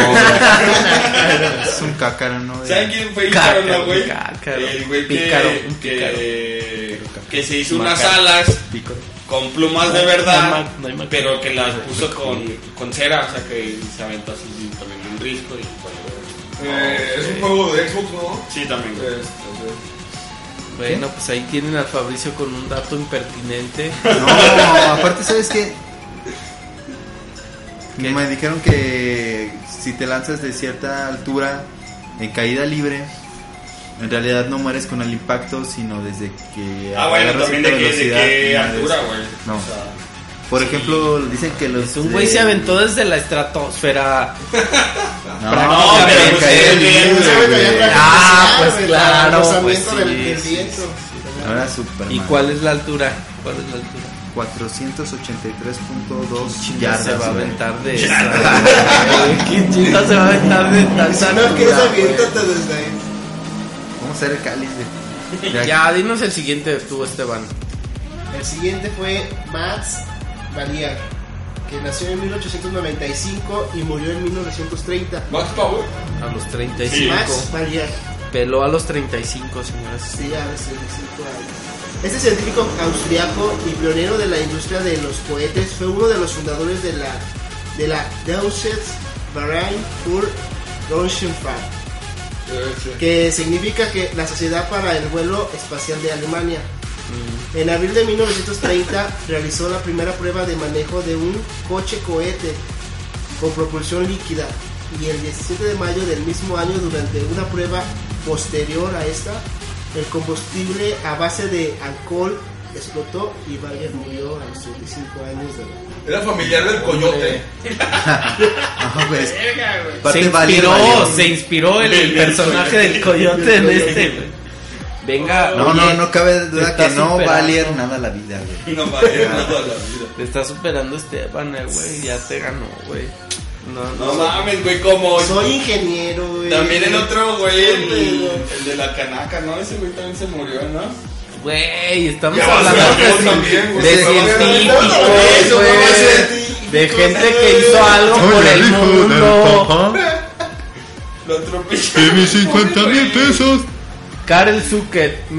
Speaker 4: Es un cácaro, ¿no? güey?
Speaker 2: ¿saben quién fue Ícaro,
Speaker 3: Cácaro,
Speaker 2: no, güey?
Speaker 3: cácaro,
Speaker 2: El güey
Speaker 3: pícaro,
Speaker 2: que,
Speaker 3: un pícaro.
Speaker 2: que, que se hizo unas
Speaker 3: Macaro.
Speaker 2: alas
Speaker 3: Pico.
Speaker 2: con plumas de
Speaker 3: No hay
Speaker 2: verdad,
Speaker 3: ma- no hay ma-
Speaker 2: pero que las puso con, con cera, o sea que se aventó así también un risco y bueno.
Speaker 7: Eh, Es un juego de Xbox, ¿no?
Speaker 2: Sí, también, güey.
Speaker 7: Este, este.
Speaker 3: Bueno, pues ahí tienen al Fabricio con un dato impertinente.
Speaker 4: No, aparte, ¿sabes qué? Me dijeron que si te lanzas de cierta altura en caída libre, en realidad no mueres con el impacto, sino desde que
Speaker 2: Ah, bueno,
Speaker 4: agarras
Speaker 2: también de
Speaker 4: cierta
Speaker 2: qué, de
Speaker 4: velocidad,
Speaker 2: qué
Speaker 4: mueres.
Speaker 2: altura, güey.
Speaker 4: No.
Speaker 2: O sea,
Speaker 4: Por ejemplo, dicen que los
Speaker 3: Un
Speaker 4: de-
Speaker 3: güey se aventó desde la estratosfera.
Speaker 4: No,
Speaker 3: No,
Speaker 4: pero
Speaker 3: pero
Speaker 4: en caída
Speaker 2: usted
Speaker 4: libre,
Speaker 2: bien,
Speaker 5: Esa
Speaker 2: güey.
Speaker 5: ventaja
Speaker 4: güey.
Speaker 5: para
Speaker 3: Ah,
Speaker 5: cruzar,
Speaker 3: pues
Speaker 5: güey,
Speaker 3: claro,
Speaker 5: para el rozamiento
Speaker 3: pues sí,
Speaker 5: del- del
Speaker 3: sí,
Speaker 5: viento.
Speaker 4: Ahora Superman.
Speaker 3: ¿Y cuál es la altura? ¿Cuál es la altura?
Speaker 4: 483.2
Speaker 3: Ya
Speaker 4: yardas.
Speaker 3: se va a
Speaker 4: güey.
Speaker 3: aventar de esa. ¿Qué chinga se va a aventar de
Speaker 5: Si
Speaker 3: tanta
Speaker 5: Ah, no quieres
Speaker 3: altura, güey?
Speaker 5: aviéntate desde ahí.
Speaker 4: Vamos a hacer el cáliz, güey.
Speaker 3: Ya, dinos el siguiente tú, Esteban.
Speaker 5: El siguiente fue Max Valier, que nació en 1895 y murió en 1930.
Speaker 7: Max Power.
Speaker 3: A los
Speaker 2: Sí.
Speaker 3: 35.
Speaker 5: Max Valier,
Speaker 3: Peló a los 35, señoras.
Speaker 5: sí, a los 65 años. Este científico austriaco y pionero de la industria de los cohetes fue uno de los fundadores de la de la Deutsche Verein für Raumfahrt, que significa que la Sociedad para el Vuelo Espacial de Alemania. En abril de 1930 realizó la primera prueba de manejo de un coche cohete con propulsión líquida y el 17 de mayo del mismo año durante una prueba posterior a esta, el combustible a base de alcohol explotó y Bayer murió a los 35 años de edad.
Speaker 7: Era familiar del coyote.
Speaker 4: Ajá, güey.
Speaker 3: Se
Speaker 4: Aparte, valió,
Speaker 3: inspiró,
Speaker 4: valió.
Speaker 3: se inspiró el, el personaje del coyote en este, güey. Venga,
Speaker 4: No,
Speaker 3: oye,
Speaker 4: no, no cabe duda
Speaker 3: está
Speaker 4: que no
Speaker 3: superando.
Speaker 4: valier nada la vida, güey.
Speaker 2: No vale nada la vida.
Speaker 3: Te está superando Esteban, eh, güey. Ya te ganó, güey. No, no.
Speaker 2: No mames, güey, como
Speaker 5: Soy ingeniero, eh, güey.
Speaker 2: También el otro, güey, el,
Speaker 5: Sí,
Speaker 2: el de la canaca, ¿no? Ese güey también se murió, ¿no?
Speaker 3: Güey, estamos
Speaker 7: Ya vas a
Speaker 3: hablando
Speaker 7: ver, vos
Speaker 3: de,
Speaker 7: también, güey.
Speaker 3: de
Speaker 7: Se va a ver,
Speaker 3: científicos,
Speaker 7: no, no, eso no
Speaker 3: güey.
Speaker 7: va a ser
Speaker 3: De gente que hizo algo por el mundo.
Speaker 7: Lo atropelló.
Speaker 4: mis 50 mil pesos.
Speaker 3: Karel Zuckert,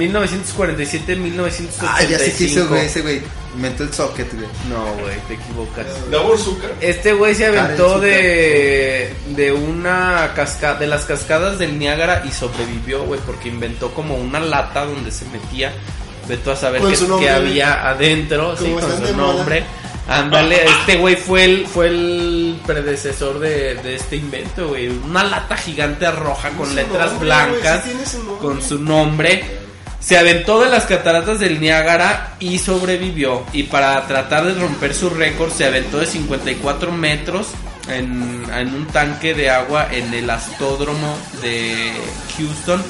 Speaker 3: 1947-1975.
Speaker 4: Ah, ya sé qué hizo, güey, ese güey. Inventó el socket, güey.
Speaker 3: No, güey, te equivocas.
Speaker 7: Davor Zucker.
Speaker 3: Este güey se aventó
Speaker 4: Karen
Speaker 3: de, de una cascada, de las cascadas del Niágara y sobrevivió, güey, porque inventó como una lata donde se metía. Vete a saber
Speaker 5: Con
Speaker 3: qué,
Speaker 5: su
Speaker 3: qué
Speaker 5: nombre,
Speaker 3: había adentro, sí,
Speaker 5: Como
Speaker 3: con
Speaker 5: están de
Speaker 3: su
Speaker 5: moda.
Speaker 3: nombre. Ándale, este güey fue el, fue el predecesor de, de este invento, güey. Una lata gigante roja con
Speaker 5: su
Speaker 3: letras
Speaker 5: nombre, güey,
Speaker 3: blancas,
Speaker 5: sí tiene su nombre.
Speaker 3: con su nombre. Se aventó de las cataratas del Niágara y sobrevivió. Y para tratar de romper su récord, se aventó de 54 metros en, en un tanque de agua en el astódromo de Houston.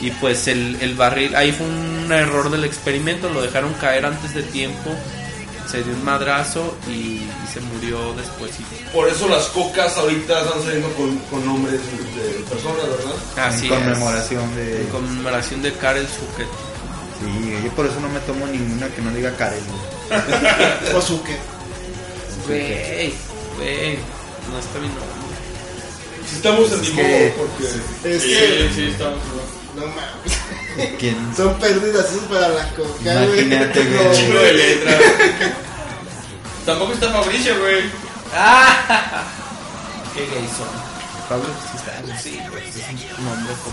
Speaker 3: Y pues el, el barril, ahí fue un error del experimento, lo dejaron caer antes de tiempo. Se dio un madrazo y, y se murió después.
Speaker 7: Por eso las cocas ahorita están saliendo con, con nombres de personas, ¿verdad?
Speaker 3: Así
Speaker 4: en
Speaker 3: es.
Speaker 4: conmemoración de.
Speaker 3: En conmemoración de Karel Zucker.
Speaker 4: Sí, güey, yo por eso no me tomo ninguna que no diga Karen, güey.
Speaker 5: Osuke.
Speaker 3: Güey, güey, no está mi nombre.
Speaker 7: Si estamos en
Speaker 4: Es
Speaker 7: limbo,
Speaker 4: que-
Speaker 7: porque.
Speaker 5: Es
Speaker 2: Sí,
Speaker 5: que,
Speaker 2: sí, estamos. ¿no?
Speaker 5: no mames.
Speaker 4: ¿Quién?
Speaker 5: Son pérdidas esas para la coca, güey.
Speaker 4: Imagínate, güey.
Speaker 5: No,
Speaker 2: Chingo de letra. Tampoco está Fabricio, güey.
Speaker 3: Qué gay son.
Speaker 4: Ah. Pablo, sí está, güey.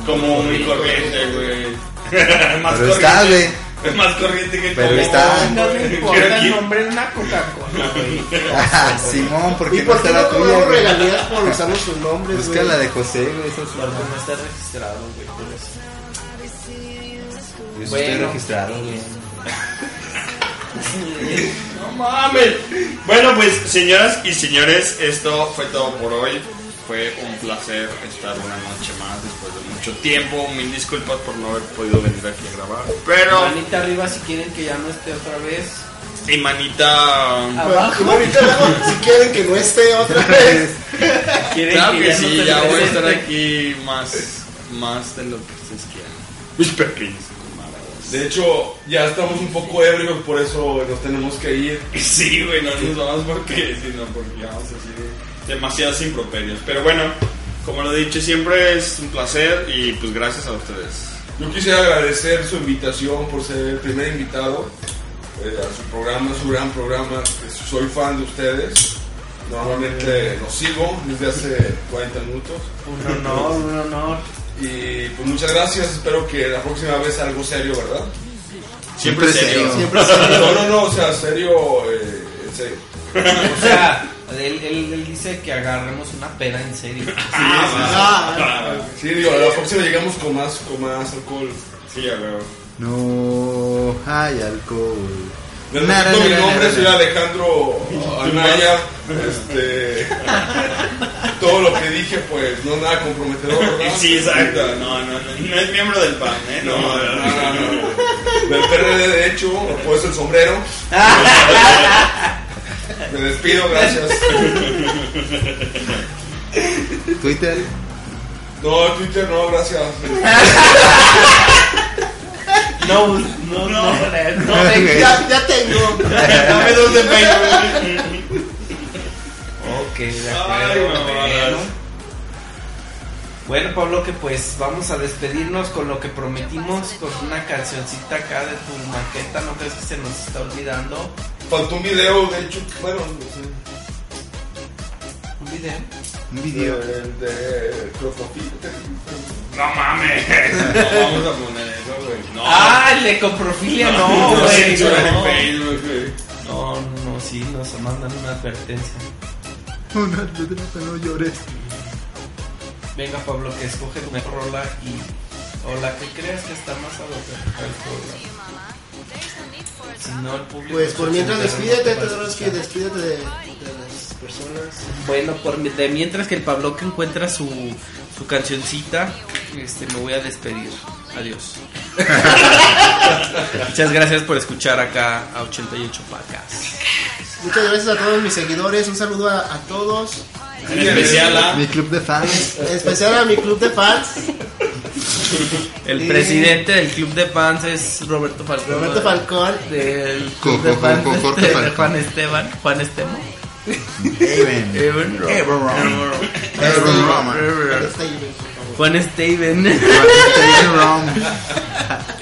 Speaker 2: Como muy corriente, güey. Más
Speaker 4: Pero está,
Speaker 2: corriente.
Speaker 4: güey.
Speaker 2: Es más corriente que
Speaker 4: Pero
Speaker 2: todo.
Speaker 4: está.
Speaker 3: No me
Speaker 2: Quiero
Speaker 3: importa el
Speaker 2: aquí-
Speaker 3: nombre de una Coca-Cola, güey.
Speaker 4: Ah, Simón, porque
Speaker 5: ¿Y
Speaker 4: no
Speaker 5: por qué
Speaker 4: está
Speaker 5: no
Speaker 4: la tuya,
Speaker 5: cobramos
Speaker 4: güey.
Speaker 5: regalías por usar sus nombres,
Speaker 4: Busca
Speaker 5: güey?
Speaker 4: la de José, güey. Esa es
Speaker 3: Porque no está registrado, güey. por eso.
Speaker 4: Yo sí estoy
Speaker 3: Bueno.
Speaker 4: registrado, güey.
Speaker 2: No mames. Bueno, pues, señoras y señores, esto fue todo por hoy. Fue un placer estar una noche más después de mucho tiempo. Mil disculpas por no haber podido venir aquí a grabar. Pero,
Speaker 3: Manita arriba si quieren que ya no esté otra vez.
Speaker 2: y manita.
Speaker 3: Abajo.
Speaker 5: Bueno, ahorita luego, si quieren que no esté otra vez.
Speaker 3: Quieren
Speaker 2: Claro que
Speaker 3: ya no
Speaker 2: sí,
Speaker 3: te
Speaker 2: ya voy a estar
Speaker 3: presente.
Speaker 2: aquí más, más de lo que ustedes quieran. Mis pepinos. comadres.
Speaker 7: De hecho, ya estamos un poco ebrios, por eso nos tenemos que ir.
Speaker 2: Sí, güey, no nos vamos porque, sino porque vamos así de- demasiados improperios. Pero bueno, como lo he dicho siempre, es un placer y pues gracias a ustedes.
Speaker 7: Yo quisiera agradecer su invitación por ser el primer invitado eh, a su programa, su gran programa. Soy fan de ustedes. Normalmente los sigo desde hace 40 minutos.
Speaker 3: Un honor, un honor.
Speaker 7: Y pues muchas gracias. Espero que la próxima vez algo serio, ¿verdad?
Speaker 2: Siempre,
Speaker 4: Siempre
Speaker 2: serio.
Speaker 4: serio.
Speaker 5: Siempre se
Speaker 7: No, no, no, o sea, serio, eh, en serio.
Speaker 3: O sea, él, él, él dice que agarremos una pera en serio.
Speaker 7: Sí, digo, a la próxima llegamos con más, con más alcohol.
Speaker 2: Sí, ya veo.
Speaker 4: No hay alcohol.
Speaker 7: Les
Speaker 4: Na,
Speaker 7: repito
Speaker 4: na,
Speaker 7: mi
Speaker 4: na,
Speaker 7: nombre,
Speaker 4: na,
Speaker 7: soy
Speaker 4: na.
Speaker 7: Alejandro Anaya. Este, todo lo que dije, pues, no es nada comprometedor. ¿verdad?
Speaker 2: Sí, exacto. No, no, no, no es miembro del PAN, ¿eh?
Speaker 7: No,
Speaker 2: No,
Speaker 7: no, no, no. Del PRD, de hecho, me he puesto el sombrero. Me despido, gracias.
Speaker 4: Twitter.
Speaker 7: No, Twitter, no, gracias.
Speaker 3: No, no, no, no.
Speaker 4: güey.
Speaker 5: Ya, ya tengo.
Speaker 2: Dame dos de Facebook.
Speaker 3: Ok, de
Speaker 2: Ay,
Speaker 3: acuerdo.
Speaker 2: mamadas.
Speaker 3: bueno. Bueno, Pablo, que pues vamos a despedirnos con lo que prometimos, con una cancioncita acá de tu maqueta, ¿no crees que se nos está olvidando?
Speaker 7: Faltó un video, de hecho, bueno, no
Speaker 3: Un video.
Speaker 4: Un
Speaker 7: sé, de,
Speaker 4: video.
Speaker 7: de, Crocofil.
Speaker 2: No mames. No vamos a poner eso, güey. No.
Speaker 3: Ah, el de coprofilia, no,
Speaker 2: No,
Speaker 3: güey.
Speaker 2: censura en
Speaker 3: No,
Speaker 2: Facebook, güey.
Speaker 3: no, no, sí, nos mandan una advertencia.
Speaker 4: Una letra, no llores.
Speaker 3: Venga, Pablo, que escoge una rola y. O la que creas que está más adoptada al pueblo. Si no, el público.
Speaker 5: Pues por
Speaker 3: se
Speaker 5: mientras
Speaker 3: entera, no
Speaker 5: despídete,
Speaker 3: te va a
Speaker 5: Todoroski,
Speaker 3: escuchar.
Speaker 5: despídete de, de las personas.
Speaker 3: Bueno, por mi- de mientras que el Pablo que encuentra su, su cancioncita, este, me voy a despedir. Adiós. Muchas gracias por escuchar acá a 88 Pacas.
Speaker 5: Muchas gracias a todos mis seguidores, un saludo a, a todos,
Speaker 2: En especial a.
Speaker 4: Mi club de fans.
Speaker 5: en especial a mi club de fans,
Speaker 3: El
Speaker 5: Sí.
Speaker 3: presidente del Club de Fans es Roberto Falcón.
Speaker 5: Roberto Falcón.
Speaker 3: Del Club de
Speaker 4: Jo- jo-
Speaker 3: Fans
Speaker 4: jo- Jorge
Speaker 3: este, de
Speaker 4: Falcón.
Speaker 3: Juan Esteban. Juan Estemo.
Speaker 4: Aven.
Speaker 3: Evan- Evan-
Speaker 4: Aven Roman.
Speaker 3: Evan-
Speaker 5: Está ahí, ven, por favor.
Speaker 3: Juan Esteban.
Speaker 4: Aven Roman.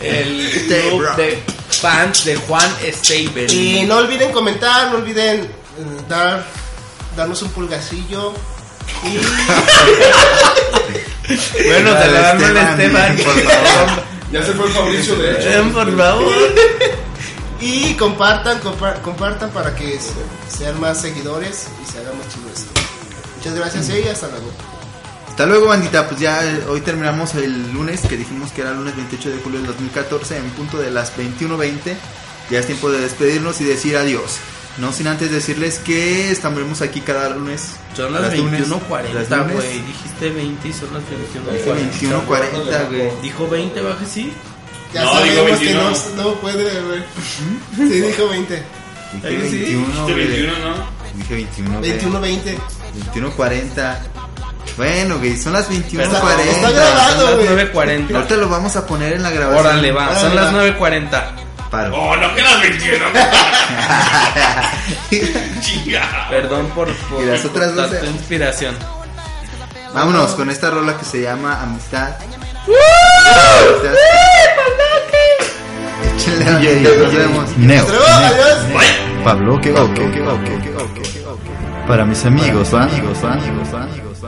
Speaker 8: el
Speaker 4: Stay
Speaker 8: club
Speaker 4: bro.
Speaker 8: de fans de Juan Staber.
Speaker 5: Y no olviden comentar, no olviden eh, dar, darnos un pulgacillo. Y
Speaker 8: Bueno, te lo damos al Esteban.
Speaker 4: por favor.
Speaker 7: Ya se fue Fabricio, de hecho.
Speaker 8: Esteban, por favor.
Speaker 5: Y compartan, compa- compartan para que se- sean más seguidores y se haga más chido esto. Muchas gracias eh, y hasta luego.
Speaker 4: Hasta luego, bandita. Pues ya eh, hoy terminamos el lunes, que dijimos que era lunes 28 de julio del 2014, en punto de las 21.20. Ya es tiempo de despedirnos y decir adiós. No sin antes decirles que estaremos aquí cada lunes.
Speaker 3: Son las
Speaker 4: lunes,
Speaker 3: 21.40,
Speaker 4: las
Speaker 3: güey.
Speaker 4: lunes,
Speaker 3: Dijiste 20 y son las 21.40.
Speaker 4: 21.40, güey.
Speaker 3: Dijo 20, baje sí.
Speaker 5: Ya
Speaker 2: No, digo
Speaker 5: sabemos que
Speaker 2: 21.
Speaker 5: no, no puede, güey. Sí, dijo 20.
Speaker 4: Dije
Speaker 3: Ahí sí.
Speaker 4: 21,
Speaker 2: Este
Speaker 4: güey.
Speaker 2: 21, ¿no?
Speaker 4: Dije 21, güey.
Speaker 5: 21, 20.
Speaker 4: 21.40. Bueno, güey, son las 21.40.
Speaker 5: está grabado.
Speaker 3: Son las
Speaker 5: güey.
Speaker 3: 9.40.
Speaker 4: Ahorita lo vamos a poner en la grabación.
Speaker 3: Órale, va. Son
Speaker 5: Órale,
Speaker 3: las
Speaker 5: va.
Speaker 3: 9.40.
Speaker 4: Paro.
Speaker 2: Oh, no, que las 21. Chinga.
Speaker 3: Perdón por, por
Speaker 4: Y las otras
Speaker 3: por tanta
Speaker 4: doce.
Speaker 3: inspiración.
Speaker 4: Vámonos con esta rola que se llama Amistad. Amistad. Échenle a la bandita, nos vemos.
Speaker 1: Neo.
Speaker 5: Hasta luego, adiós.
Speaker 1: Pablo, que ok, Para mis amigos, ¿ah? amigos, amigos, amigos,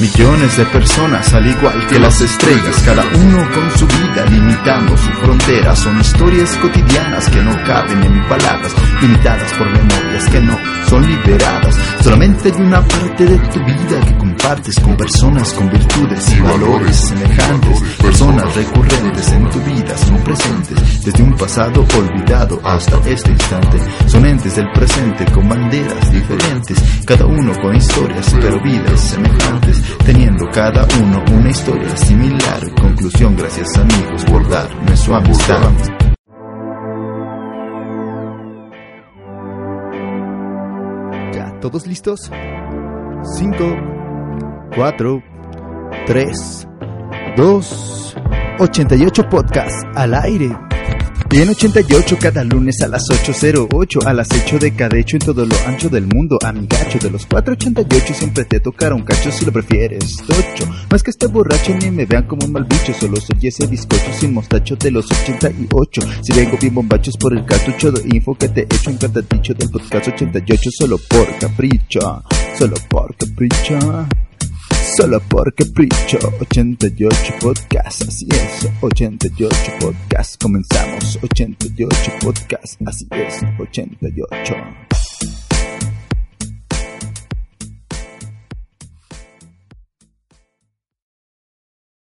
Speaker 1: Millones de personas, al igual que las estrellas, cada uno con su vida limitando su frontera. Son historias cotidianas que no caben en palabras, limitadas por memorias que no son liberadas. Solamente hay una parte de tu vida que compartes con personas con virtudes y valores semejantes. Personas recurrentes en tu vida son presentes, desde un pasado olvidado hasta este instante. Son entes del presente con banderas diferentes, cada uno con historias pero vidas semejantes, teniendo cada uno una historia similar. Conclusión, gracias amigos por darme su amistad. Ya, ¿todos listos? 5, 4, 3, 2, 88 podcast al aire. Bien 88 cada lunes a las 8.08, al acecho de cadecho en todo lo ancho del mundo, amigacho de los 4.88 siempre te tocará un cacho si lo prefieres, tocho, no es que esté borracho ni me vean como un mal bicho, solo soy ese bizcocho sin mostacho de los 88, si vengo bien bombachos por el cartucho de info que te echo en cada dicho del podcast 88, solo por capricho, solo por capricho. Solo porque Pricho 88 Podcast, así es, 88 Podcast, comenzamos 88 Podcast, así es, 88.